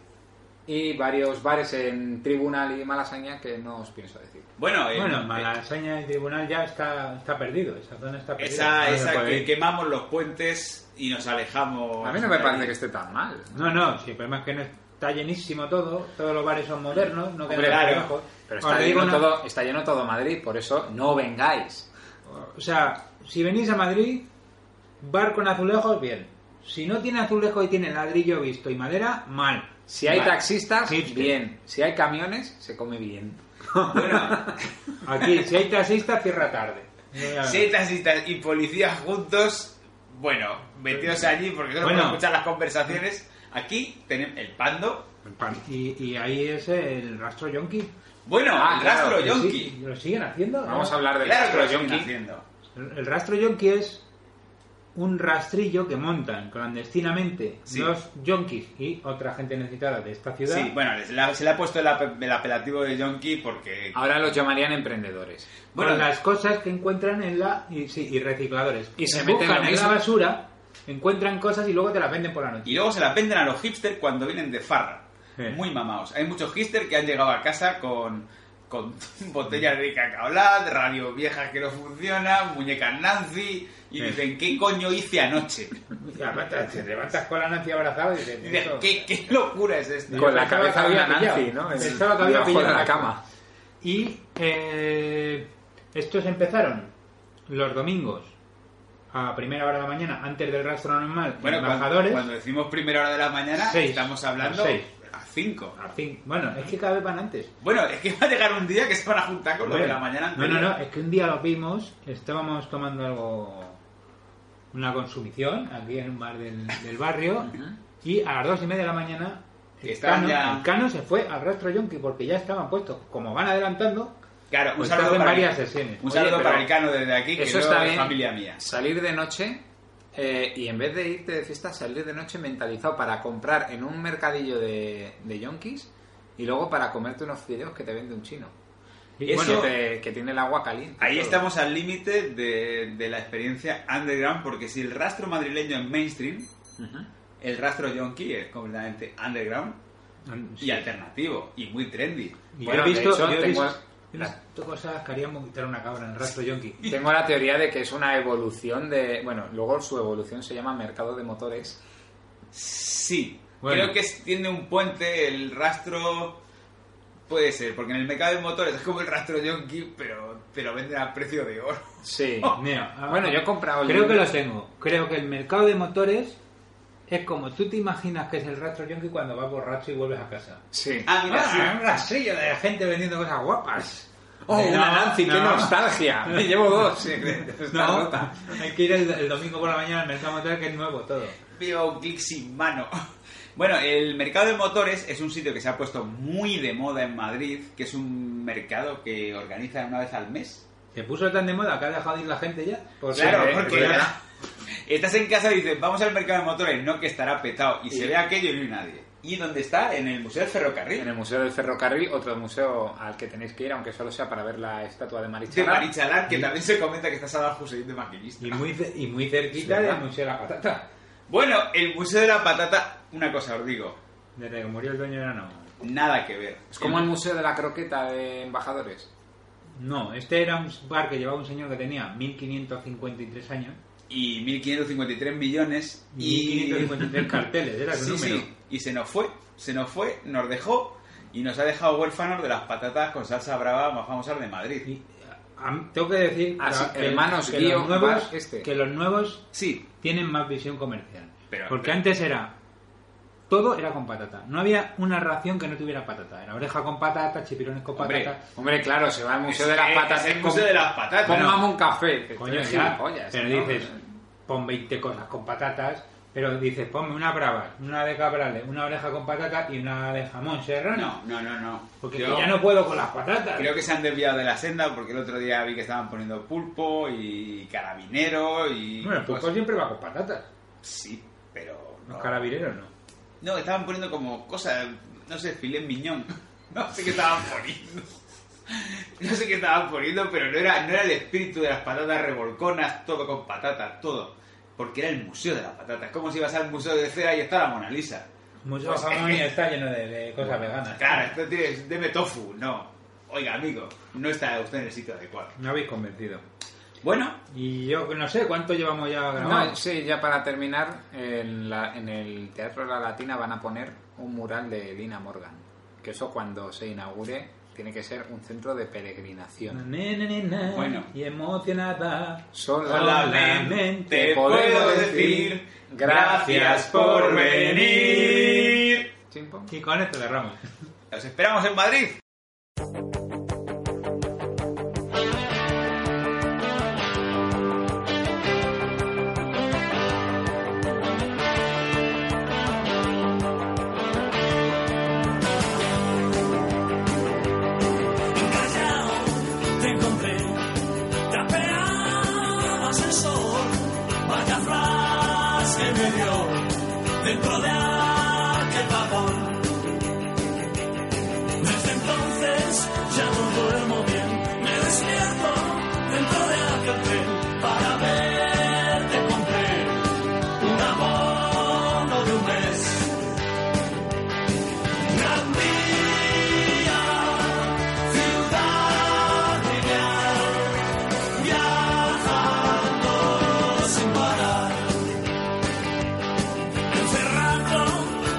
Speaker 3: Y varios bares en Tribunal y Malasaña que no os pienso decir.
Speaker 4: Bueno, eh,
Speaker 5: Bueno,
Speaker 4: eh,
Speaker 5: Malasaña y Tribunal ya está, está perdido. Esa zona está perdida. pues,
Speaker 4: esa,
Speaker 5: No se
Speaker 4: esa
Speaker 5: puede
Speaker 4: que
Speaker 5: ir.
Speaker 4: quemamos los puentes y nos alejamos.
Speaker 3: A mí no me parece que esté tan mal.
Speaker 5: No, no, sí, el problema es que no está llenísimo todo. Todos los bares son modernos, no quedan
Speaker 4: Hombre, claro.
Speaker 5: trabajos.
Speaker 3: Pero
Speaker 5: Ahora
Speaker 3: está
Speaker 5: digo
Speaker 3: lleno,
Speaker 5: una-
Speaker 3: todo, está lleno todo Madrid, por eso no vengáis.
Speaker 5: O sea, si venís a Madrid, bar con azulejos, bien. Si no tiene azulejos y tiene ladrillo visto y madera, mal.
Speaker 3: Si hay
Speaker 5: Vale.
Speaker 3: taxistas,
Speaker 5: Hipster.
Speaker 3: bien. Si hay camiones, se come bien.
Speaker 4: Bueno,
Speaker 5: Aquí, si hay taxistas, cierra tarde. No, ya-
Speaker 4: setas y, tal- y policías juntos, bueno, metidos allí porque no
Speaker 5: Bueno.
Speaker 4: podemos escuchar las conversaciones. Aquí tenemos el pando.
Speaker 5: Y, y ahí es el rastro yonki.
Speaker 4: Bueno,
Speaker 5: Ah,
Speaker 4: el
Speaker 5: claro,
Speaker 4: rastro
Speaker 5: que
Speaker 4: yonki.
Speaker 5: sí, ¿Lo siguen haciendo?
Speaker 3: Vamos
Speaker 5: ¿No?
Speaker 3: a hablar del
Speaker 4: Claro que
Speaker 3: rastro
Speaker 4: lo siguen
Speaker 3: yonki.
Speaker 4: haciendo.
Speaker 5: El el rastro yonki es un rastrillo que montan clandestinamente
Speaker 4: Sí.
Speaker 5: los yonkis y otra gente necesitada de esta ciudad.
Speaker 4: Sí, bueno, les- la- se le ha puesto el, ape- el apelativo de yonki porque...
Speaker 3: Ahora los llamarían emprendedores.
Speaker 5: con
Speaker 4: Bueno,
Speaker 5: las cosas que encuentran en la y, sí, y recicladores.
Speaker 3: Y se
Speaker 5: Buscan
Speaker 3: meten lo
Speaker 5: en la
Speaker 3: mismo.
Speaker 5: basura, encuentran cosas y luego te las venden por la noche.
Speaker 4: Y luego se la venden a los hipsters cuando vienen de farra.
Speaker 5: Sí.
Speaker 4: Muy mamados. Hay muchos hipsters que han llegado a casa con, con (laughs) botellas de cacao lat, radio viejas que no funcionan, muñecas Nancy, y
Speaker 5: Sí.
Speaker 4: dicen, ¿qué coño hice
Speaker 5: (laughs)
Speaker 4: anoche?
Speaker 5: Y aparte, te levantas con la Nancy abrazada y dices,
Speaker 4: Y dicen,
Speaker 5: "Esto-
Speaker 4: ¿qué, qué locura es esta?
Speaker 3: Con la
Speaker 5: Pensaba que
Speaker 3: cabeza de una
Speaker 5: había pillado.
Speaker 3: Nancy, ¿no? En-
Speaker 5: Pensaba que había
Speaker 3: debajo de
Speaker 5: pillado.
Speaker 3: la cama.
Speaker 5: Y eh, estos empezaron los domingos a primera hora de la mañana, antes del rastro normal,
Speaker 4: Bueno,
Speaker 5: en
Speaker 4: cuando,
Speaker 5: embajadores.
Speaker 4: cuando decimos primera hora de la mañana,
Speaker 5: Seis.
Speaker 4: estamos hablando
Speaker 5: A las seis.
Speaker 4: a 5.
Speaker 5: Al fin- bueno, es que cada vez van antes.
Speaker 4: Bueno, es que va a llegar un día que se van a juntar con lo de la mañana
Speaker 5: no,
Speaker 4: anterior.
Speaker 5: no, no, es que un día los vimos, estábamos tomando algo, una consumición aquí en un bar del, del barrio, y a las dos y media de la mañana el
Speaker 4: Estaban
Speaker 5: Cano,
Speaker 4: ya-
Speaker 5: el Cano se fue al rastro yonki porque ya estaban puestos, como van adelantando,
Speaker 4: Claro, un
Speaker 5: Pues
Speaker 4: saludo,
Speaker 5: hacen
Speaker 4: para,
Speaker 5: varias sesiones.
Speaker 4: un
Speaker 3: Oye,
Speaker 4: saludo
Speaker 3: pero
Speaker 4: para el cano desde aquí, que
Speaker 3: Eso
Speaker 4: no
Speaker 3: está
Speaker 4: es
Speaker 3: bien.
Speaker 4: familia mía.
Speaker 3: Salir de noche eh, y en vez de irte de fiesta, salir de noche mentalizado para comprar en un mercadillo de, de yonkis y luego para comerte unos fideos que te vende un chino.
Speaker 5: Y
Speaker 3: Bueno,
Speaker 4: Eso-
Speaker 3: te- que tiene el agua caliente.
Speaker 4: Ahí
Speaker 3: todo.
Speaker 4: estamos al límite de, de la experiencia underground, porque si el rastro madrileño es mainstream,
Speaker 3: Ujú.
Speaker 4: el rastro yonki es completamente underground y alternativo y muy trendy.
Speaker 5: Ah, Y
Speaker 3: Bueno,
Speaker 5: yo he
Speaker 3: de
Speaker 5: visto,
Speaker 3: hecho,
Speaker 5: yo he
Speaker 3: tengo-
Speaker 5: visto- he visto cosas que haríamos quitar una cabra en el
Speaker 3: (laughs)
Speaker 5: rastro yonki.
Speaker 3: Tengo la teoría de que es una evolución de. Bueno, luego su evolución se llama mercado de motores.
Speaker 4: Sí,
Speaker 5: Bueno.
Speaker 4: creo que es- tiene un puente, el rastro puede ser, porque en el mercado de motores es como el rastro yonki, pero te lo venden a precio de oro.
Speaker 3: Sí.
Speaker 5: Mira, ah,
Speaker 3: Bueno, yo he comprado. el
Speaker 5: Creo que
Speaker 3: libro.
Speaker 5: lo tengo. Creo que el mercado de motores es como tú te imaginas que es el rastro yonki cuando vas borracho y vuelves a casa.
Speaker 3: (laughs) Sí.
Speaker 4: Ah, mira, sí.
Speaker 5: Ah, un rastrillo de gente vendiendo cosas guapas.
Speaker 3: ¡Oh,
Speaker 5: No,
Speaker 3: una Nancy! ¡Qué
Speaker 5: no.
Speaker 3: nostalgia! (laughs) Me llevo dos.
Speaker 4: (laughs)
Speaker 3: Sí, está
Speaker 5: No,
Speaker 3: rota.
Speaker 5: (laughs) hay que ir el, el domingo por la mañana al mercado de motores que es nuevo todo.
Speaker 4: Veo un clic sin mano. (laughs) Bueno, el mercado de motores es un sitio que se ha puesto muy de moda en Madrid, que es un mercado que organizan una vez al mes.
Speaker 5: Se puso tan de moda que ha dejado de ir la gente ya. Pues
Speaker 4: claro,
Speaker 5: sí, eh,
Speaker 4: porque
Speaker 5: pues ya.
Speaker 4: ya- (laughs) estás en casa y dices, vamos al mercado de motores, no que estará petado. Y se ve aquello y no hay nadie. ¿Y dónde está? En el Museo del
Speaker 3: En
Speaker 4: Ferrocarril.
Speaker 3: el Museo del Ferrocarril, otro museo al que tenéis que ir, aunque solo sea para ver la estatua de
Speaker 4: De
Speaker 3: Marichalar.
Speaker 4: Marichalar, que también se comenta que está Saddam Hussein de maquinista.
Speaker 5: Y muy, ce- y muy cerquita
Speaker 3: Sí,
Speaker 5: del
Speaker 3: ¿verdad?
Speaker 5: Museo de la Patata.
Speaker 4: Bueno, el Museo de la Patata, una cosa os digo,
Speaker 5: Desde que murió el dueño era no.
Speaker 4: nada que ver.
Speaker 3: Es como el Museo de la Croqueta de Embajadores.
Speaker 5: No, este era un bar que llevaba un señor que tenía 1553 años
Speaker 4: Y 1.553 millones
Speaker 5: y
Speaker 4: y...
Speaker 5: 1553 carteles, era su
Speaker 4: Sí,
Speaker 5: número.
Speaker 4: sí, y se nos fue, se nos fue, nos dejó y nos ha dejado huérfanos de las patatas con salsa brava más famosas de Madrid.
Speaker 5: Y, a- tengo que decir
Speaker 3: Ah, sí,
Speaker 5: que,
Speaker 3: hermanos
Speaker 5: que
Speaker 3: guión
Speaker 5: los nuevos,
Speaker 3: bar este.
Speaker 5: que los nuevos
Speaker 4: Sí,
Speaker 5: tienen más visión comercial.
Speaker 4: Pero-
Speaker 5: Porque
Speaker 4: pero-
Speaker 5: antes era todo era con patata. No había una ración que no tuviera patata. Era oreja con patata, chipirones con
Speaker 4: Hombre,
Speaker 5: patata.
Speaker 3: Hombre, claro, se va al Museo de
Speaker 4: Es-
Speaker 3: las
Speaker 4: es
Speaker 3: Patas.
Speaker 4: el Museo de las Patatas.
Speaker 3: Pongamos un café. que
Speaker 5: Coño,
Speaker 3: estoy
Speaker 5: ya,
Speaker 3: gilipollas,
Speaker 5: pero
Speaker 3: ¿no?
Speaker 5: dices, pon 20 cosas con patatas, pero dices, ponme una brava, una de cabrales, una oreja con patata y una de jamón serrano.
Speaker 4: no, no, no, no.
Speaker 5: Porque
Speaker 4: Yo
Speaker 5: ya no puedo con las patatas.
Speaker 4: Creo que se han desviado de la senda porque el otro día vi que estaban poniendo pulpo y carabinero y...
Speaker 5: Bueno, el pulpo
Speaker 4: cosas-
Speaker 5: siempre va con patatas.
Speaker 4: Sí, pero...
Speaker 5: Los
Speaker 4: pues- No.
Speaker 5: carabineros no.
Speaker 4: No, estaban poniendo como cosas, no sé, filet miñón. (laughs) No sé qué estaban poniendo. No sé qué estaban poniendo, pero no era, no era el espíritu de las patatas revolconas, todo con patatas, todo. Porque era el museo de las patatas. Como si ibas al museo de cera y está la Mona Lisa.
Speaker 5: Mucho
Speaker 4: Pues,
Speaker 5: jamón y está lleno de, de
Speaker 4: (laughs)
Speaker 5: cosas veganas.
Speaker 4: Claro, esto tienes, deme tofu, no. Oiga, amigo, no está usted en el sitio adecuado.
Speaker 5: Me habéis convencido.
Speaker 4: Bueno,
Speaker 5: Y yo que no sé cuánto llevamos ya grabado.
Speaker 3: No, sí, ya para terminar, en, la- en el Teatro La Latina van a poner un mural de Dina Morgan. Que eso cuando se inaugure tiene que ser un centro de peregrinación.
Speaker 5: Ne, ne, ne, ne,
Speaker 4: Bueno.
Speaker 5: Y emocionada.
Speaker 4: solamente
Speaker 5: Solamente
Speaker 4: puedo decir gracias por venir.
Speaker 3: Chimpón.
Speaker 5: Y con esto cerramos.
Speaker 4: Os esperamos en Madrid.
Speaker 13: se me dio dentro de aquel vagón. Desde entonces ya no duermo bien, me despierto dentro de aquel tren para verte compré un abono de un mes. Gran Vía, ciudad lineal, viajando sin parar. Encerrado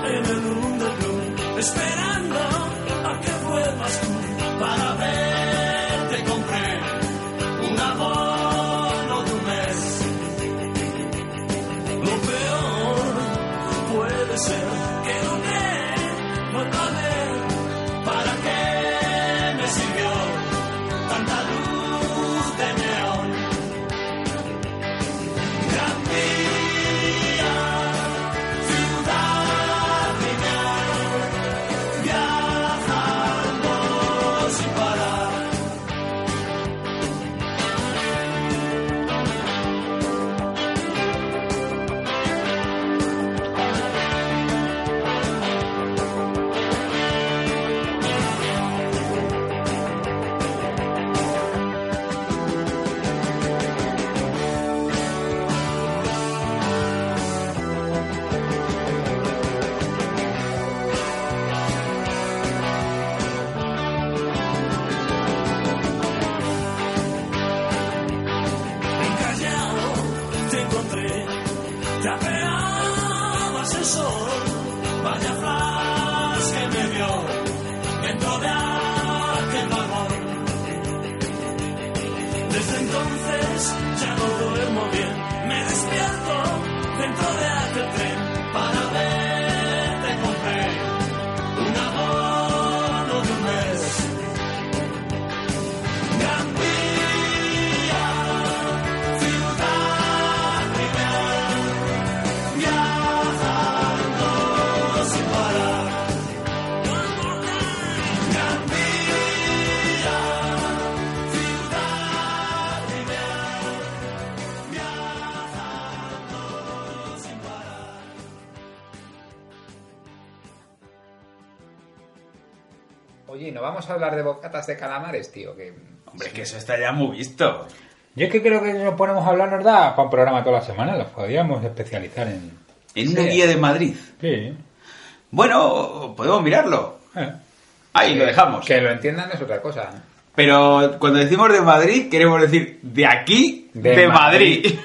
Speaker 13: en el mundo blue, esperando a que vuelvas tú para verte compré un abono de un mes. Lo peor puede ser que no me vuelva a ver. ¿Para qué me sirvió tanta luz de neón? Gran Vía, Ciudad lineal, viajando sin parar. En Callao te encontré, trapeabas el sol, vaya flash que me vio dentro de aquel vagón. Desde entonces ya no duermo bien, me despierto dentro de aquel tren para verte compré un abono de un mes. Gran Vía, ciudad lineal, viajando sin parar. Gran Vía, ciudad lineal, viajando sin parar.
Speaker 3: Oye, ¿no vamos a hablar de bocatas de calamares, tío? Que...
Speaker 4: Hombre, es que eso está ya muy visto.
Speaker 5: Yo es que creo que si nos ponemos a hablar, nos da para un programa toda la semana. Los podríamos especializar en...
Speaker 4: En una guía de Madrid.
Speaker 5: Sí.
Speaker 4: Bueno, podemos mirarlo.
Speaker 5: Eh.
Speaker 4: Ahí lo dejamos.
Speaker 3: Que lo entiendan es otra cosa. ¿eh?
Speaker 4: Pero cuando decimos de Madrid, queremos decir de aquí, de, Madrid.